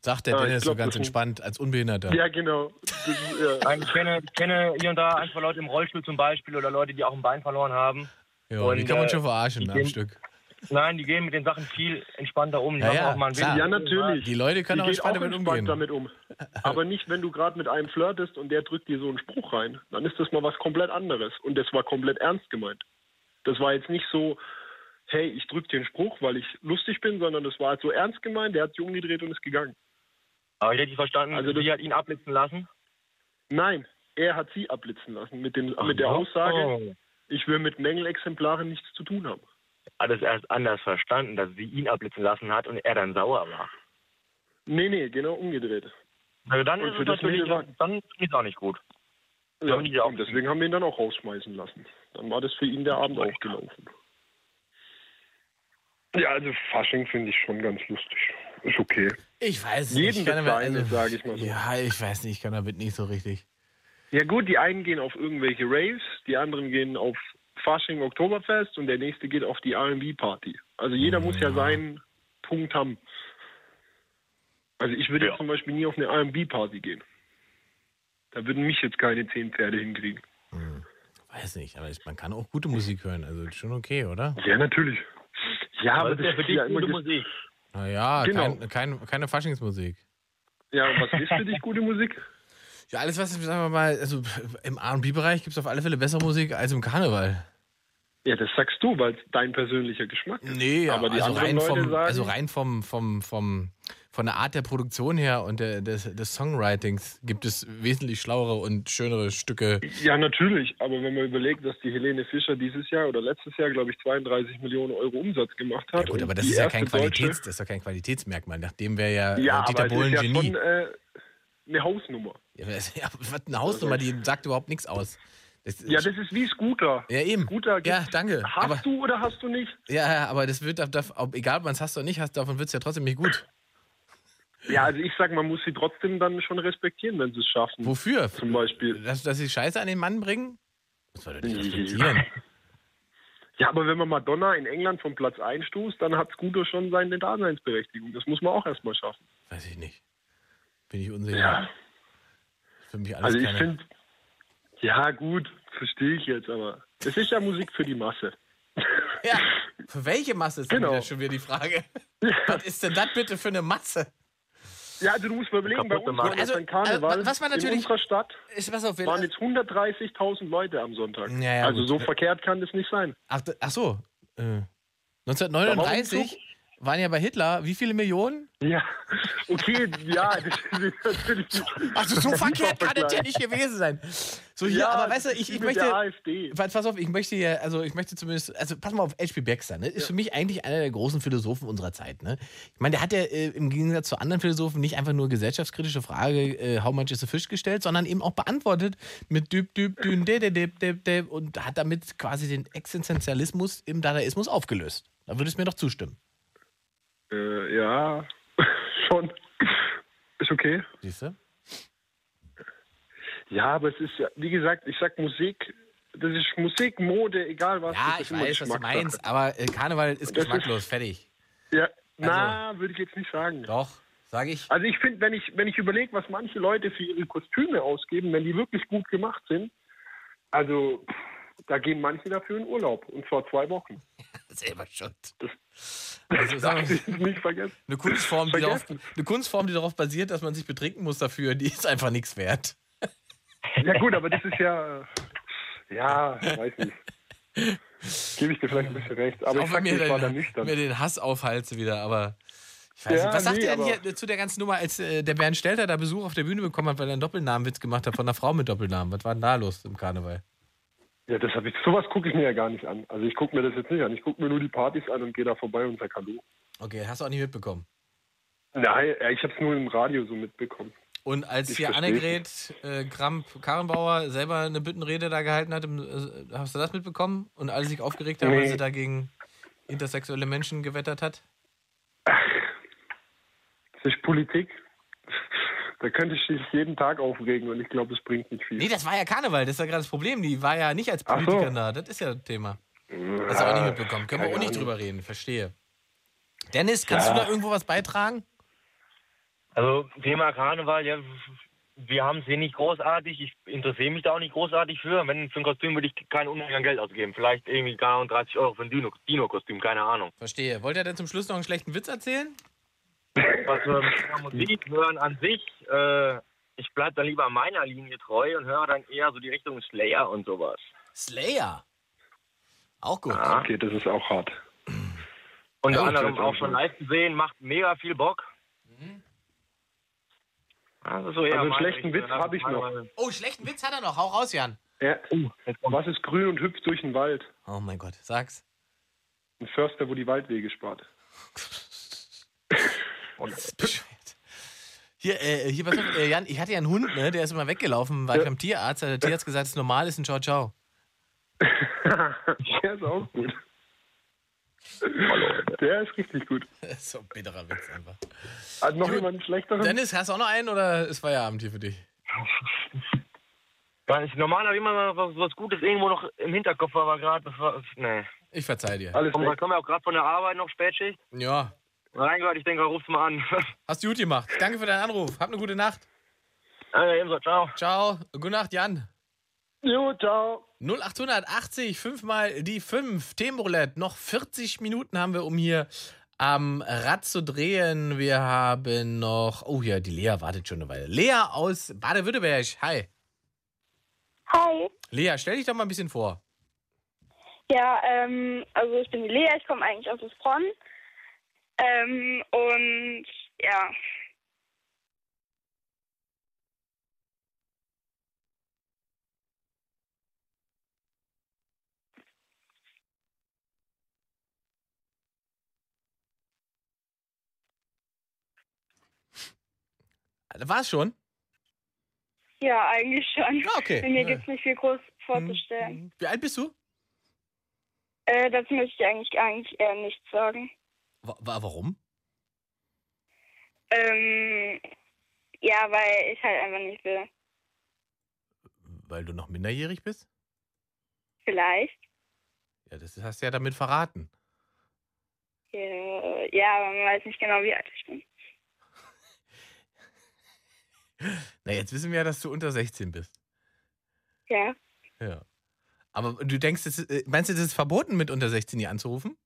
Speaker 1: Sagt der
Speaker 10: Ja, ich
Speaker 1: Dennis so
Speaker 10: glaub,
Speaker 1: ganz
Speaker 10: das-
Speaker 1: entspannt, als Unbehinderter.
Speaker 9: Ja, genau.
Speaker 10: Nein, Ich kenne, ich kenne hier und da ein, zwei Leute im Rollstuhl zum Beispiel oder Leute, die auch ein Bein verloren haben.
Speaker 1: Ja, die kann man
Speaker 10: äh,
Speaker 1: schon verarschen
Speaker 10: die
Speaker 1: am
Speaker 10: gehen-
Speaker 1: Stück.
Speaker 10: Nein, die gehen mit den Sachen viel entspannter um. Die
Speaker 1: Ja,
Speaker 10: machen
Speaker 1: ja,
Speaker 10: auch mal ein
Speaker 1: klar.
Speaker 10: wenig-
Speaker 1: Ja, natürlich. Die Leute können auch
Speaker 9: geht
Speaker 1: entspannt damit umgehen.
Speaker 9: damit um. Aber nicht, wenn du gerade mit einem flirtest und der drückt dir so einen Spruch rein. Dann ist das mal was komplett anderes. Und das war komplett ernst gemeint. Das war jetzt nicht so, hey, ich drück dir einen Spruch, weil ich lustig bin, sondern das war halt so ernst gemeint. Der hat sich umgedreht und ist gegangen.
Speaker 10: Aber ich hätte nicht
Speaker 1: Hm,
Speaker 10: verstanden,
Speaker 9: Also das-
Speaker 10: sie hat ihn abblitzen lassen.
Speaker 9: Nein, er hat sie abblitzen lassen mit, dem, mit der
Speaker 10: ja?
Speaker 9: Aussage,
Speaker 10: Oh.
Speaker 9: ich will mit Mängelexemplaren nichts zu tun haben.
Speaker 10: Hat es erst anders verstanden, dass sie ihn abblitzen lassen hat und er dann sauer war.
Speaker 9: Nee, nee, genau umgedreht.
Speaker 10: Also dann
Speaker 9: Und
Speaker 10: ist
Speaker 9: für
Speaker 10: es
Speaker 9: das
Speaker 10: natürlich,
Speaker 9: Mädel
Speaker 10: dann ist auch nicht gut.
Speaker 9: Ja, und deswegen haben wir ihn dann auch rausschmeißen lassen. Dann war das für ihn der Abend auch gelaufen. Ja, also Fasching finde ich schon ganz lustig. Ist okay.
Speaker 1: Ich weiß es
Speaker 9: Jeden
Speaker 1: nicht. kann aber-
Speaker 9: bezahlen, sage ich mal so.
Speaker 1: Ja, ich weiß nicht, ich kann damit nicht so richtig.
Speaker 9: Ja gut, die einen gehen auf irgendwelche Raves, die anderen gehen auf Fasching Oktoberfest und der nächste geht auf die R&B-Party. Also jeder muss ja seinen Punkt haben. Also ich würde jetzt zum Beispiel nie auf eine R&B-Party gehen. Da würden mich jetzt keine zehn Pferde hinkriegen.
Speaker 1: Mhm. Weiß nicht, aber man kann auch gute Musik hören, also ist schon okay, oder?
Speaker 9: Ja, natürlich. Ja, aber das ist ja immer ges-
Speaker 1: Naja,
Speaker 9: Genau.
Speaker 1: kein, kein, keine Faschingsmusik.
Speaker 9: Ja, und was ist für dich gute Musik?
Speaker 1: Ja, alles, was, sagen wir mal, also im RB-Bereich gibt es auf alle Fälle bessere Musik als im Karneval.
Speaker 9: Ja, das sagst du, weil es dein persönlicher Geschmack ist.
Speaker 1: Nee,
Speaker 9: aber die
Speaker 1: also
Speaker 9: anderen
Speaker 1: rein,
Speaker 9: Leute
Speaker 1: vom,
Speaker 9: sagen,
Speaker 1: also rein vom, vom, vom, von der Art der Produktion her und der, des, des Songwritings gibt es wesentlich schlauere und schönere Stücke.
Speaker 9: Ja, natürlich. Aber wenn man überlegt, dass die Helene Fischer dieses Jahr oder letztes Jahr, glaube ich, 32 Millionen Euro Umsatz gemacht hat.
Speaker 1: Gut,
Speaker 9: und
Speaker 1: aber das
Speaker 9: die
Speaker 1: ist ja
Speaker 9: erste
Speaker 1: kein, Qualitäts,
Speaker 9: deutsche-
Speaker 1: das ist doch kein Qualitätsmerkmal. Nachdem wäre ja,
Speaker 9: Ja,
Speaker 1: äh, Dieter
Speaker 9: aber es
Speaker 1: Bohlen
Speaker 9: ist ja
Speaker 1: Genie.
Speaker 9: schon äh, eine Hausnummer.
Speaker 1: Ja, aber das- ja, was eine Hausnummer, die sagt überhaupt nichts aus.
Speaker 9: Ja, das ist wie Scooter.
Speaker 1: Ja, eben.
Speaker 9: Scooter
Speaker 1: ja, danke.
Speaker 9: Hast
Speaker 1: aber,
Speaker 9: du oder hast du nicht?
Speaker 1: ja, ja, aber das wird, ab- ab- ob, egal ob man es hast oder nicht hast, davon wird es ja trotzdem nicht gut.
Speaker 9: Ja, also ich sag, man muss sie trotzdem dann schon respektieren, wenn sie es schaffen.
Speaker 1: Wofür?
Speaker 9: Zum Beispiel.
Speaker 1: Dass, dass sie Scheiße an den Mann bringen? Das war doch nicht respektieren.
Speaker 9: Ja, aber wenn man Madonna in England vom Platz einstoßt, dann hat Scooter schon seine Daseinsberechtigung. Das muss man auch erstmal schaffen.
Speaker 1: Weiß ich nicht. Bin ich unsicher.
Speaker 9: Ja.
Speaker 1: Für mich alles ne?
Speaker 9: Also ich
Speaker 1: keine-
Speaker 9: finde, ja gut, verstehe ich jetzt, aber es ist ja Musik für die Masse.
Speaker 1: Ja, für welche Masse ist genau. schon wieder die Frage? Was ist denn das bitte für eine Masse?
Speaker 9: Ja, also du musst mal überlegen, bei uns war das
Speaker 1: also,
Speaker 9: ein Karneval.
Speaker 1: also, was man
Speaker 9: in
Speaker 1: natürlich.
Speaker 9: unserer Stadt
Speaker 1: Ist, pass auf, wenn,
Speaker 9: waren jetzt 130.000 Leute am Sonntag.
Speaker 1: Ja, ja,
Speaker 9: also
Speaker 1: gut.
Speaker 9: so verkehrt kann das nicht sein.
Speaker 1: ach, ach so. Äh,
Speaker 9: Sommerumzug?
Speaker 1: 1939 waren ja bei Hitler wie viele Millionen?
Speaker 9: Ja, okay, ja, das ist natürlich.
Speaker 1: Also so verkehrt kann das ja nicht gewesen sein. So hier,
Speaker 9: Ja,
Speaker 1: aber weißt du,
Speaker 9: das
Speaker 1: ich,
Speaker 9: ist
Speaker 1: ich
Speaker 9: mit
Speaker 1: möchte.
Speaker 9: der AfD.
Speaker 1: Pass pass auf, ich möchte hier, also ich möchte zumindest, also pass mal auf, H.P. Baxter, ne? Ist für mich eigentlich einer der großen Philosophen unserer Zeit, ne? Ich meine, der hat ja äh, im Gegensatz zu anderen Philosophen nicht einfach nur gesellschaftskritische Frage, äh, how much is a fish gestellt, sondern eben auch beantwortet mit düb, düb, dün, de, de, de, de, de, und hat damit quasi den Existenzialismus im Dadaismus aufgelöst. Da würdest du mir doch zustimmen.
Speaker 9: Äh, ja, schon. Ist okay.
Speaker 1: Siehst du?
Speaker 9: Ja, aber es ist, ja- wie gesagt, ich sag Musik, das ist Musik, Mode, egal was.
Speaker 1: Ja,
Speaker 9: das
Speaker 1: ich
Speaker 9: ist immer
Speaker 1: weiß, was du
Speaker 9: Geschmackssache.
Speaker 1: meinst, aber äh, Karneval ist
Speaker 9: Das ist-
Speaker 1: geschmacklos, fertig.
Speaker 9: Ja, na, würde ich jetzt nicht sagen.
Speaker 1: Also Doch, sage ich.
Speaker 9: Also ich finde, wenn ich, wenn ich überlege, was manche Leute für ihre Kostüme ausgeben, wenn die wirklich gut gemacht sind, also pff, da gehen manche dafür in Urlaub und zwar zwei Wochen.
Speaker 1: Selber schuld.
Speaker 9: Also,
Speaker 1: sagen
Speaker 9: das
Speaker 1: wir-
Speaker 9: ist nicht vergessen.
Speaker 1: Eine Kunstform, die darauf,
Speaker 9: Vergessen.
Speaker 1: eine Kunstform, die darauf basiert, dass man sich betrinken muss dafür, die ist einfach nichts wert.
Speaker 9: Ja gut, aber das ist ja, äh, ja, weiß nicht. Gebe ich dir vielleicht ein bisschen recht, aber
Speaker 1: auch
Speaker 9: ich
Speaker 1: wenn
Speaker 9: sag, dir,
Speaker 1: mir,
Speaker 9: ich war da
Speaker 1: den,
Speaker 9: nüchtern.
Speaker 1: mir den Hass aufhalse wieder, aber ich weiß
Speaker 9: Ja,
Speaker 1: nicht. Was sagt
Speaker 9: nee,
Speaker 1: ihr denn
Speaker 9: aber-
Speaker 1: hier zu der ganzen Nummer, als äh, der Bernd Stelter da Besuch auf der Bühne bekommen hat, weil er einen Doppelnamenwitz gemacht hat von einer Frau mit Doppelnamen? Was war denn da los im Karneval?
Speaker 9: Ja, das hab ich, sowas gucke ich mir ja gar nicht an. Also ich gucke mir das jetzt nicht an. Ich gucke mir nur die Partys an und gehe da vorbei und sag Hallo.
Speaker 1: Okay, hast du auch nicht mitbekommen.
Speaker 9: Nein, ich habe es nur im Radio so mitbekommen.
Speaker 1: Und als
Speaker 9: Ich
Speaker 1: hier
Speaker 9: versteh's
Speaker 1: Annegret äh, Kramp-Karrenbauer selber eine Büttenrede da gehalten hat, im, äh, hast du das mitbekommen? Und alle sich aufgeregt haben, weil
Speaker 9: Nee.
Speaker 1: sie dagegen intersexuelle Menschen gewettert hat?
Speaker 9: Das ist Politik. Da könnte ich mich jeden Tag aufregen und ich glaube, es bringt nicht viel.
Speaker 1: Nee, das war ja Karneval, das ist ja gerade das Problem. Die war ja nicht als
Speaker 9: Ach so.
Speaker 1: Politiker da, das ist ja das Thema. Hast du auch nicht mitbekommen. Können wir
Speaker 9: keine
Speaker 1: auch nicht
Speaker 9: Ahnung.
Speaker 1: drüber reden, verstehe. Dennis, kannst
Speaker 10: Ja.
Speaker 1: du da irgendwo was beitragen?
Speaker 10: Also Thema Karneval, ja, wir haben es hier nicht großartig. Ich interessiere mich da auch nicht großartig für. Wenn für ein Kostüm würde ich keinen Unmengen an Geld ausgeben. Vielleicht irgendwie keine Ahnung, 30 Euro für ein Dino- Dino-Kostüm, keine Ahnung.
Speaker 1: Verstehe. Wollt ihr denn zum Schluss noch einen schlechten Witz erzählen?
Speaker 10: Was wir mit der Musik hören an sich, äh, ich bleibe dann lieber meiner Linie treu und höre dann eher so die Richtung Slayer und sowas.
Speaker 1: Slayer. Auch gut.
Speaker 10: Ja.
Speaker 9: Ah, Okay, das ist auch hart.
Speaker 10: Unter
Speaker 9: Ja, das
Speaker 10: anderem
Speaker 9: ist
Speaker 10: auch schon
Speaker 9: gut.
Speaker 10: live gesehen, macht mega viel Bock. Also, so
Speaker 9: Also
Speaker 10: eher
Speaker 9: einen
Speaker 10: meine
Speaker 9: schlechten
Speaker 10: Richtung.
Speaker 9: Witz habe ich noch.
Speaker 1: Oh, schlechten Witz hat er noch. Hau raus, Jan.
Speaker 9: Ja. Was ist grün und hüpft durch den Wald?
Speaker 1: Oh mein Gott, sag's.
Speaker 9: Ein Förster, wo die Waldwege spart. Oh,
Speaker 1: Das ist bescheuert. Hier, äh, hier, pass auf, äh, Jan, ich hatte ja einen Hund, ne? der ist immer weggelaufen, war ich beim Tierarzt. Der Tierarzt gesagt, es ist normal, ist ein Ciao, ciao.
Speaker 9: ja, ist auch gut. Der ist richtig gut.
Speaker 1: so ein bitterer Witz einfach.
Speaker 9: Hat noch jemand einen schlechteren?
Speaker 1: Dennis, hast du auch noch einen oder ist Feierabend hier für dich?
Speaker 10: Gar nicht. Normal habe ich immer was, was Gutes irgendwo noch im Hinterkopf, aber gerade, das war, nee.
Speaker 1: Ich verzeih dir.
Speaker 10: Alles komm, komm ja auch gerade von der Arbeit noch Spätschicht.
Speaker 1: Ja.
Speaker 10: Mein Gott, ich denke, ruf's mal an.
Speaker 1: Hast du gut gemacht. Danke für deinen Anruf. Hab eine gute Nacht.
Speaker 10: Ja, ebenso. Ciao.
Speaker 1: Ciao. Gute Nacht, Jan.
Speaker 9: Jo, ciao.
Speaker 1: 0880, 5 mal die 5. Themenroulette. Noch 40 Minuten haben wir, um hier am Rad zu drehen. Wir haben noch. Oh ja, die Lea wartet schon eine Weile. Lea aus Baden-Württemberg. Hi.
Speaker 11: Hi.
Speaker 1: Lea, stell dich doch mal ein bisschen vor.
Speaker 11: Ja, ähm, also ich bin die Lea, ich komme eigentlich aus Wiesbaden. Ähm, und ja,
Speaker 1: War's schon?
Speaker 11: ja, eigentlich schon.
Speaker 1: Ja, Ah, okay.
Speaker 11: Bei mir
Speaker 1: Ja. Mhm.
Speaker 11: gibt es nicht viel groß vorzustellen.
Speaker 1: Wie alt bist du?
Speaker 11: Äh, das möchte ich eigentlich, eigentlich eher nicht sagen.
Speaker 1: Wa wa- warum?
Speaker 11: Ähm, ja, weil ich halt einfach nicht will.
Speaker 1: Weil du noch minderjährig bist?
Speaker 11: Vielleicht.
Speaker 1: Ja, das hast du ja damit verraten.
Speaker 11: Äh, ja, aber man weiß nicht genau, wie alt ich bin.
Speaker 1: Na, jetzt wissen wir ja, dass du unter 16 bist.
Speaker 11: Ja.
Speaker 1: Ja. Aber du denkst, es, äh, meinst du, das ist verboten, mit unter 16 hier anzurufen?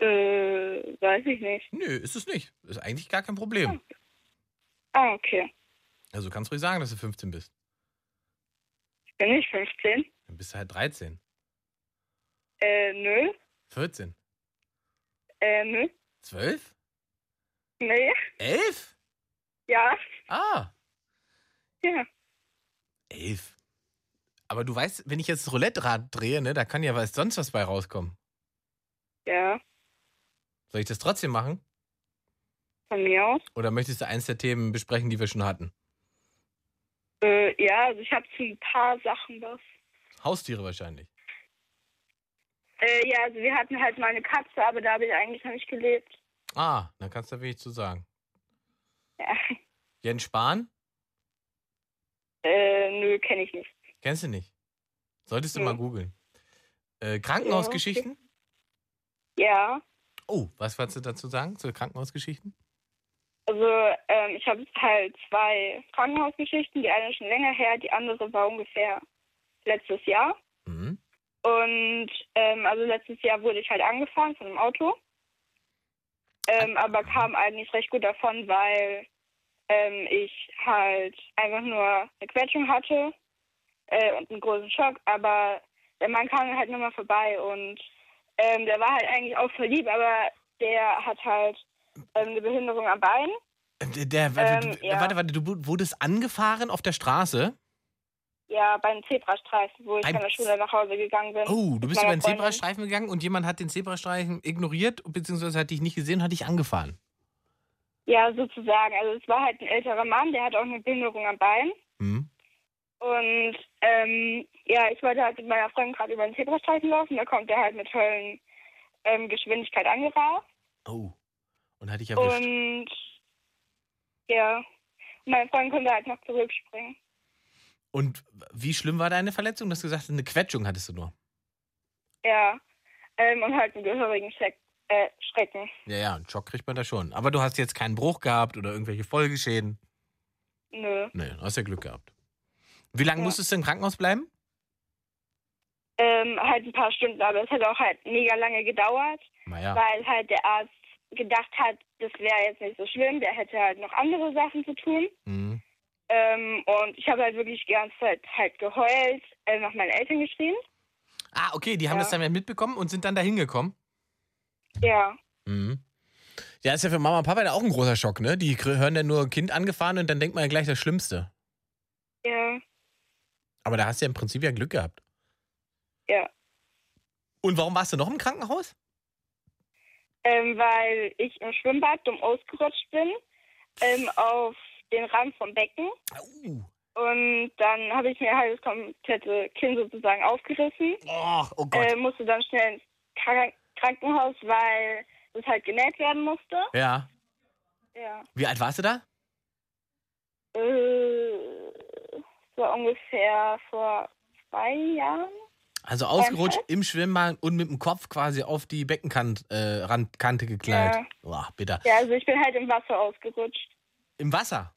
Speaker 11: Äh, weiß ich nicht.
Speaker 1: Nö, ist es nicht. Ist eigentlich gar kein Problem.
Speaker 11: Ah, okay.
Speaker 1: Also du kannst ruhig sagen, dass du 15 bist.
Speaker 11: Ich bin nicht 15.
Speaker 1: Dann bist du halt 13,
Speaker 11: Äh, nö.
Speaker 1: 14,
Speaker 11: Äh, nö.
Speaker 1: 12,
Speaker 11: Nee.
Speaker 1: 11?
Speaker 11: Ja.
Speaker 1: Ah,
Speaker 11: Ja.
Speaker 1: 11. Aber du weißt, wenn ich jetzt das Roulette-Rad drehe, ne, da kann ja was, sonst was bei rauskommen.
Speaker 11: Ja.
Speaker 1: Soll ich das trotzdem machen?
Speaker 11: Von mir aus.
Speaker 1: Oder möchtest du eins der Themen besprechen, die wir schon hatten?
Speaker 11: Äh, ja, also ich habe zu ein paar Sachen was.
Speaker 1: Haustiere wahrscheinlich.
Speaker 11: Äh, ja, also wir hatten halt mal eine Katze, aber da habe ich eigentlich noch nicht gelebt.
Speaker 1: Ah, dann kannst du da wenig zu sagen.
Speaker 11: Ja.
Speaker 1: Jens Spahn?
Speaker 11: Äh, nö, kenne ich nicht.
Speaker 1: Kennst du nicht? Solltest du mal googeln. Äh, Krankenhausgeschichten?
Speaker 11: Ja.
Speaker 1: Oh, was wolltest du dazu sagen, zu Krankenhausgeschichten?
Speaker 11: Also ähm, ich habe halt zwei Krankenhausgeschichten. Die eine ist schon länger her, die andere war ungefähr letztes Jahr. Und ähm, also letztes Jahr wurde ich halt angefahren von einem Auto. Ähm, aber kam eigentlich recht gut davon, weil ähm, ich halt einfach nur eine Quetschung hatte äh, und einen großen Schock. Aber der Mann kam halt nochmal vorbei und ähm, der war halt eigentlich auch verliebt, aber der hat halt ähm, eine Behinderung am Bein.
Speaker 1: Der, der, warte,
Speaker 11: Ähm,
Speaker 1: du,
Speaker 11: ja.
Speaker 1: warte, warte, du wurdest angefahren auf der Straße.
Speaker 11: Ja, beim Zebrastreifen, wo ich
Speaker 1: Beim
Speaker 11: von der Schule nach Hause gegangen bin.
Speaker 1: Oh, du
Speaker 11: Mit
Speaker 1: bist über
Speaker 11: meiner
Speaker 1: den
Speaker 11: Freundin.
Speaker 1: Zebrastreifen gegangen und jemand hat den Zebrastreifen ignoriert, beziehungsweise hat dich nicht gesehen und hat dich angefahren.
Speaker 11: Ja, sozusagen. Also es war halt ein älterer Mann, der hat auch eine Behinderung am Bein.
Speaker 1: Mhm.
Speaker 11: Und ähm, ja, ich wollte halt mit meiner Freundin gerade über den Zebrastreifen laufen. Da kommt er halt mit tollen ähm, Geschwindigkeit angerast.
Speaker 1: Oh. Und hat dich erwischt.
Speaker 11: Und ja, meine Freundin konnte halt noch zurückspringen.
Speaker 1: Und wie schlimm war deine Verletzung? Du hast gesagt, eine Quetschung hattest du nur.
Speaker 11: Ja. Ähm, und halt einen gehörigen Schreck, äh, Schrecken.
Speaker 1: Ja, ja, einen Schock kriegt man da schon. Aber du hast jetzt keinen Bruch gehabt oder irgendwelche Folgeschäden.
Speaker 11: Nö.
Speaker 1: Nee, hast ja Glück gehabt. Wie lange musstest du im Krankenhaus bleiben?
Speaker 11: Ähm, halt ein paar Stunden, aber es hat auch halt mega lange gedauert,
Speaker 1: Naja.
Speaker 11: weil halt der Arzt gedacht hat, das wäre jetzt nicht so schlimm, der hätte halt noch andere Sachen zu tun.
Speaker 1: Mhm.
Speaker 11: Ähm, und ich habe halt wirklich die ganze Zeit halt geheult, äh, nach meinen Eltern geschrien.
Speaker 1: Ah, okay, die haben
Speaker 11: Ja.
Speaker 1: das dann mitbekommen und sind dann da hingekommen.
Speaker 11: Ja,
Speaker 1: Mhm. Ja, ist ja für Mama und Papa da auch ein großer Schock, ne? Die kr- hören dann nur ein Kind angefahren und dann denkt man ja gleich das Schlimmste.
Speaker 11: ja,
Speaker 1: Aber da hast du ja im Prinzip ja Glück gehabt.
Speaker 11: ja.
Speaker 1: Und warum warst du noch im Krankenhaus?
Speaker 11: Ähm, weil ich im Schwimmbad dumm ausgerutscht bin, ähm, auf den Rand vom Becken. Und dann habe ich mir halt das komplette Kinn sozusagen aufgerissen.
Speaker 1: Oh,
Speaker 11: Äh, musste dann schnell ins Kranken- Krankenhaus, weil es halt genäht werden musste.
Speaker 1: Ja.
Speaker 11: Ja.
Speaker 1: Wie alt warst du da?
Speaker 11: Äh, es war ungefähr vor zwei Jahren.
Speaker 1: Also ausgerutscht im Schwimmbad und mit dem Kopf quasi auf die Beckenkante äh, Randkante geknallt.
Speaker 11: Ja.
Speaker 1: Boah, bitter.
Speaker 11: Ja, also ich bin halt im Wasser ausgerutscht.
Speaker 1: Im Wasser.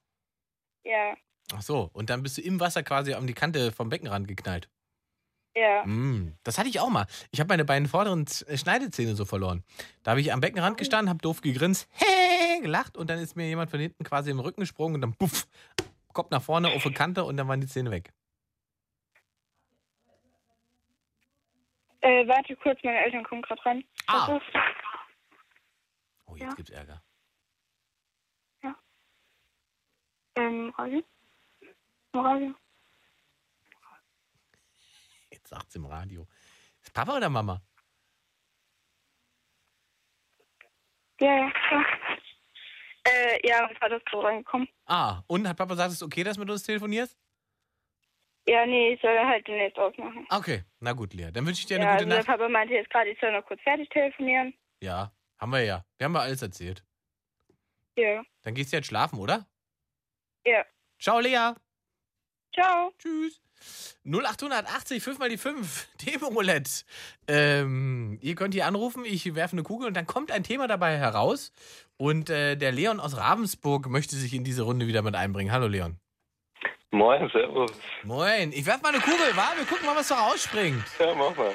Speaker 11: Ja,
Speaker 1: Ach so, und dann bist du im Wasser quasi an die Kante vom Beckenrand geknallt.
Speaker 11: ja.
Speaker 1: Mm, das hatte ich auch mal. Ich habe meine beiden vorderen Z- äh, Schneidezähne so verloren. Da habe ich am
Speaker 11: Oh.
Speaker 1: Beckenrand gestanden, habe doof gegrinst, hey, gelacht und dann ist mir jemand von hinten quasi im Rücken gesprungen und dann puff, kommt nach vorne auf die Kante und dann waren die Zähne weg.
Speaker 11: Äh, warte kurz, meine Eltern kommen gerade ran.
Speaker 1: Ah.
Speaker 11: Oh,
Speaker 1: jetzt gibt's Ärger.
Speaker 11: Ja. Ähm, Radio? Radio?
Speaker 1: Jetzt sagt's im Radio. Ist Papa oder Mama?
Speaker 11: Ja, ja, ja. Äh, ja, mein Vater ist gerade rangekommen.
Speaker 1: Ah, und hat Papa gesagt, es ist okay, dass du mit uns telefonierst?
Speaker 11: Ja, nee, ich soll halt demnächst ausmachen.
Speaker 1: Okay, na gut, Lea. Dann wünsche ich dir eine
Speaker 11: Ja, also
Speaker 1: gute
Speaker 11: der
Speaker 1: Nacht.
Speaker 11: Papa meinte jetzt gerade, ich soll noch kurz fertig telefonieren.
Speaker 1: Ja, haben wir ja. Wir haben ja alles erzählt.
Speaker 11: Ja,
Speaker 1: Dann gehst du jetzt schlafen, oder?
Speaker 11: ja.
Speaker 1: Ciao, Lea.
Speaker 11: Ciao.
Speaker 1: Tschüss. 0880 5 mal die 5. Themenroulette. Ähm, ihr könnt hier anrufen, ich werfe eine Kugel und dann kommt ein Thema dabei heraus. Und äh, der Leon aus Ravensburg möchte sich in diese Runde wieder mit einbringen. Hallo, Leon.
Speaker 12: Moin, servus.
Speaker 1: Moin. Ich werfe mal eine Kugel, wa? Wir gucken mal, was da rausspringt.
Speaker 12: Ja, mach mal.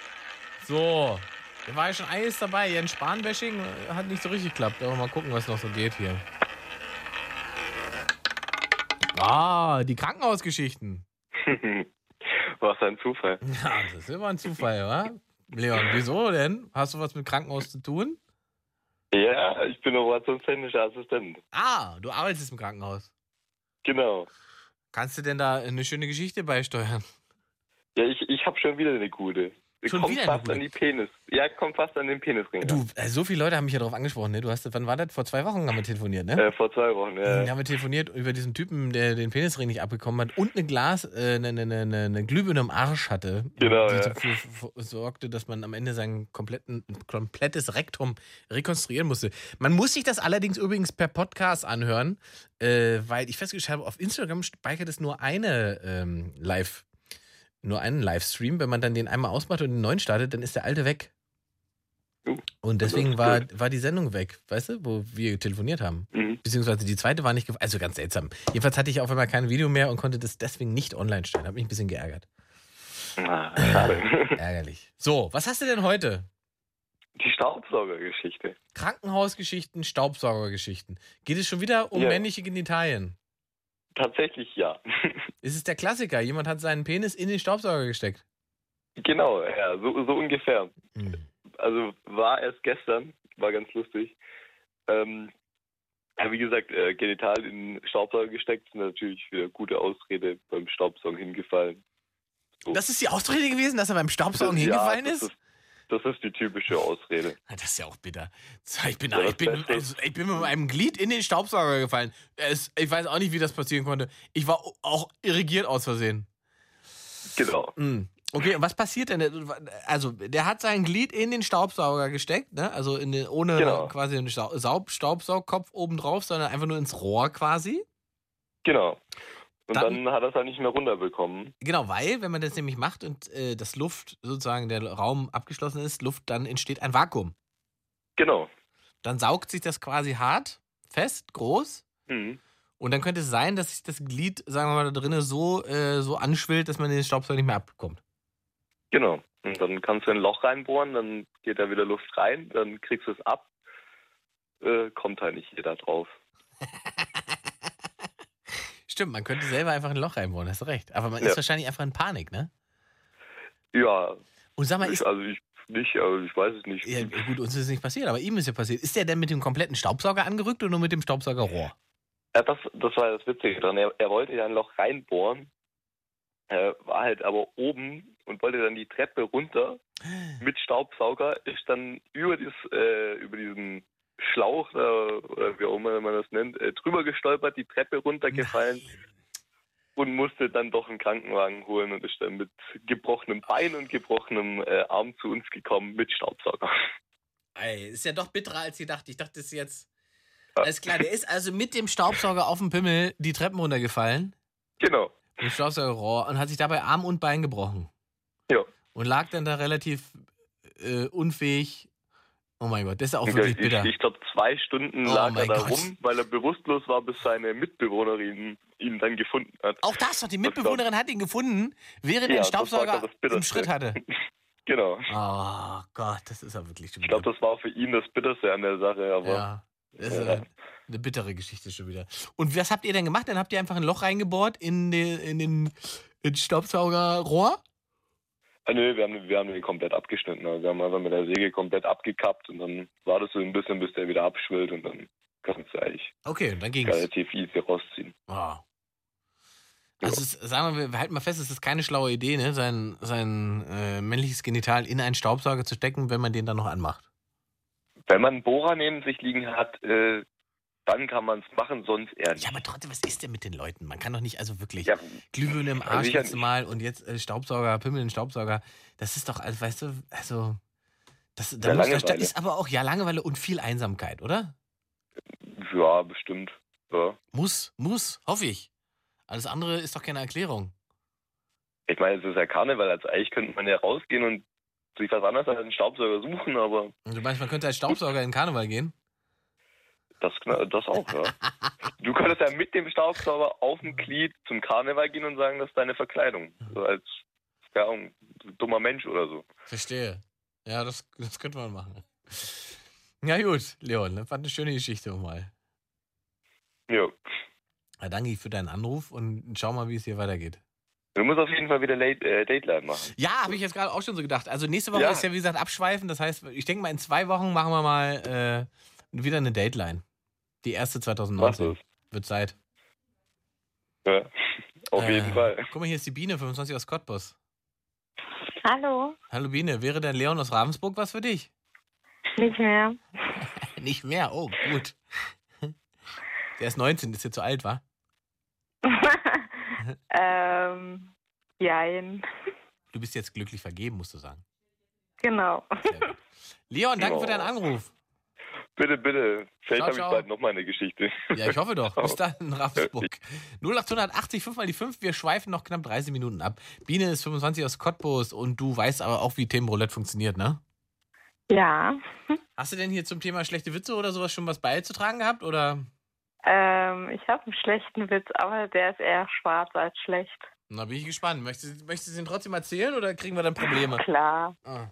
Speaker 1: So. Da war ja schon einiges dabei. Jens Spahn-Bashing äh, hat nicht so richtig geklappt. Aber mal gucken, was noch so geht hier. Ah, die Krankenhausgeschichten.
Speaker 12: Was ein Zufall.
Speaker 1: Ja, das ist immer ein Zufall, wa? Leon, wieso denn? Hast du was mit Krankenhaus zu tun?
Speaker 12: Ja, ich bin operationstechnischer Assistent.
Speaker 1: Ah, du arbeitest im Krankenhaus.
Speaker 12: Genau.
Speaker 1: Kannst du denn da eine schöne Geschichte beisteuern?
Speaker 12: Ja, ich, ich habe schon wieder eine gute.
Speaker 1: Schon
Speaker 12: kommt
Speaker 1: wieder eine
Speaker 12: fast
Speaker 1: gute?
Speaker 12: an die Penis. Ja, kommt fast an den Penisring.
Speaker 1: Du, äh, so viele Leute haben mich ja darauf angesprochen, ne? Du hast, wann war das? Vor zwei Wochen haben wir telefoniert, ne?
Speaker 12: Äh, vor zwei Wochen, ja.
Speaker 1: Wir haben telefoniert über diesen Typen, der den Penisring nicht abbekommen hat und eine Glas, äh, eine, eine, eine, eine Glühbirne im Arsch hatte.
Speaker 12: Genau,
Speaker 1: die
Speaker 12: ja.
Speaker 1: dafür f- sorgte, dass man am Ende sein kompletten, komplettes Rektum rekonstruieren musste. Man muss sich das allerdings übrigens per Podcast anhören, äh, weil ich festgestellt habe, auf Instagram speichert es nur eine ähm, Live, nur einen Livestream. Wenn man dann den einmal ausmacht und den neuen startet, dann ist der alte weg. Und
Speaker 12: Also,
Speaker 1: deswegen war, war die Sendung weg, weißt du, wo wir telefoniert haben.
Speaker 12: Mhm.
Speaker 1: Beziehungsweise die zweite war nicht, gef- also ganz seltsam. Jedenfalls hatte ich auf einmal kein Video mehr und konnte das deswegen nicht online stellen. Hat mich ein bisschen geärgert.
Speaker 12: Ah, schade.
Speaker 1: Ärgerlich. So, was hast du denn heute?
Speaker 12: Die Staubsaugergeschichte.
Speaker 1: Krankenhausgeschichten, Staubsaugergeschichten. Geht es schon wieder um
Speaker 12: Ja.
Speaker 1: männliche Genitalien?
Speaker 12: Tatsächlich ja.
Speaker 1: Es ist der Klassiker. Jemand hat seinen Penis in den Staubsauger gesteckt.
Speaker 12: Genau, ja, so, so ungefähr. Also war erst gestern, war ganz lustig. Ähm, ja, wie gesagt, äh, genital in den Staubsauger gesteckt, sind natürlich wieder gute Ausrede beim Staubsaugen hingefallen.
Speaker 1: Das ist die Ausrede gewesen, dass er beim Staubsaugen hingefallen
Speaker 12: ja,
Speaker 1: ist?
Speaker 12: Das ist, das ist die typische Ausrede.
Speaker 1: Das ist ja auch bitter. Ich bin,
Speaker 12: Ja, das
Speaker 1: ich, bin,
Speaker 12: Beste
Speaker 1: also,
Speaker 12: ist-
Speaker 1: ich bin mit meinem Glied in den Staubsauger gefallen. Es, ich weiß auch nicht, wie das passieren konnte. Ich war auch irrigiert aus Versehen.
Speaker 12: Genau.
Speaker 1: Mm. Okay, und was passiert denn? Also, der hat sein Glied in den Staubsauger gesteckt, ne? Also in den, ohne
Speaker 12: Genau.
Speaker 1: quasi einen Stau- Saub, Staubsaugkopf obendrauf, sondern einfach nur ins Rohr quasi.
Speaker 12: Genau. Und
Speaker 1: Dann-
Speaker 12: dann, hat er es halt nicht mehr runterbekommen.
Speaker 1: Genau, weil, wenn man das nämlich macht und äh, das Luft sozusagen der Raum abgeschlossen ist, Luft, dann entsteht ein Vakuum.
Speaker 12: Genau.
Speaker 1: Dann saugt sich das quasi hart, fest, groß.
Speaker 12: Mhm.
Speaker 1: Und dann könnte es sein, dass sich das Glied, sagen wir mal, da drinnen so, äh, so anschwillt, dass man den Staubsauger nicht mehr abbekommt.
Speaker 12: Genau. Und dann kannst du ein Loch reinbohren, dann geht da wieder Luft rein, dann kriegst du es ab. Äh, kommt halt nicht jeder drauf.
Speaker 1: Stimmt, man könnte selber einfach ein Loch reinbohren, hast du recht. Aber man
Speaker 12: Ja.
Speaker 1: ist wahrscheinlich einfach in Panik, ne?
Speaker 12: Ja.
Speaker 1: Und sag mal,
Speaker 12: ich, also ich nicht, aber ich weiß es nicht.
Speaker 1: Ja, gut, uns ist nicht passiert, aber ihm ist ja passiert. Ist der denn mit dem kompletten Staubsauger angerückt oder nur mit dem Staubsaugerrohr?
Speaker 12: Ja, das, das war das Witzige dran. Er, er wollte ja ein Loch reinbohren, äh, war halt aber oben und wollte dann die Treppe runter mit Staubsauger, ist dann über, dieses, äh, über diesen Schlauch, äh, oder wie auch immer man das nennt, äh, drüber gestolpert, die Treppe runtergefallen. und musste dann doch einen Krankenwagen holen und ist dann mit gebrochenem Bein und gebrochenem äh, Arm zu uns gekommen mit Staubsauger.
Speaker 1: Ey, ist ja doch bitterer als ich dachte. Ich dachte, das ist jetzt. Alles klar, der ist also mit dem Staubsauger auf dem Pimmel die Treppen runtergefallen.
Speaker 12: Genau.
Speaker 1: Im Staubsaugerrohr und hat sich dabei Arm und Bein gebrochen.
Speaker 12: Ja.
Speaker 1: Und lag dann da relativ äh, unfähig. Oh mein Gott, das ist auch wirklich
Speaker 12: ich
Speaker 1: bitter.
Speaker 12: ich glaube, zwei Stunden
Speaker 1: Oh
Speaker 12: lag er
Speaker 1: mein
Speaker 12: da
Speaker 1: Gott.
Speaker 12: rum, weil er bewusstlos war, bis seine Mitbewohnerin ihn dann gefunden hat.
Speaker 1: Auch das noch, die Mitbewohnerin hat ihn gefunden, während er
Speaker 12: Ja,
Speaker 1: den
Speaker 12: das war,
Speaker 1: Staubsauger
Speaker 12: glaub ich, das
Speaker 1: im
Speaker 12: Bitterste.
Speaker 1: Schritt hatte.
Speaker 12: Genau.
Speaker 1: Oh Gott, das ist ja wirklich schon
Speaker 12: Ich glaube, das war für ihn das Bitterste an der Sache, aber. äh,
Speaker 1: Ja, das ist eine, eine bittere Geschichte schon wieder. Und was habt ihr denn gemacht? Dann habt ihr einfach ein Loch reingebohrt in den, in den in Staubsaugerrohr?
Speaker 12: Ah, nö, wir haben, wir haben den komplett abgeschnitten. Also wir haben einfach mit der Säge komplett abgekappt und dann war das so ein bisschen, bis der wieder abschwillt und dann kannst du eigentlich
Speaker 1: Okay, dann ging's.
Speaker 12: relativ easy rausziehen.
Speaker 1: Wow. Ah. Also es, ist- sagen wir, wir halten mal fest, es ist keine schlaue Idee, ne? sein, sein äh, männliches Genital in einen Staubsauger zu stecken, wenn man den dann noch anmacht.
Speaker 12: Wenn man einen Bohrer neben sich liegen hat, äh, dann kann man es machen, sonst eher nicht.
Speaker 1: Ja, aber trotzdem, was ist denn mit den Leuten? Man kann doch nicht, also wirklich, Glühbirne im
Speaker 12: also
Speaker 1: Arsch
Speaker 12: ich ja
Speaker 1: letztes Mal und jetzt äh, Staubsauger, Pimmel in den Staubsauger. Das ist doch, also, weißt du, also, das, da,
Speaker 12: Ja,
Speaker 1: muss, da
Speaker 12: Langeweile.
Speaker 1: ist aber auch, ja, Langeweile und viel Einsamkeit, oder?
Speaker 12: ja, bestimmt. Ja.
Speaker 1: Muss, muss, hoffe ich. Alles andere ist doch keine Erklärung.
Speaker 12: Ich meine, es ist ja Karneval, also eigentlich könnte man ja rausgehen und sich was anderes als einen Staubsauger suchen, aber
Speaker 1: Und du meinst, man Also, könnte als Staubsauger in den Karneval gehen?
Speaker 12: das, ne, das auch, ja. Du könntest ja mit dem Staubsauger auf dem Glied zum Karneval gehen und sagen, das ist deine Verkleidung.
Speaker 1: Mhm.
Speaker 12: So als, keine Ahnung, dummer Mensch oder so.
Speaker 1: Verstehe. Ja, das, das könnte man machen. Na gut, Leon, das war eine schöne Geschichte mal.
Speaker 12: Ja.
Speaker 1: Na, danke für deinen Anruf und schau mal, wie es hier weitergeht.
Speaker 12: Du musst auf jeden Fall wieder Late, äh, Dateline machen.
Speaker 1: Ja, habe ich jetzt gerade auch schon so gedacht. Also nächste Woche
Speaker 12: Ja.
Speaker 1: ist ja, wie gesagt, abschweifen. Das heißt, ich denke mal, in zwei Wochen machen wir mal äh, wieder eine Dateline. Die erste 2019. Wird Zeit.
Speaker 12: Ja, auf
Speaker 1: Äh,
Speaker 12: jeden Fall.
Speaker 1: Guck mal, hier ist die Biene, 25 aus Cottbus.
Speaker 13: Hallo,
Speaker 1: Hallo Biene, wäre der Leon aus Ravensburg was für dich?
Speaker 13: nicht mehr.
Speaker 1: Nicht mehr, oh, gut. Der ist 19, ist jetzt zu alt, wa?
Speaker 13: ähm, jein.
Speaker 1: Du bist jetzt glücklich vergeben, musst du sagen.
Speaker 13: Genau.
Speaker 1: Leon, danke
Speaker 12: Ja.
Speaker 1: für deinen Anruf.
Speaker 12: Bitte, bitte. Vielleicht
Speaker 1: Ciao,
Speaker 12: habe ich
Speaker 1: ciao.
Speaker 12: bald noch mal eine Geschichte.
Speaker 1: Ja, ich hoffe doch. Bis dann, Ravensburg. 0880, 5 mal die 5. Wir schweifen noch knapp 30 Minuten ab. Biene ist 25 aus Cottbus und du weißt aber auch, wie Themenroulette funktioniert, ne?
Speaker 13: Ja,
Speaker 1: Hast du denn hier zum Thema schlechte Witze oder sowas schon was beizutragen gehabt? Oder?
Speaker 13: ähm, ich habe einen schlechten Witz, aber der ist eher schwarz als schlecht.
Speaker 1: Na, bin ich gespannt. Möchtest, möchtest du den trotzdem erzählen oder kriegen wir dann Probleme?
Speaker 13: Klar.
Speaker 1: Ah.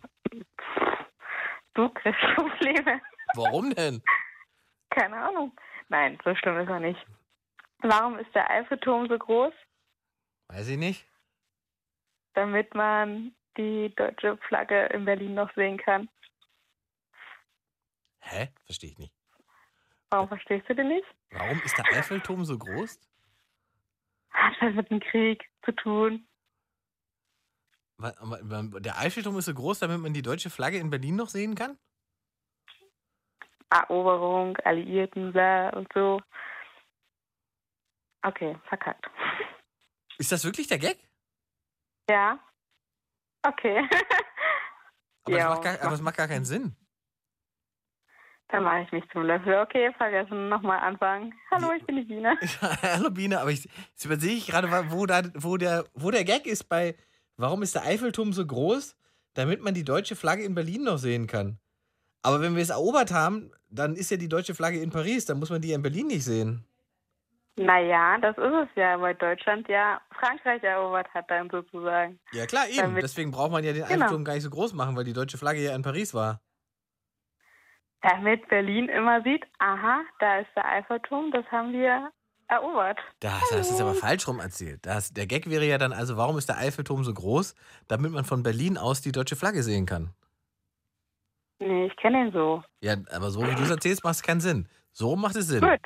Speaker 13: Du kriegst Probleme.
Speaker 1: Warum denn?
Speaker 13: Keine Ahnung. Nein, so schlimm ist er nicht. Warum ist der Eiffelturm so groß?
Speaker 1: Weiß ich nicht.
Speaker 13: Damit man die deutsche Flagge in Berlin noch sehen kann.
Speaker 1: Hä? Verstehe ich nicht.
Speaker 13: Warum verstehst du den nicht?
Speaker 1: Warum ist der Eiffelturm so groß?
Speaker 13: Hat was mit dem Krieg zu tun.
Speaker 1: Wa- wa- Der Eiffelturm ist so groß, damit man die deutsche Flagge in Berlin noch sehen kann?
Speaker 13: Eroberung, Alliierten, bla und so. Okay, verkackt.
Speaker 1: Ist das wirklich der Gag?
Speaker 13: Ja. Okay.
Speaker 1: Aber,
Speaker 13: Ja,
Speaker 1: das, macht gar, aber das macht gar keinen Sinn.
Speaker 13: Dann mache ich mich zum Löffel. Okay, vergessen. Nochmal anfangen. Hallo, ich bin die Biene.
Speaker 1: Hallo Biene, aber ich, jetzt übersehe ich gerade, wa- wo, da, wo, der, wo der Gag ist bei Warum ist der Eiffelturm so groß? Damit man die deutsche Flagge in Berlin noch sehen kann. Aber wenn wir es erobert haben, dann ist ja die deutsche Flagge in Paris, dann muss man die in Berlin nicht sehen.
Speaker 13: Naja, das ist es ja, weil Deutschland ja Frankreich erobert hat dann sozusagen.
Speaker 1: Ja klar, eben.
Speaker 13: Damit-
Speaker 1: Deswegen braucht man ja den
Speaker 13: Genau.
Speaker 1: Eiffelturm gar nicht so groß machen, weil die deutsche Flagge ja in Paris war.
Speaker 13: Damit Berlin immer sieht, aha, da ist der Eiffelturm, das haben wir erobert.
Speaker 1: Das hast du es aber falsch rum erzählt. Das, der Gag wäre ja dann also, warum ist der Eiffelturm so groß? Damit man von Berlin aus die deutsche Flagge sehen kann.
Speaker 13: Nee, ich kenne ihn so.
Speaker 1: Ja, aber so wie du es erzählst, macht es keinen Sinn. So macht es Sinn.
Speaker 13: Gut.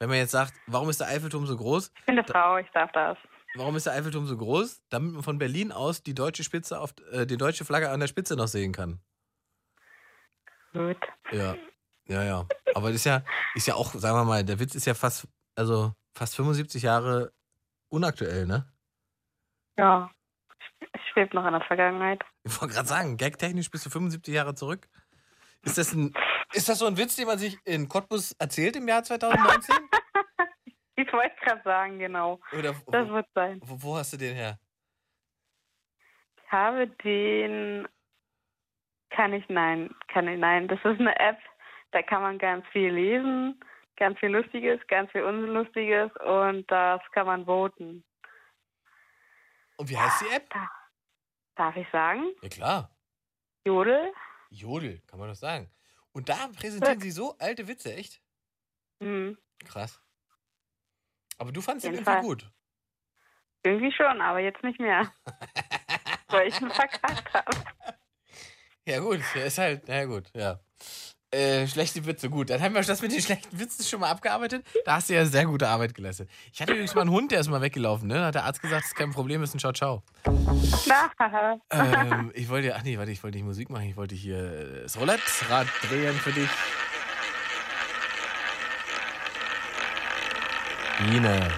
Speaker 1: Wenn man jetzt sagt, warum ist der Eiffelturm so groß?
Speaker 13: Ich bin eine Frau, ich darf das.
Speaker 1: Warum ist der Eiffelturm so groß? Damit man von Berlin aus die deutsche Spitze auf äh, die deutsche Flagge an der Spitze noch sehen kann.
Speaker 13: Gut.
Speaker 1: Ja. Ja, ja. Aber das ist ja, ist ja auch, sagen wir mal, der Witz ist ja fast, also fast 75 Jahre unaktuell, ne?
Speaker 13: Ja. Ich schwebe noch in der Vergangenheit.
Speaker 1: Ich wollte gerade sagen, gagtechnisch bist du 75 Jahre zurück. Ist das, ein, ist das so ein Witz, den man sich in Cottbus erzählt im Jahr 2019?
Speaker 13: Ich wollte gerade sagen, genau.
Speaker 1: Oder
Speaker 13: Das wird sein.
Speaker 1: wo, wo hast du den her?
Speaker 13: Ich habe den. Kann ich nein, kann ich nein. Das ist eine App, da kann man ganz viel lesen, ganz viel Lustiges, ganz viel Unlustiges und das kann man voten.
Speaker 1: Und wie heißt die App?
Speaker 13: Darf ich sagen?
Speaker 1: Ja klar,
Speaker 13: Jodel?
Speaker 1: Jodel, kann man doch sagen. Und da präsentieren sie so alte Witze, echt?
Speaker 13: Hm,
Speaker 1: Krass. Aber du fandst ihn
Speaker 13: Jedenfalls.
Speaker 1: irgendwie gut.
Speaker 13: irgendwie schon, aber jetzt nicht mehr. Weil ich ihn verkackt habe.
Speaker 1: Ja gut, ja, ist halt, na ja, gut, ja. Äh, schlechte Witze, gut. Dann haben wir das mit den schlechten Witzen schon mal abgearbeitet. Da hast du ja sehr gute Arbeit geleistet. Ich hatte übrigens mal einen Hund, der ist mal weggelaufen, ne? Da hat der Arzt gesagt, das ist kein Problem, ist ein Ciao-Ciao.
Speaker 13: Na,
Speaker 1: ähm, ich wollte, ach nee, warte, ich wollte nicht Musik machen, ich wollte hier äh, das Roulette-Rad drehen für dich. Biene.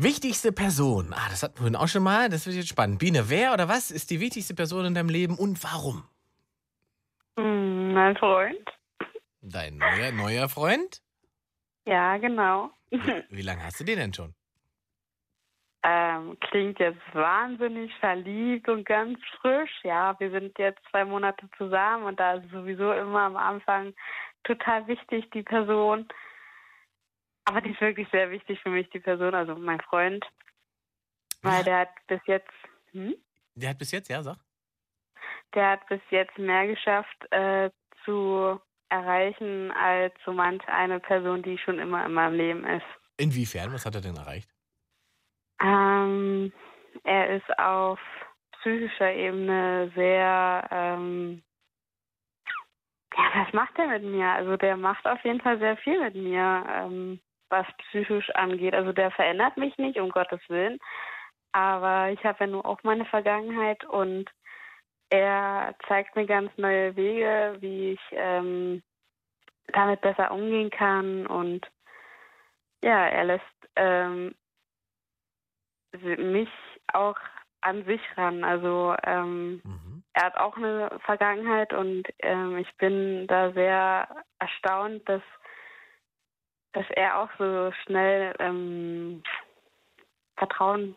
Speaker 1: Wichtigste Person. Ah, das hatten wir vorhin auch schon mal. Das wird jetzt spannend. Biene, wer oder was ist die wichtigste Person in deinem Leben und warum?
Speaker 13: Hm, mein Freund?
Speaker 1: Dein neuer, neuer Freund?
Speaker 13: Ja, genau.
Speaker 1: Wie lange hast du den denn schon?
Speaker 13: Ähm, klingt jetzt wahnsinnig verliebt und ganz frisch. Ja, wir sind jetzt zwei Monate zusammen und da ist sowieso immer am Anfang total wichtig, die Person. Aber die ist wirklich sehr wichtig für mich, die Person, also mein Freund. Weil der hat bis jetzt, hm?
Speaker 1: Der hat bis jetzt, ja, sag.
Speaker 13: der hat bis jetzt mehr geschafft äh, zu erreichen als so manch eine Person, die schon immer in meinem Leben ist.
Speaker 1: Inwiefern? Was hat er denn erreicht?
Speaker 13: Ähm, er ist auf psychischer Ebene sehr, ähm, ja, was macht er mit mir? Also der macht auf jeden Fall sehr viel mit mir, ähm, was psychisch angeht. Also der verändert mich nicht, um Gottes Willen. Aber ich habe ja nur auch meine Vergangenheit und er zeigt mir ganz neue Wege, wie ich ähm, damit besser umgehen kann. Und ja, er lässt ähm, mich auch an sich ran. Also ähm, er hat auch eine Vergangenheit und ähm, ich bin da sehr erstaunt, dass, dass er auch so schnell ähm, Vertrauen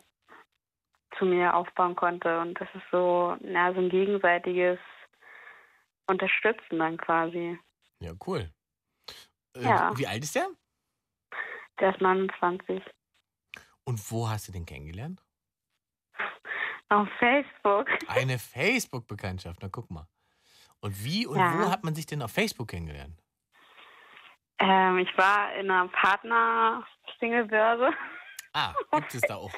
Speaker 13: zu mir aufbauen konnte. Und das ist so, na, so ein gegenseitiges Unterstützen dann quasi.
Speaker 1: Ja, cool. Äh,
Speaker 13: Ja.
Speaker 1: Wie alt ist der?
Speaker 13: Der ist 29.
Speaker 1: Und wo hast du den kennengelernt?
Speaker 13: Auf Facebook.
Speaker 1: Eine Facebook-Bekanntschaft, na guck mal. Und wie und
Speaker 13: Ja.
Speaker 1: wo hat man sich denn auf Facebook kennengelernt?
Speaker 13: Ähm, ich war in einer Partner-Single-Börse.
Speaker 1: Ah, gibt es da auch.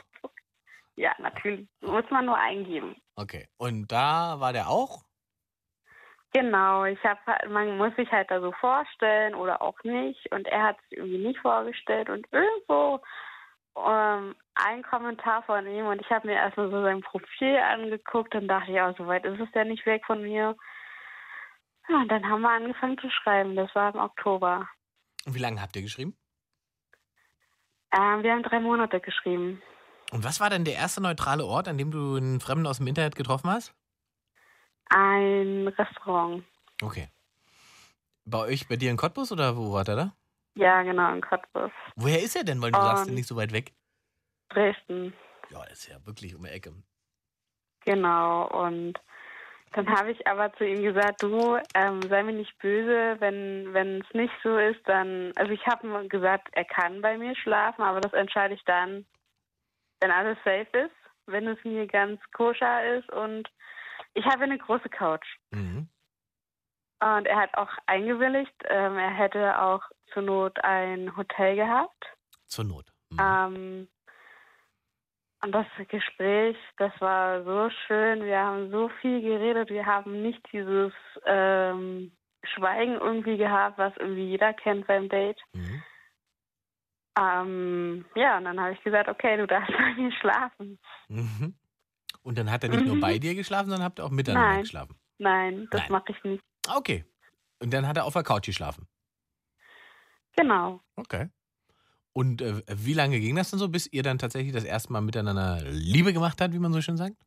Speaker 13: Ja, natürlich. Muss man nur eingeben.
Speaker 1: Okay. Und da war der auch?
Speaker 13: Genau, ich habe man muss sich halt da so vorstellen oder auch nicht. Und er hat sich irgendwie nicht vorgestellt und irgendwo ähm, ein Kommentar von ihm und ich habe mir erstmal so sein Profil angeguckt und dachte, ja, so weit ist es ja nicht weg von mir. Ja, und dann haben wir angefangen zu schreiben. Das war im Oktober.
Speaker 1: Und wie lange habt ihr geschrieben?
Speaker 13: Ähm, wir haben drei Monate geschrieben.
Speaker 1: Und was war denn der erste neutrale Ort, an dem du einen Fremden aus dem Internet getroffen hast?
Speaker 13: Ein Restaurant.
Speaker 1: Okay. Bei euch, bei dir in Cottbus oder wo war der da?
Speaker 13: Ja, genau, in Cottbus.
Speaker 1: Woher ist er denn? Weil du sagst,
Speaker 13: Ähm.
Speaker 1: nicht so weit weg.
Speaker 13: Dresden.
Speaker 1: Ja, ist ja wirklich um die Ecke.
Speaker 13: Genau, und dann habe ich aber zu ihm gesagt, du, ähm, sei mir nicht böse, wenn wenn es nicht so ist, dann, also ich habe ihm gesagt, er kann bei mir schlafen, aber das entscheide ich dann, wenn alles safe ist, wenn es mir ganz koscher ist und ich habe eine große Couch.
Speaker 1: Mhm.
Speaker 13: Und er hat auch eingewilligt, ähm, er hätte auch zur Not ein Hotel gehabt.
Speaker 1: Zur Not. Mhm.
Speaker 13: Ähm, und das Gespräch, das war so schön. Wir haben so viel geredet. Wir haben nicht dieses ähm, Schweigen irgendwie gehabt, was irgendwie jeder kennt beim Date. Ähm, ja, und dann habe ich gesagt, okay, du darfst bei mir schlafen.
Speaker 1: Mhm. Und dann hat er nicht nur
Speaker 13: Mhm.
Speaker 1: bei dir geschlafen, sondern habt ihr auch miteinander
Speaker 13: Nein.
Speaker 1: geschlafen.
Speaker 13: Nein, das mache ich nicht.
Speaker 1: Ah, Okay. Und dann hat er auf der Couch geschlafen.
Speaker 4: Genau.
Speaker 1: Okay. Und äh, wie lange ging das denn so, bis ihr dann tatsächlich das erste Mal miteinander Liebe gemacht habt, wie man so schön sagt?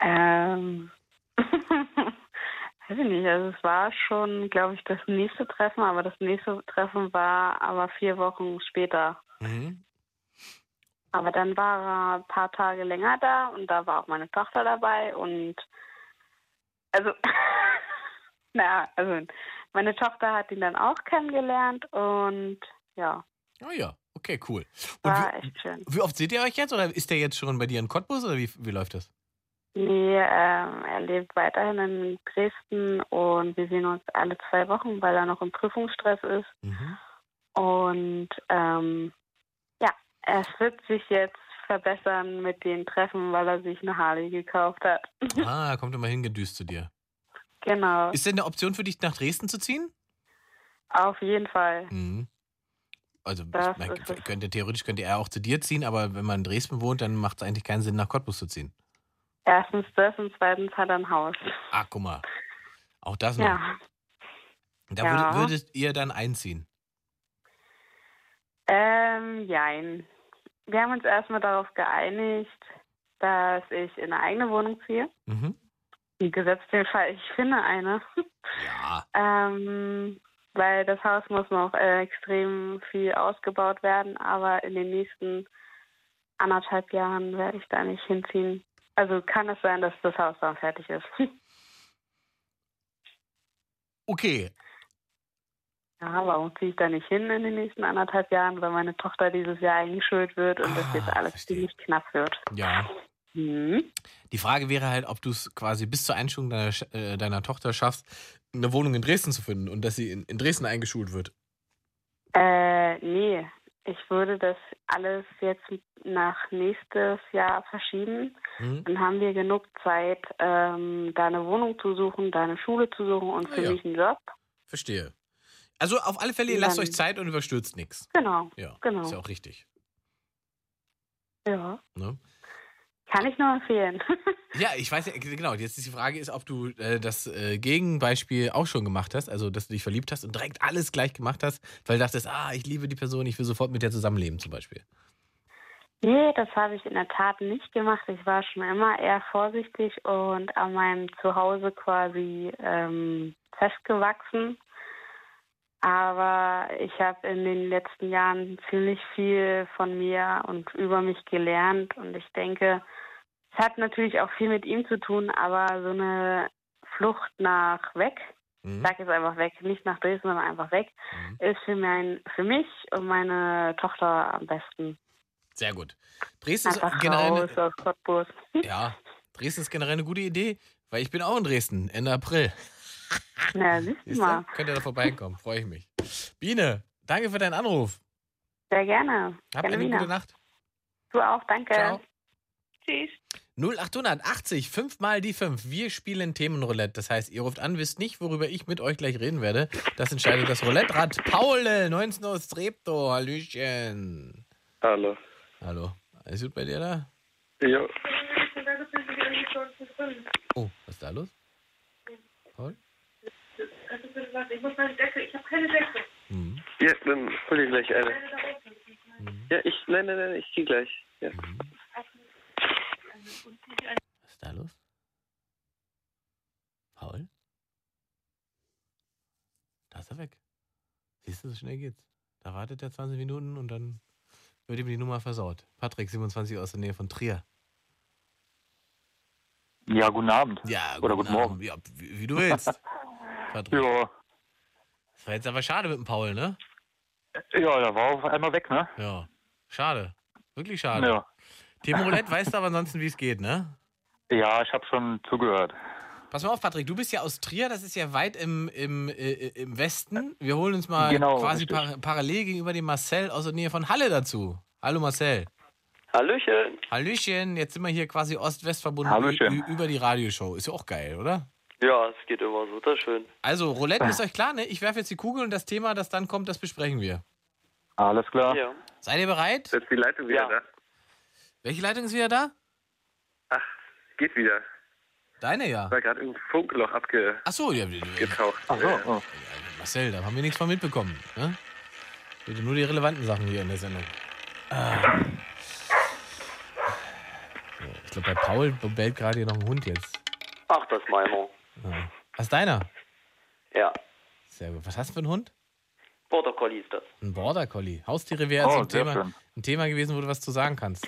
Speaker 13: Ähm. Weiß ich nicht, also es war schon, glaube ich, das nächste Treffen, aber das nächste Treffen war aber vier Wochen später.
Speaker 1: Mhm.
Speaker 13: Aber dann war er ein paar Tage länger da und da war auch meine Tochter dabei und also na, also meine Tochter hat ihn dann auch kennengelernt und ja,
Speaker 1: Oh ja, okay, cool. Und
Speaker 13: war
Speaker 1: wie,
Speaker 13: Ah, echt schön.
Speaker 1: wie oft seht ihr euch jetzt oder ist der jetzt schon bei dir in Cottbus oder wie, wie läuft das?
Speaker 13: Nee, ähm, er lebt weiterhin in Dresden und wir sehen uns alle zwei Wochen, weil er noch im Prüfungsstress ist. Und ähm, ja, es wird sich jetzt verbessern mit den Treffen, weil er sich eine Harley gekauft hat.
Speaker 1: Ah, er kommt immer hingedüst zu dir.
Speaker 13: Genau,
Speaker 1: Ist denn eine Option für dich, nach Dresden zu ziehen?
Speaker 13: auf jeden Fall.
Speaker 1: Mhm. Also
Speaker 13: Das
Speaker 1: man
Speaker 13: ist es.
Speaker 1: könnte, theoretisch könnte er auch zu dir ziehen, aber wenn man in Dresden wohnt, dann macht es eigentlich keinen Sinn, nach Cottbus zu ziehen.
Speaker 13: Erstens das und zweitens hat er ein Haus.
Speaker 1: Ah, guck mal. Auch das noch.
Speaker 13: Ja.
Speaker 1: Da
Speaker 13: Ja.
Speaker 1: würdet, würdet ihr dann einziehen.
Speaker 13: Ähm, jein. Wir haben uns erstmal darauf geeinigt, dass ich in eine eigene Wohnung ziehe.
Speaker 1: Mhm.
Speaker 13: Gesetzt den Fall, ich finde eine.
Speaker 1: Ja.
Speaker 13: ähm, weil das Haus muss noch äh, extrem viel ausgebaut werden, aber in den nächsten anderthalb Jahren werde ich da nicht hinziehen. Also kann es sein, dass das Haus dann fertig ist.
Speaker 1: Okay.
Speaker 13: Ja, warum ziehe ich da nicht hin in den nächsten anderthalb Jahren, weil meine Tochter dieses Jahr eigentlich schuld wird und
Speaker 1: Ah,
Speaker 13: das jetzt alles ziemlich knapp wird.
Speaker 1: Ja.
Speaker 13: Mhm.
Speaker 1: Die Frage wäre halt, ob du es quasi bis zur Einschulung deiner, Sch- äh, deiner Tochter schaffst, eine Wohnung in Dresden zu finden und dass sie in, in Dresden eingeschult wird.
Speaker 13: Äh, nee. Ich würde das alles jetzt nach nächstes Jahr verschieben.
Speaker 1: Mhm.
Speaker 13: Dann haben wir genug Zeit, ähm, da eine Wohnung zu suchen, da eine Schule zu suchen und für
Speaker 1: Ah ja.
Speaker 13: mich einen Job.
Speaker 1: Verstehe. Also auf alle Fälle, ihr
Speaker 13: Ja.
Speaker 1: lasst euch Zeit und überstürzt nichts.
Speaker 13: Genau.
Speaker 1: Ja,
Speaker 13: genau.
Speaker 1: ist ja auch richtig.
Speaker 13: Ja.
Speaker 1: Ne?
Speaker 13: Kann ich nur empfehlen.
Speaker 1: Ja, ich weiß ja, genau. Jetzt ist die Frage, ist, ob du äh, das äh, Gegenbeispiel auch schon gemacht hast, also dass du dich verliebt hast und direkt alles gleich gemacht hast, weil du dachtest, ah, ich liebe die Person, ich will sofort mit der zusammenleben zum Beispiel.
Speaker 13: Nee, das habe ich in der Tat nicht gemacht. Ich war schon immer eher vorsichtig und an meinem Zuhause quasi ähm, festgewachsen. Aber ich habe in den letzten Jahren ziemlich viel von mir und über mich gelernt. Und ich denke, es hat natürlich auch viel mit ihm zu tun, aber so eine Flucht nach weg, ich sag jetzt einfach weg, nicht nach Dresden, sondern einfach weg, ist für, mein, für mich und meine Tochter am besten.
Speaker 1: Sehr gut. Dresden ist
Speaker 13: Einfach
Speaker 1: generell eine-
Speaker 13: raus aus Cottbus.
Speaker 1: Ja, Dresden ist generell eine gute Idee, weil ich bin auch in Dresden Ende April.
Speaker 13: Na, siehst du
Speaker 1: Siehst
Speaker 13: mal.
Speaker 1: du? Könnt ihr da vorbeikommen, freue ich mich. Biene, danke für deinen Anruf.
Speaker 13: Sehr gerne.
Speaker 1: Habt
Speaker 13: gerne
Speaker 1: eine
Speaker 13: wieder.
Speaker 1: gute Nacht.
Speaker 13: Du auch, danke.
Speaker 1: Ciao.
Speaker 13: Tschüss.
Speaker 1: 0880, 5 mal die 5. Wir spielen Themenroulette. Das heißt, ihr ruft an, wisst nicht, worüber ich mit euch gleich reden werde. Das entscheidet das Roulette-Rad. Paul, 19 aus Treptow. Hallöchen.
Speaker 12: Hallo.
Speaker 1: Hallo. Alles gut bei dir da?
Speaker 12: Ja.
Speaker 1: Oh, was ist da los? Paul?
Speaker 3: Ich muss meine Decke, ich habe keine Decke.
Speaker 12: Ja, dann hol dir gleich eine. Ja, ich, nein, nein, nein, ich zieh gleich. Ja.
Speaker 1: Was ist da los? Paul? Da ist er weg. Siehst du, so schnell geht's. Da wartet er 20 Minuten und dann wird ihm die Nummer versaut. Patrick, 27 aus der Nähe von Trier.
Speaker 14: Ja, guten Abend.
Speaker 1: Ja,
Speaker 14: Oder guten
Speaker 1: Abend.
Speaker 14: Morgen.
Speaker 1: Ja, wie, wie du willst. Patrick.
Speaker 14: Ja.
Speaker 1: Das war jetzt aber schade mit dem Paul, ne?
Speaker 14: Ja, da war auf einmal weg, ne?
Speaker 1: Ja. Schade. Wirklich schade.
Speaker 14: Ja.
Speaker 1: Thema Roulette weißt du aber ansonsten, wie es geht, ne?
Speaker 14: Ja, ich habe schon zugehört.
Speaker 1: Pass mal auf, Patrick, du bist ja aus Trier, das ist ja weit im, im, äh, im Westen. Wir holen uns mal
Speaker 14: Genau,
Speaker 1: quasi
Speaker 14: richtig.
Speaker 1: par parallel gegenüber dem Marcel aus der Nähe von Halle dazu. Hallo Marcel.
Speaker 15: Hallöchen.
Speaker 1: Hallöchen, jetzt sind wir hier quasi Ost-West verbunden
Speaker 15: Hallöchen.
Speaker 1: ü- über die Radioshow. Ist ja auch geil, oder?
Speaker 15: Ja, es geht immer so, das ist schön.
Speaker 1: Also, Roulette ist euch klar, ne? Ich werfe jetzt die Kugel und das Thema, das dann kommt, das besprechen wir.
Speaker 14: Alles klar.
Speaker 15: Ja.
Speaker 1: Seid ihr bereit?
Speaker 12: Jetzt ist die Leitung wieder da.
Speaker 1: Welche Leitung ist wieder da?
Speaker 12: Geht wieder.
Speaker 1: Deine ja.
Speaker 15: War gerade irgendein Funkloch abge
Speaker 1: Ach so, ja,
Speaker 15: getaucht.
Speaker 1: Ja.
Speaker 15: oh.
Speaker 1: Marcel, da haben wir nichts von mitbekommen. Ne? Bitte nur die relevanten Sachen hier in der Sendung. Ah. So, Ich glaube, bei Paul bellt gerade hier noch ein Hund jetzt.
Speaker 15: Ach, das Malmo.
Speaker 1: Ah. Was ist deiner?
Speaker 15: Ja.
Speaker 1: Sehr gut. Was hast du für einen Hund?
Speaker 15: Border Collie ist das.
Speaker 1: Ein Border Collie. Haustiere wäre also
Speaker 15: Oh,
Speaker 1: ein,
Speaker 15: sehr
Speaker 1: Thema,
Speaker 15: schön.
Speaker 1: ein Thema gewesen, wo du was zu sagen kannst.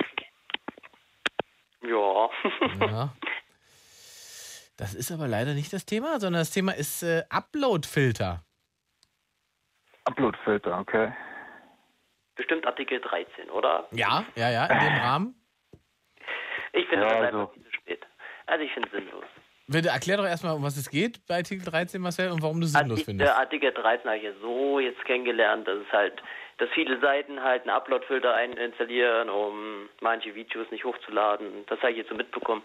Speaker 15: Ja.
Speaker 1: Ja. Das ist aber leider nicht das Thema, sondern das Thema ist äh, Upload-Filter.
Speaker 14: Uploadfilter, okay.
Speaker 15: Bestimmt Artikel 13, oder?
Speaker 1: Ja, ja, ja, in dem Rahmen.
Speaker 15: Ich finde
Speaker 1: Ja,
Speaker 15: das
Speaker 1: also-
Speaker 15: einfach viel zu spät. Also ich finde es sinnlos.
Speaker 1: Bitte erklär doch erstmal, um was es geht bei Artikel 13, Marcel, und warum du es sinnlos findest.
Speaker 15: Der äh, Artikel 13 habe ich ja so jetzt kennengelernt, dass es halt, dass viele Seiten halt einen Upload-Filter ein- installieren, um manche Videos nicht hochzuladen. Das habe ich jetzt so mitbekommen.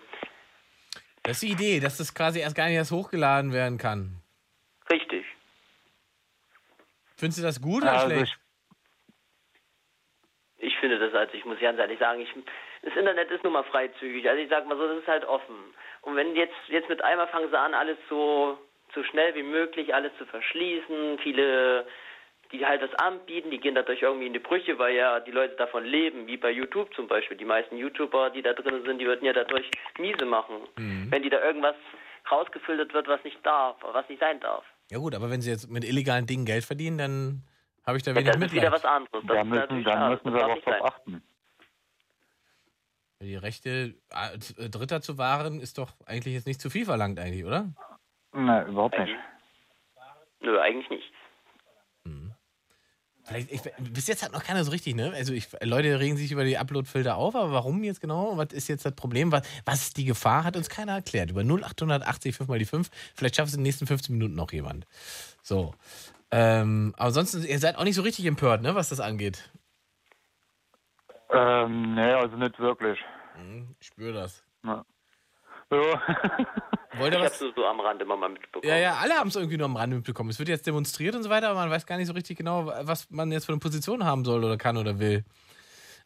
Speaker 1: Das ist die Idee, dass das quasi erst gar nicht erst hochgeladen werden kann.
Speaker 15: Richtig.
Speaker 1: Findest du das gut oder
Speaker 15: Also
Speaker 1: schlecht?
Speaker 15: Ich finde das, also ich muss ganz ehrlich sagen, ich, das Internet ist nun mal freizügig. Also ich sag mal so, das ist halt offen. Und wenn jetzt, jetzt mit einmal fangen sie an, alles so, so schnell wie möglich, alles zu verschließen, viele, die halt das anbieten, die gehen dadurch irgendwie in die Brüche, weil ja die Leute davon leben, wie bei YouTube zum Beispiel. Die meisten YouTuber, die da drin sind, die würden ja dadurch miese machen, wenn die da irgendwas rausgefiltert wird, was nicht darf, was nicht sein darf.
Speaker 1: Ja gut, aber wenn sie jetzt mit illegalen Dingen Geld verdienen, dann habe ich da
Speaker 15: Ja,
Speaker 1: wenig
Speaker 15: das ist
Speaker 1: Mitleid.
Speaker 15: wieder was anderes. Das
Speaker 14: Da
Speaker 15: ist
Speaker 14: müssen,
Speaker 15: natürlich
Speaker 14: da
Speaker 15: klar,
Speaker 14: müssen
Speaker 15: das
Speaker 14: sie
Speaker 15: darf
Speaker 14: aber
Speaker 15: nicht
Speaker 14: drauf
Speaker 15: sein.
Speaker 14: achten.
Speaker 1: Die Rechte äh, Dritter zu wahren ist doch eigentlich jetzt nicht zu viel verlangt eigentlich, oder?
Speaker 14: Ne, überhaupt
Speaker 8: Äh,
Speaker 14: nicht.
Speaker 15: Nö, eigentlich nicht.
Speaker 1: Vielleicht, ich, bis jetzt hat noch keiner so richtig, ne? Also ich, Leute regen sich über die Upload-Filter auf, aber warum jetzt genau? Was ist jetzt das Problem? Was, was ist die Gefahr? Hat uns keiner erklärt. Über 0880 5 mal die 5. Vielleicht schafft es in den nächsten 15 Minuten noch jemand. So. Ähm, aber ansonsten, ihr seid auch nicht so richtig empört, ne, was das angeht.
Speaker 14: Ähm, ne, also nicht wirklich.
Speaker 1: Hm, Ich spüre das.
Speaker 14: Ja. Ja.
Speaker 1: Wollt ihr
Speaker 15: ich
Speaker 1: was-
Speaker 15: hab's nur so am Rand immer mal mitbekommen.
Speaker 1: Ja, ja, alle haben es irgendwie nur am Rande mitbekommen. Es wird jetzt demonstriert und so weiter, aber man weiß gar nicht so richtig genau, was man jetzt für eine Position haben soll oder kann oder will.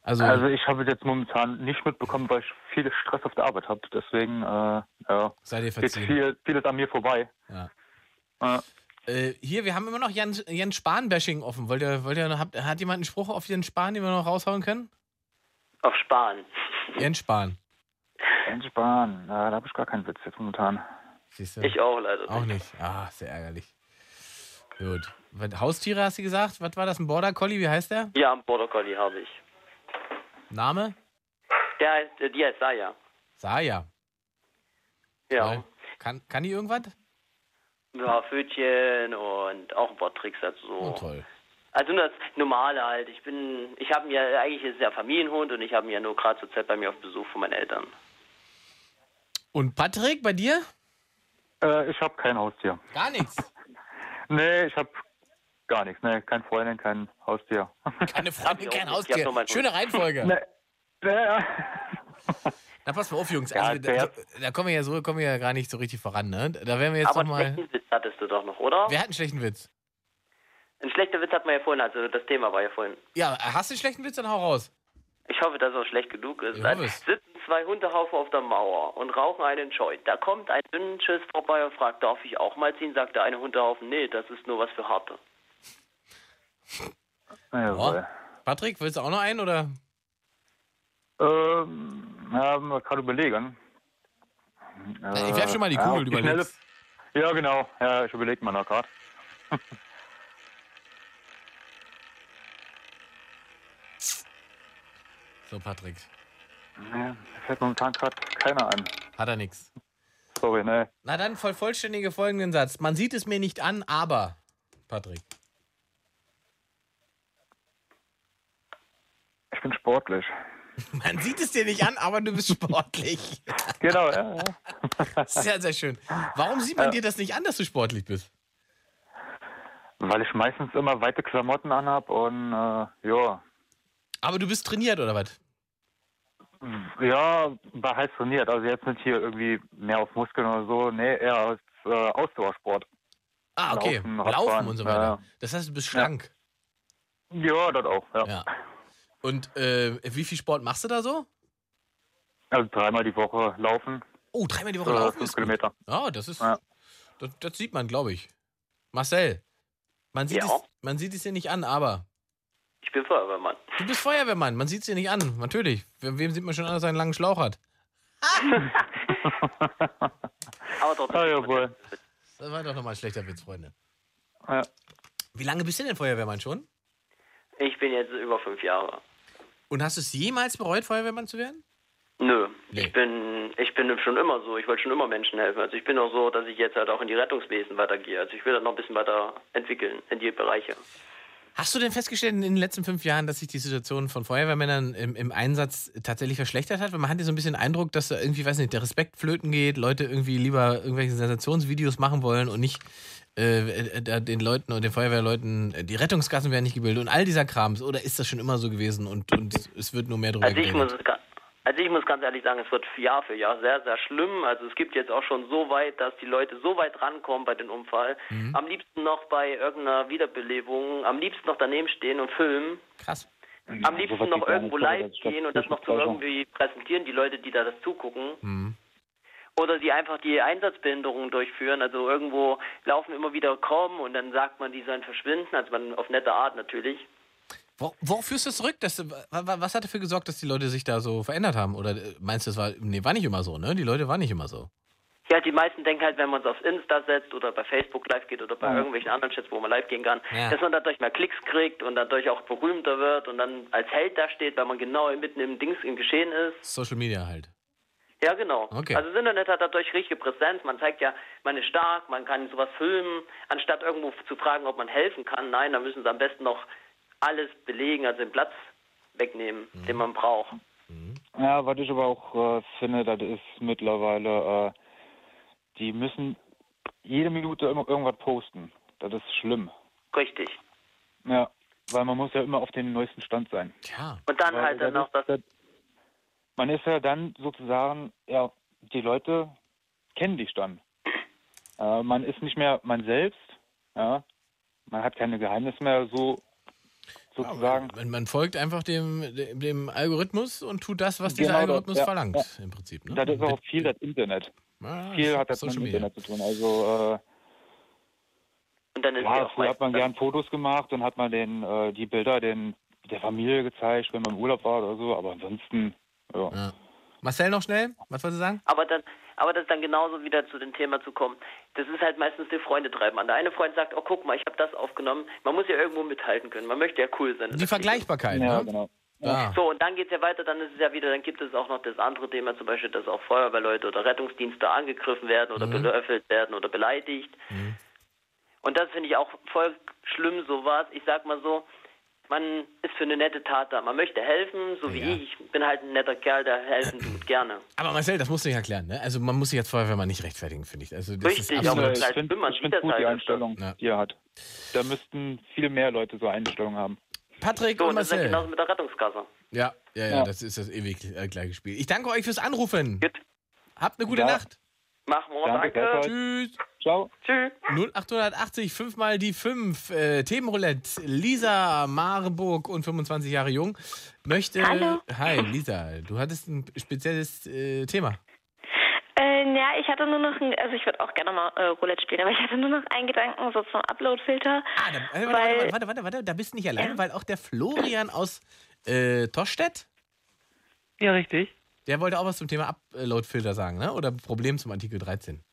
Speaker 1: Also,
Speaker 14: Also, ich habe es jetzt momentan nicht mitbekommen, weil ich viel Stress auf der Arbeit habe. Deswegen, äh, ja.
Speaker 1: Seid ihr
Speaker 14: Geht
Speaker 1: verziehen.
Speaker 14: viel, vieles an mir vorbei.
Speaker 1: Ja.
Speaker 14: Ja.
Speaker 1: Äh, hier, wir haben immer noch Jens, Jens Spahn-Bashing offen. Wollt ihr, wollt ihr, noch- habt, hat jemand einen Spruch auf Jens Spahn, den wir noch raushauen können?
Speaker 15: Auf Spahn.
Speaker 1: Jens Spahn.
Speaker 14: Jens Spahn, na, da habe ich gar keinen Witz jetzt momentan.
Speaker 1: Siehst
Speaker 15: Ich auch leider.
Speaker 1: Auch nicht. Ah, sehr ärgerlich. Gut. Was- Haustiere hast du gesagt? Was war das? Ein Border Collie? Wie heißt der?
Speaker 15: Ja, einen Border Collie habe ich.
Speaker 1: Name?
Speaker 15: Der heißt, äh, die heißt Saya.
Speaker 1: Saya.
Speaker 15: Ja.
Speaker 1: Weil- Kann, kann die irgendwas?
Speaker 15: Ja, Pfötchen und auch ein paar Tricks dazu.
Speaker 1: Oh, toll.
Speaker 15: Also nur das Normale halt. Ich bin, ich habe mir, eigentlich ist es ja Familienhund und ich habe ihn ja nur gerade zur Zeit bei mir auf Besuch von meinen Eltern.
Speaker 1: Und Patrick, bei dir?
Speaker 14: Äh, ich habe kein Haustier.
Speaker 1: Gar nichts.
Speaker 14: Nee, ich habe gar nichts. Nee, kein Freundin, kein Haustier.
Speaker 1: Keine Freundin, kein
Speaker 14: Ich hab
Speaker 1: Haustier.
Speaker 14: nur meinen Hund.
Speaker 1: Schöne Reihenfolge.
Speaker 14: Nee.
Speaker 1: Na, pass mal auf, Jungs.
Speaker 14: Ja,
Speaker 1: Also, da,
Speaker 14: der-
Speaker 1: da kommen wir ja so, kommen wir ja gar nicht so richtig voran, ne? Da wären wir jetzt
Speaker 15: Aber einen
Speaker 1: nochmal.
Speaker 15: schlechten Witz hattest du doch noch, oder?
Speaker 1: Wer hat einen schlechten Witz?
Speaker 15: Ein schlechter Witz hat man ja vorhin, also das Thema war ja vorhin.
Speaker 1: Ja, hast du einen schlechten Witz, dann hau raus.
Speaker 15: Ich hoffe, dass er schlecht genug ist.
Speaker 1: Ich
Speaker 15: Also,
Speaker 1: hoffe es.
Speaker 15: sitzen zwei Hundehaufen auf der Mauer und rauchen einen Joint. Da kommt ein dünner Schiss vorbei und fragt, darf ich auch mal ziehen? Sagt der eine Hundehaufen, nee, das ist nur was für Harte.
Speaker 14: Jawohl.
Speaker 1: Oh. Patrick, willst du auch noch einen oder?
Speaker 14: Ähm, ja, mal gerade überlegen.
Speaker 1: ich werf schon mal die
Speaker 14: ja,
Speaker 1: Kugel,
Speaker 14: auf
Speaker 1: du überlegst.
Speaker 14: Schnelle- Ja, genau. Ja, ich überlege mal noch gerade.
Speaker 1: So, Patrick.
Speaker 14: Nee, mir fällt momentan gerade keiner ein.
Speaker 1: Hat er nichts.
Speaker 14: Sorry, ne.
Speaker 1: Na dann voll vollständige folgenden Satz. Man sieht es mir nicht an, aber. Patrick.
Speaker 14: Ich bin sportlich.
Speaker 1: Man sieht es dir nicht an, aber du bist sportlich.
Speaker 14: Genau, ja, ja.
Speaker 1: Sehr, sehr schön. Warum sieht man
Speaker 14: Ja.
Speaker 1: dir das nicht an, dass du sportlich bist?
Speaker 14: Weil ich meistens immer weite Klamotten anhab und äh, ja,
Speaker 1: Aber du bist trainiert oder was?
Speaker 14: ja, war halt trainiert. Also jetzt nicht hier irgendwie mehr auf Muskeln oder so, nee, eher als äh, Ausdauersport.
Speaker 1: Ah, okay. Laufen,
Speaker 14: Radfahren,
Speaker 1: und so weiter.
Speaker 14: ja.
Speaker 1: Das heißt, du bist schlank.
Speaker 14: Ja, das auch, ja.
Speaker 1: Und äh, wie viel Sport machst du da so?
Speaker 14: Also dreimal die Woche laufen,
Speaker 1: Oh, dreimal die Woche
Speaker 14: Äh,
Speaker 1: laufen
Speaker 14: fünf
Speaker 1: ist gut.
Speaker 14: Kilometer.
Speaker 1: Ja, das ist. Das, das sieht man, glaube ich. Marcel, man sieht,
Speaker 15: Ja.
Speaker 1: es, man sieht es dir nicht an, aber.
Speaker 15: Ich bin Feuerwehrmann.
Speaker 1: Du bist Feuerwehrmann, man sieht es dir nicht an, natürlich. We- Wem sieht man schon an, dass er einen langen Schlauch hat?
Speaker 15: Aber doch,
Speaker 14: ah, jawohl.
Speaker 1: Das war doch nochmal ein schlechter Witz, Freunde.
Speaker 14: Ja.
Speaker 1: Wie lange bist du denn Feuerwehrmann schon?
Speaker 15: Ich bin jetzt über fünf Jahre.
Speaker 1: Und hast du es jemals bereut, Feuerwehrmann zu werden?
Speaker 15: Nö, ich bin ich bin schon immer so. Ich wollte schon immer Menschen helfen. Also ich bin auch so, dass ich jetzt halt auch in die Rettungswesen weitergehe. Also ich will das noch ein bisschen weiter entwickeln in die Bereiche.
Speaker 1: Hast du denn festgestellt in den letzten fünf Jahren, dass sich die Situation von Feuerwehrmännern im, im Einsatz tatsächlich verschlechtert hat? Weil man hat ja so ein bisschen den Eindruck, dass da irgendwie, weiß nicht, der Respekt flöten geht, Leute irgendwie lieber irgendwelche Sensationsvideos machen wollen und nicht äh, äh, da den Leuten und den Feuerwehrleuten, äh, die Rettungsgassen werden nicht gebildet und all dieser Krams. Oder ist das schon immer so gewesen und, und es wird nur mehr drüber
Speaker 15: Also ich
Speaker 1: geredet?
Speaker 15: muss es ga- also ich muss ganz ehrlich sagen, es wird Jahr für Jahr sehr, sehr schlimm. Also es gibt jetzt auch schon so weit, dass die Leute so weit rankommen bei dem Unfall.
Speaker 1: Mhm.
Speaker 15: Am liebsten noch bei irgendeiner Wiederbelebung, am liebsten noch daneben stehen und filmen.
Speaker 1: Krass.
Speaker 15: Am liebsten noch irgendwo live gehen und das noch zu irgendwie präsentieren, die Leute, die da das zugucken.
Speaker 1: Mhm.
Speaker 15: Oder die einfach die Einsatzbehinderungen durchführen. Also irgendwo laufen immer wieder kommen und dann sagt man, die sollen verschwinden. Also man auf nette Art natürlich.
Speaker 1: Wo- Worauf führst du es zurück? Dass, wa- wa- was hat dafür gesorgt, dass die Leute sich da so verändert haben? Oder äh, meinst du, das war, nee, war nicht immer so, ne? Die Leute waren nicht immer so.
Speaker 15: Ja, die meisten denken halt, wenn man es auf Insta setzt oder bei Facebook live geht oder bei
Speaker 1: Ja.
Speaker 15: irgendwelchen anderen Chats, wo man live gehen kann,
Speaker 1: Ja.
Speaker 15: dass man dadurch mehr Klicks kriegt und dadurch auch berühmter wird und dann als Held da steht, weil man genau mitten im Dings im Geschehen ist.
Speaker 1: Social Media halt.
Speaker 15: Ja, genau.
Speaker 1: Okay.
Speaker 15: Also das Internet hat dadurch richtige Präsenz. Man zeigt ja, man ist stark, man kann sowas filmen. Anstatt irgendwo zu fragen, ob man helfen kann, nein, da müssen sie am besten noch alles belegen, also den Platz wegnehmen,
Speaker 1: Mhm.
Speaker 15: den man braucht.
Speaker 14: Ja, was ich aber auch äh, finde, das ist mittlerweile, äh, die müssen jede Minute immer irgendwas posten. Das ist schlimm.
Speaker 15: Richtig.
Speaker 14: Ja, weil man muss ja immer auf dem neuesten Stand sein.
Speaker 1: Tja.
Speaker 15: Und dann
Speaker 14: Weil
Speaker 15: halt
Speaker 14: das
Speaker 15: dann noch das
Speaker 14: ist- Man ist ja dann sozusagen, ja, die Leute kennen dich dann. Äh, man ist nicht mehr man selbst, ja. Man hat keine Geheimnisse mehr, so sozusagen.
Speaker 1: Man, man folgt einfach dem, dem, dem Algorithmus und tut das, was dieser
Speaker 14: Genau das,
Speaker 1: Algorithmus
Speaker 14: ja,
Speaker 1: verlangt,
Speaker 14: ja.
Speaker 1: im Prinzip. Ne?
Speaker 14: Das ist auch viel das Internet.
Speaker 1: Ah,
Speaker 14: viel hat das mit dem
Speaker 1: Social Media.
Speaker 14: Internet zu tun. Also,
Speaker 15: Und dann
Speaker 14: äh,
Speaker 15: ist ja
Speaker 14: ja,
Speaker 15: auch
Speaker 14: früher hat man gern
Speaker 15: meistens-
Speaker 14: Fotos gemacht und hat man den, äh, die Bilder den, der Familie gezeigt, wenn man im Urlaub war oder so. Aber ansonsten, ja.
Speaker 1: Marcel noch schnell? Was wolltest du sagen?
Speaker 15: Aber dann, aber das dann genauso wieder zu dem Thema zu kommen. Das ist halt meistens die Freunde treiben an. Der eine Freund sagt, oh guck mal, ich habe das aufgenommen. Man muss ja irgendwo mithalten können. Man möchte ja cool sein.
Speaker 1: Die Vergleichbarkeit,
Speaker 14: Ja,
Speaker 1: ne?
Speaker 14: genau.
Speaker 1: Ja.
Speaker 15: So, und dann geht's ja weiter, dann ist es ja wieder, dann gibt es auch noch das andere Thema, zum Beispiel, dass auch Feuerwehrleute oder Rettungsdienste angegriffen werden oder
Speaker 1: Mhm.
Speaker 15: belöffelt werden oder beleidigt. Und das finde ich auch voll schlimm, sowas. Ich sag mal so, man ist für eine nette Tat da. Man möchte helfen, so wie ich. Ich bin halt ein netter Kerl, der helfen tut gerne.
Speaker 1: Aber Marcel, das musst du nicht erklären, ne? Also man muss sich als Feuerwehrmann nicht rechtfertigen, finde ich. Also das
Speaker 15: Richtig,
Speaker 1: ist
Speaker 15: aber
Speaker 1: absolut...
Speaker 15: das heißt, wenn man
Speaker 14: Ich finde gut, die Einstellung, die er hat. Da müssten viel mehr Leute so eine Einstellung haben.
Speaker 1: Patrick
Speaker 15: So,
Speaker 1: und
Speaker 15: und das ist ja
Speaker 1: Marcel.
Speaker 15: genauso mit der Rettungskasse.
Speaker 1: Ja, ja, ja,
Speaker 15: Ja.
Speaker 1: das ist das ewig äh, gleiche Spiel. Ich danke euch fürs Anrufen. Habt eine gute
Speaker 15: Ja.
Speaker 1: Nacht.
Speaker 15: Machen wir
Speaker 1: Danke,
Speaker 15: danke.
Speaker 1: gleichfalls.
Speaker 15: danke.
Speaker 1: Tschüss.
Speaker 14: Ciao.
Speaker 15: Tschüss.
Speaker 1: 0880, 5 mal die 5. Äh, Themenroulette. Lisa, Marenburg und 25 Jahre jung, möchte.
Speaker 16: Hallo.
Speaker 1: Hi, Lisa. Du hattest ein spezielles äh, Thema.
Speaker 16: Äh, ja, ich hatte nur noch, ein, also ich würde auch gerne mal äh, Roulette spielen, aber ich hatte nur noch einen Gedanken so zum Upload-Filter.
Speaker 1: Ah, da, warte, warte,
Speaker 16: Weil-
Speaker 1: warte, warte, warte, warte, da bist du nicht alleine, weil auch der Florian aus äh, Tostedt.
Speaker 17: Ja, richtig.
Speaker 1: Der wollte auch was zum Thema Uploadfilter sagen, ne? Oder Problem zum Artikel 13.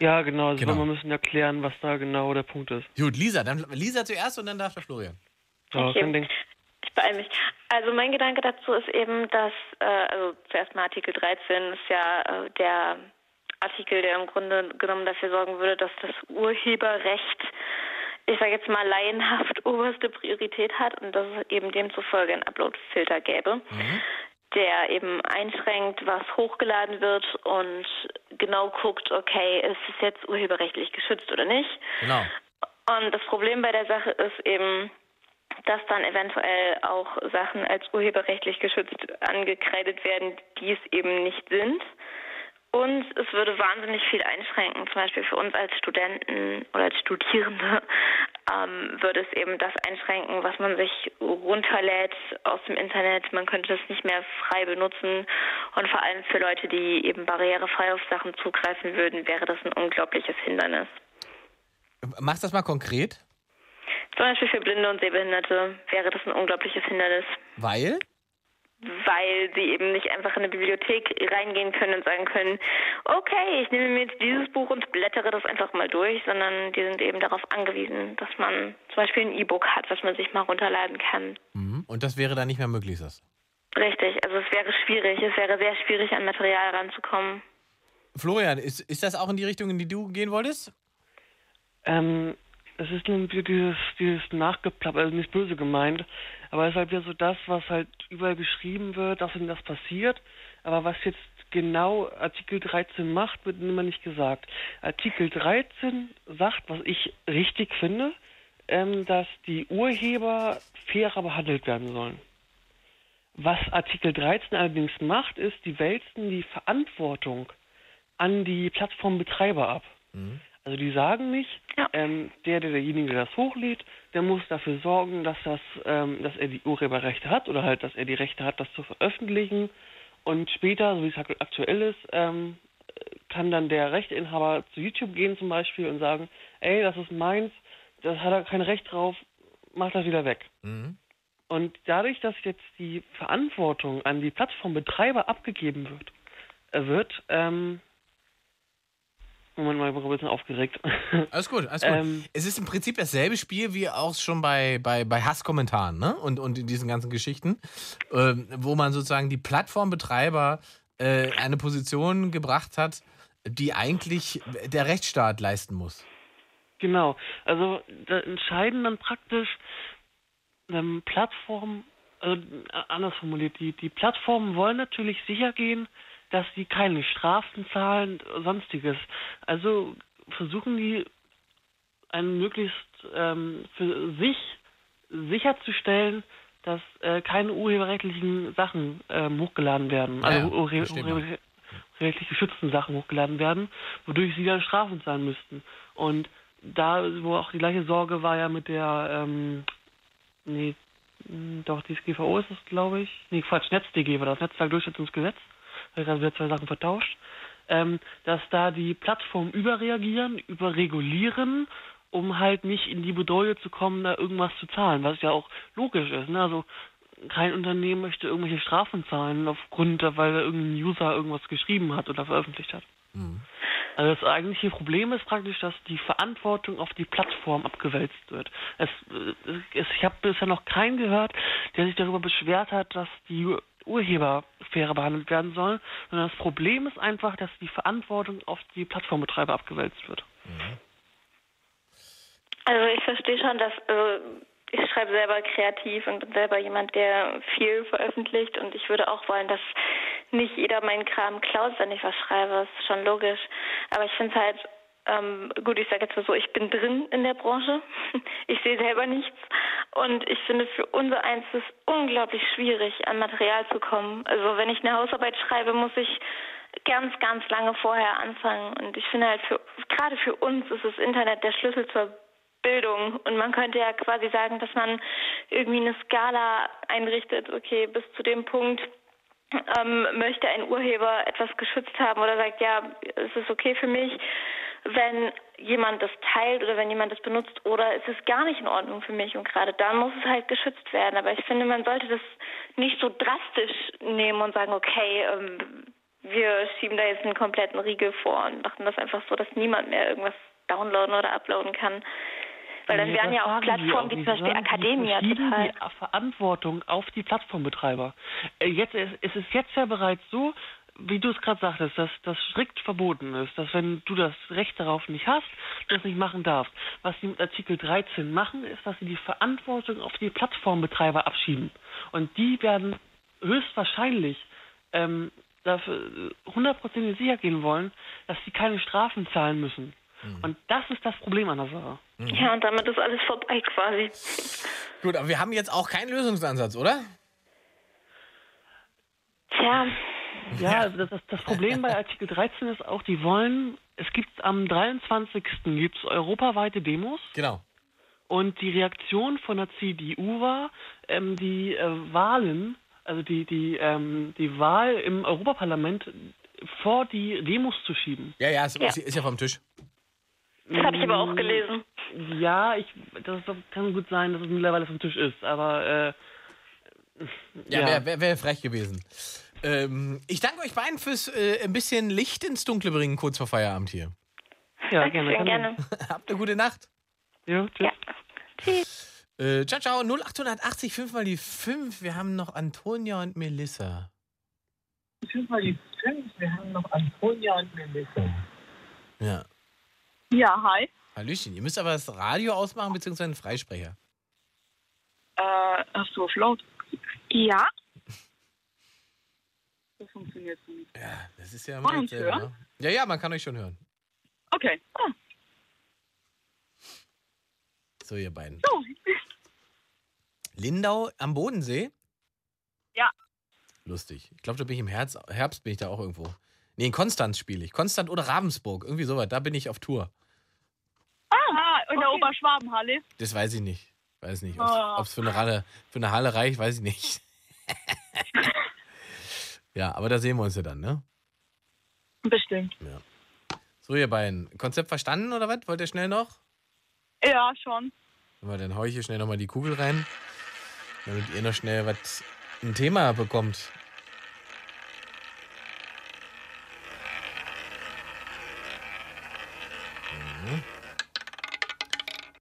Speaker 17: Ja, genau. Also
Speaker 1: Genau.
Speaker 17: wir müssen erklären, was da genau der Punkt ist.
Speaker 1: Gut, Lisa, dann Lisa zuerst und dann darf der Florian.
Speaker 17: Ja,
Speaker 16: Okay.
Speaker 17: kein Ding.
Speaker 16: Ich beeile mich. Also mein Gedanke dazu ist eben, dass, äh, also zuerst mal Artikel 13 ist ja äh, der Artikel, der im Grunde genommen dafür sorgen würde, dass das Urheberrecht, ich sage jetzt mal laienhaft, oberste Priorität hat und dass es eben demzufolge einen Upload-Filter gäbe,
Speaker 15: genau-
Speaker 16: der eben einschränkt, was hochgeladen wird und genau guckt, okay, ist es jetzt urheberrechtlich geschützt oder nicht.
Speaker 1: Genau.
Speaker 16: Und das Problem bei der Sache ist eben, dass dann eventuell auch Sachen als urheberrechtlich geschützt angekreidet werden, die es eben nicht sind. Und es würde wahnsinnig viel einschränken, zum Beispiel für uns als Studenten oder als Studierende, ähm, würde es eben das einschränken, was man sich runterlädt aus dem Internet. Man könnte es nicht mehr frei benutzen. Und vor allem für Leute, die eben barrierefrei auf Sachen zugreifen würden, wäre das ein unglaubliches Hindernis.
Speaker 1: Machst das mal konkret,
Speaker 16: Zum Beispiel für Blinde und Sehbehinderte wäre das ein unglaubliches Hindernis.
Speaker 1: weil
Speaker 16: weil sie eben nicht einfach in eine Bibliothek reingehen können und sagen können, okay, ich nehme mir jetzt dieses Buch und blättere das einfach mal durch, sondern die sind eben darauf angewiesen, dass man zum Beispiel ein E-Book hat, was man sich mal runterladen kann.
Speaker 1: Mhm. und das wäre dann nicht mehr möglich, ist das?
Speaker 16: Richtig, also es wäre schwierig, es wäre sehr schwierig, an Material ranzukommen.
Speaker 1: Florian, ist, ist das auch in die Richtung, in die du gehen wolltest?
Speaker 17: Ähm, es ist irgendwie dieses, dieses Nachgeplapper, also nicht böse gemeint, aber es ist halt wieder so das, was halt überall geschrieben wird, dass denn das passiert, aber was jetzt genau Artikel 13 macht, wird immer nicht gesagt. Artikel 13 sagt, was ich richtig finde, ähm, dass die Urheber fairer behandelt werden sollen. Was Artikel 13 allerdings macht, ist, die wälzen die Verantwortung an die Plattformbetreiber ab.
Speaker 1: Mhm.
Speaker 17: Also die sagen nicht, ähm, der, der derjenige der das hochlädt, der muss dafür sorgen, dass das, ähm, dass er die Urheberrechte hat oder halt, dass er die Rechte hat, das zu veröffentlichen. Und später, so wie es ak- aktuell ist, ähm, kann dann der Rechteinhaber zu YouTube gehen zum Beispiel und sagen, ey, das ist meins, das hat er kein Recht drauf, mach das wieder weg.
Speaker 1: Mhm.
Speaker 17: Und dadurch, dass jetzt die Verantwortung an die Plattformbetreiber abgegeben wird, äh, wird, ähm, Moment mal, ich bin ein bisschen aufgeregt.
Speaker 1: Alles gut, alles gut.
Speaker 17: Hm. Ähm,
Speaker 1: es ist im Prinzip dasselbe Spiel wie auch schon bei, bei, bei Hasskommentaren ne? und, und in diesen ganzen Geschichten, ähm, wo man sozusagen die Plattformbetreiber äh, in eine Position gebracht hat, die eigentlich der Rechtsstaat leisten muss.
Speaker 17: Genau. Also da entscheiden dann praktisch ähm, Plattformen, also äh, anders formuliert, die, die Plattformen wollen natürlich sicher gehen, dass sie keine Strafen zahlen, sonstiges. Also versuchen die einen möglichst ähm, für sich sicherzustellen, dass äh, keine urheberrechtlichen Sachen ähm, hochgeladen werden,
Speaker 1: Ah ja,
Speaker 17: also urhe
Speaker 1: verstehe man.
Speaker 17: urheber rechtlich geschützten Sachen hochgeladen werden, wodurch sie dann Strafen zahlen müssten. Und da, wo auch die gleiche Sorge war ja mit der, ähm, nee, mh, doch, DSGVO ist es, glaube ich. Nee, Quatsch, NetzDG war das Netzwerkdurchsetzungsgesetz. Habe ich gerade wieder zwei Sachen vertauscht. Ähm, dass da die Plattformen überreagieren, überregulieren, um halt nicht in die Bedrohung zu kommen, da irgendwas zu zahlen, was ja auch logisch ist. Ne? Also kein Unternehmen möchte irgendwelche Strafen zahlen, aufgrund, der- weil irgendein User irgendwas geschrieben hat oder veröffentlicht hat. Also das eigentliche Problem ist praktisch, dass die Verantwortung auf die Plattform abgewälzt wird. Es, äh, es, ich habe bisher noch keinen gehört, der sich darüber beschwert hat, dass die Ur- Urheber fairer behandelt werden sollen, sondern das Problem ist einfach, dass die Verantwortung auf die Plattformbetreiber abgewälzt wird.
Speaker 16: Also ich verstehe schon, dass also ich schreibe selber kreativ und bin selber jemand, der viel veröffentlicht und ich würde auch wollen, dass nicht jeder meinen Kram klaut, wenn ich was schreibe. Ist schon logisch. Aber ich finde es halt ähm, gut, ich sage jetzt mal so, ich bin drin in der Branche. Ich sehe selber nichts. Und ich finde für unser Eins ist unglaublich schwierig, an Material zu kommen. Also wenn ich eine Hausarbeit schreibe, muss ich ganz, ganz lange vorher anfangen. Und ich finde halt für gerade für uns ist das Internet der Schlüssel zur Bildung. Und man könnte ja quasi sagen, dass man irgendwie eine Skala einrichtet, okay, bis zu dem Punkt ähm, möchte ein Urheber etwas geschützt haben oder sagt, ja, es ist okay für mich, wenn jemand das teilt oder wenn jemand das benutzt oder es ist gar nicht in Ordnung für mich und gerade dann muss es halt geschützt werden. Aber ich finde, man sollte das nicht so drastisch nehmen und sagen, okay, ähm, wir schieben da jetzt einen kompletten Riegel vor und machen das einfach so, dass niemand mehr irgendwas downloaden oder uploaden kann. Weil dann
Speaker 17: Nee,
Speaker 16: wären
Speaker 17: das
Speaker 16: ja auch
Speaker 17: sagen die
Speaker 16: Plattformen wie zum
Speaker 17: nicht.
Speaker 16: Beispiel
Speaker 17: Sagen die,
Speaker 16: Academia
Speaker 17: die schieben
Speaker 16: total.
Speaker 17: Die Verantwortung auf die Plattformbetreiber. Äh, Jetzt, ist- es ist jetzt ja bereits so, wie du es gerade sagtest, dass das strikt verboten ist, dass wenn du das Recht darauf nicht hast, du das nicht machen darfst. Was sie mit Artikel 13 machen, ist, dass sie die Verantwortung auf die Plattformbetreiber abschieben. Und die werden höchstwahrscheinlich ähm, dafür äh, hundertprozentig sicher gehen wollen, dass sie keine Strafen zahlen müssen. Und das ist das Problem an der Sache.
Speaker 16: Ja, und damit ist alles vorbei quasi.
Speaker 1: Mhm. Gut, aber wir haben jetzt auch keinen Lösungsansatz, oder?
Speaker 16: Tja.
Speaker 17: Ja, also das, das, das Problem bei Artikel 13 ist auch, die wollen, es gibt am 23. gibt's europaweite Demos.
Speaker 1: Genau.
Speaker 17: Und die Reaktion von der CDU war, ähm, die äh, Wahlen, also die, die, ähm, die Wahl im Europaparlament vor die Demos zu schieben.
Speaker 1: Ja, ja, ist
Speaker 17: Ja.
Speaker 1: ja, ist ja vom Tisch.
Speaker 17: Das
Speaker 18: hab ich aber auch gelesen.
Speaker 17: Ja, ich, das kann gut sein, dass es mittlerweile vom Tisch ist, aber äh,
Speaker 1: Ja, wäre wär, wär frech gewesen. Ähm, ich danke euch beiden fürs äh, ein bisschen Licht ins Dunkle bringen, kurz vor Feierabend hier.
Speaker 17: Ja, gerne, Dankeschön, gerne.
Speaker 1: Habt eine gute Nacht.
Speaker 17: Ja, tschüss.
Speaker 1: Äh, ciao, ciao. 0880 5 mal die 5. Wir haben noch Antonia und Melissa.
Speaker 11: 5 mal die 5. Wir haben noch Antonia und Melissa.
Speaker 1: Ja.
Speaker 11: Ja, hi.
Speaker 1: Hallöchen. Ihr müsst aber das Radio ausmachen, beziehungsweise den Freisprecher.
Speaker 11: Äh, hast du auf laut? Ja. Das funktioniert so nicht.
Speaker 1: Ja, das ist ja
Speaker 11: Kann man uns
Speaker 1: dasselbe,
Speaker 11: hören?
Speaker 1: ne? Ja, ja, man kann euch schon hören.
Speaker 11: Okay. Ah,
Speaker 1: So, ihr beiden.
Speaker 11: so.
Speaker 1: Lindau am Bodensee?
Speaker 11: Ja.
Speaker 1: Lustig. Ich glaube, da bin ich im Herz, Herbst bin ich da auch irgendwo. Nee, in Konstanz spiele ich. Konstanz oder Ravensburg. Irgendwie sowas. Da bin ich auf Tour.
Speaker 11: Ah, in der Oberschwabenhalle.
Speaker 1: Das weiß ich nicht. Weiß nicht.
Speaker 11: Ah.
Speaker 1: Ob es für eine Halle, für eine Halle reicht, weiß ich nicht. ja, aber da sehen wir uns ja dann, ne?
Speaker 11: Bestimmt.
Speaker 1: Ja. So, ihr beiden. Konzept verstanden oder was? Wollt ihr schnell noch?
Speaker 11: Ja, schon.
Speaker 1: Aber dann hau ich hier schnell nochmal die Kugel rein, damit ihr noch schnell was ein Thema bekommt. Mhm.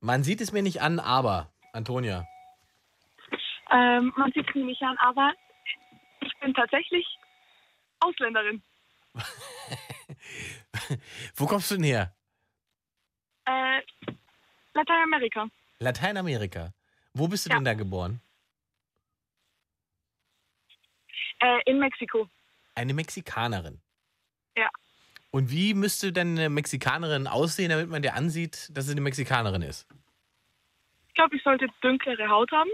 Speaker 1: Man sieht es mir nicht an, aber, Antonia,
Speaker 11: Ähm, man sieht mich an, aber ich bin tatsächlich Ausländerin.
Speaker 1: wo kommst du denn her?
Speaker 11: Äh, Lateinamerika.
Speaker 1: Lateinamerika. Wo bist du denn da geboren?
Speaker 11: Äh, in Mexiko.
Speaker 1: Eine Mexikanerin.
Speaker 11: Ja.
Speaker 1: Und wie müsste denn eine Mexikanerin aussehen, damit man dir ansieht, dass sie eine Mexikanerin ist?
Speaker 11: Ich glaube, ich sollte dunklere Haut haben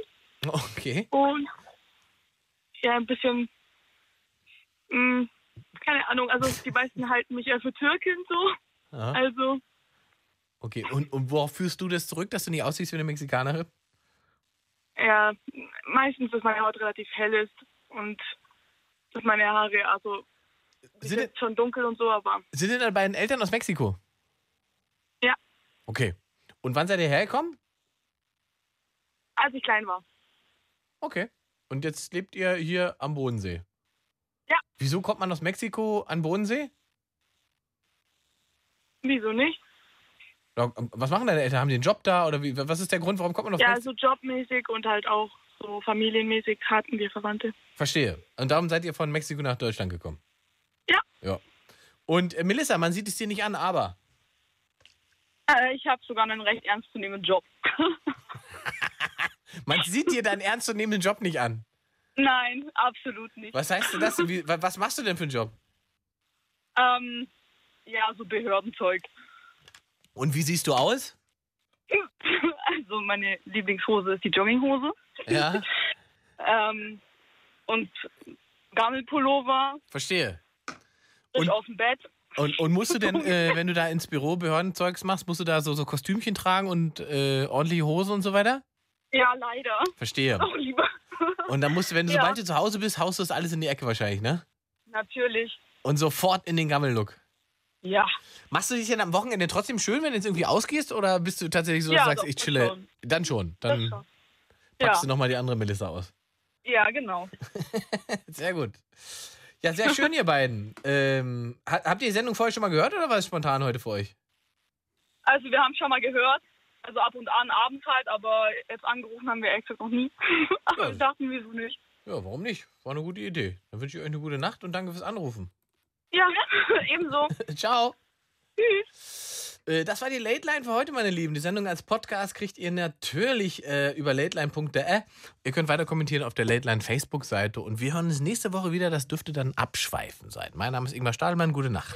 Speaker 1: Okay.
Speaker 11: und ja, ein bisschen, mh,
Speaker 6: Mhm.
Speaker 11: keine Ahnung, also die meisten halten mich eher für Türkin so.
Speaker 1: Aha.
Speaker 11: Also,
Speaker 1: Okay, und, und worauf führst du das zurück, dass du nicht aussiehst wie eine Mexikanerin?
Speaker 11: ja, meistens, dass meine Haut relativ hell ist und dass meine Haare, also, die sind jetzt schon dunkel und so, aber
Speaker 1: Sind denn deine beiden Eltern aus Mexiko?
Speaker 11: ja,
Speaker 1: Okay. Und wann seid ihr hergekommen?
Speaker 11: als ich klein war.
Speaker 1: Okay. Und jetzt lebt ihr hier am Bodensee?
Speaker 11: Ja.
Speaker 1: Wieso kommt man aus Mexiko an Bodensee?
Speaker 11: Wieso nicht?
Speaker 1: Ja, ähm, Was machen deine Eltern? Haben die einen Job da? Oder wie, was ist der Grund, warum kommt man aus
Speaker 11: Ja,
Speaker 1: Mexiko?
Speaker 11: also jobmäßig und halt auch so familienmäßig hatten wir Verwandte.
Speaker 1: Verstehe. Und darum seid ihr von Mexiko nach Deutschland gekommen?
Speaker 11: Ja.
Speaker 1: Ja. Und äh, Melissa, man sieht es dir nicht an, aber.
Speaker 11: Äh, ich habe sogar einen recht ernstzunehmenden Job.
Speaker 1: Man sieht dir deinen ernstzunehmenden Job nicht an.
Speaker 11: Nein, absolut nicht.
Speaker 1: Was heißt denn das? denn? Wie, wa- was machst du denn für einen Job?
Speaker 11: Ähm, ja, so Behördenzeug.
Speaker 1: Und wie siehst du aus?
Speaker 11: Also meine Lieblingshose ist die Jogginghose.
Speaker 1: Ja,
Speaker 11: Ähm, und Gammelpullover
Speaker 1: verstehe.
Speaker 11: und auf dem Bett.
Speaker 1: Und, und musst du denn, äh, wenn du da ins Büro Behördenzeugs machst, musst du da so, so Kostümchen tragen und äh, ordentliche Hose und so weiter?
Speaker 11: Ja, leider.
Speaker 1: Verstehe.
Speaker 11: Auch lieber.
Speaker 1: Und dann musst du, wenn du,
Speaker 11: Ja.
Speaker 1: sobald du zu Hause bist, haust du das alles in die Ecke wahrscheinlich, ne?
Speaker 11: Natürlich.
Speaker 1: Und sofort in den Gammellook.
Speaker 11: Ja.
Speaker 1: Machst du dich denn am Wochenende trotzdem schön, wenn du jetzt irgendwie ausgehst? Oder bist du tatsächlich so,
Speaker 11: Ja,
Speaker 1: dass du sagst,
Speaker 11: doch,
Speaker 1: ich
Speaker 11: das
Speaker 1: chille?
Speaker 11: schon.
Speaker 1: Dann schon.
Speaker 11: Das
Speaker 1: Dann
Speaker 11: schon.
Speaker 1: packst
Speaker 11: Ja.
Speaker 1: du nochmal die andere Melissa aus.
Speaker 11: Ja, genau.
Speaker 1: Sehr gut. Ja, sehr schön, ihr beiden. Ähm, ha- habt ihr die Sendung vorher schon mal gehört oder war es spontan heute für euch?
Speaker 11: Also wir haben schon mal gehört, also ab und an abends halt, aber jetzt angerufen haben wir extra noch nie. aber wir dachten, wieso nicht?
Speaker 1: Ja, warum nicht? War eine gute Idee. Dann wünsche ich euch eine gute Nacht und danke fürs Anrufen.
Speaker 11: Ja, ebenso.
Speaker 1: Ciao.
Speaker 11: Tschüss.
Speaker 1: Äh, Das war die Late Line für heute, meine Lieben. Die Sendung als Podcast kriegt ihr natürlich äh, über lateline.de. Ihr könnt weiter kommentieren auf der Late Line Facebook-Seite und wir hören uns nächste Woche wieder. Das dürfte dann abschweifen sein. Mein Name ist Ingmar Stahlmann. Gute Nacht.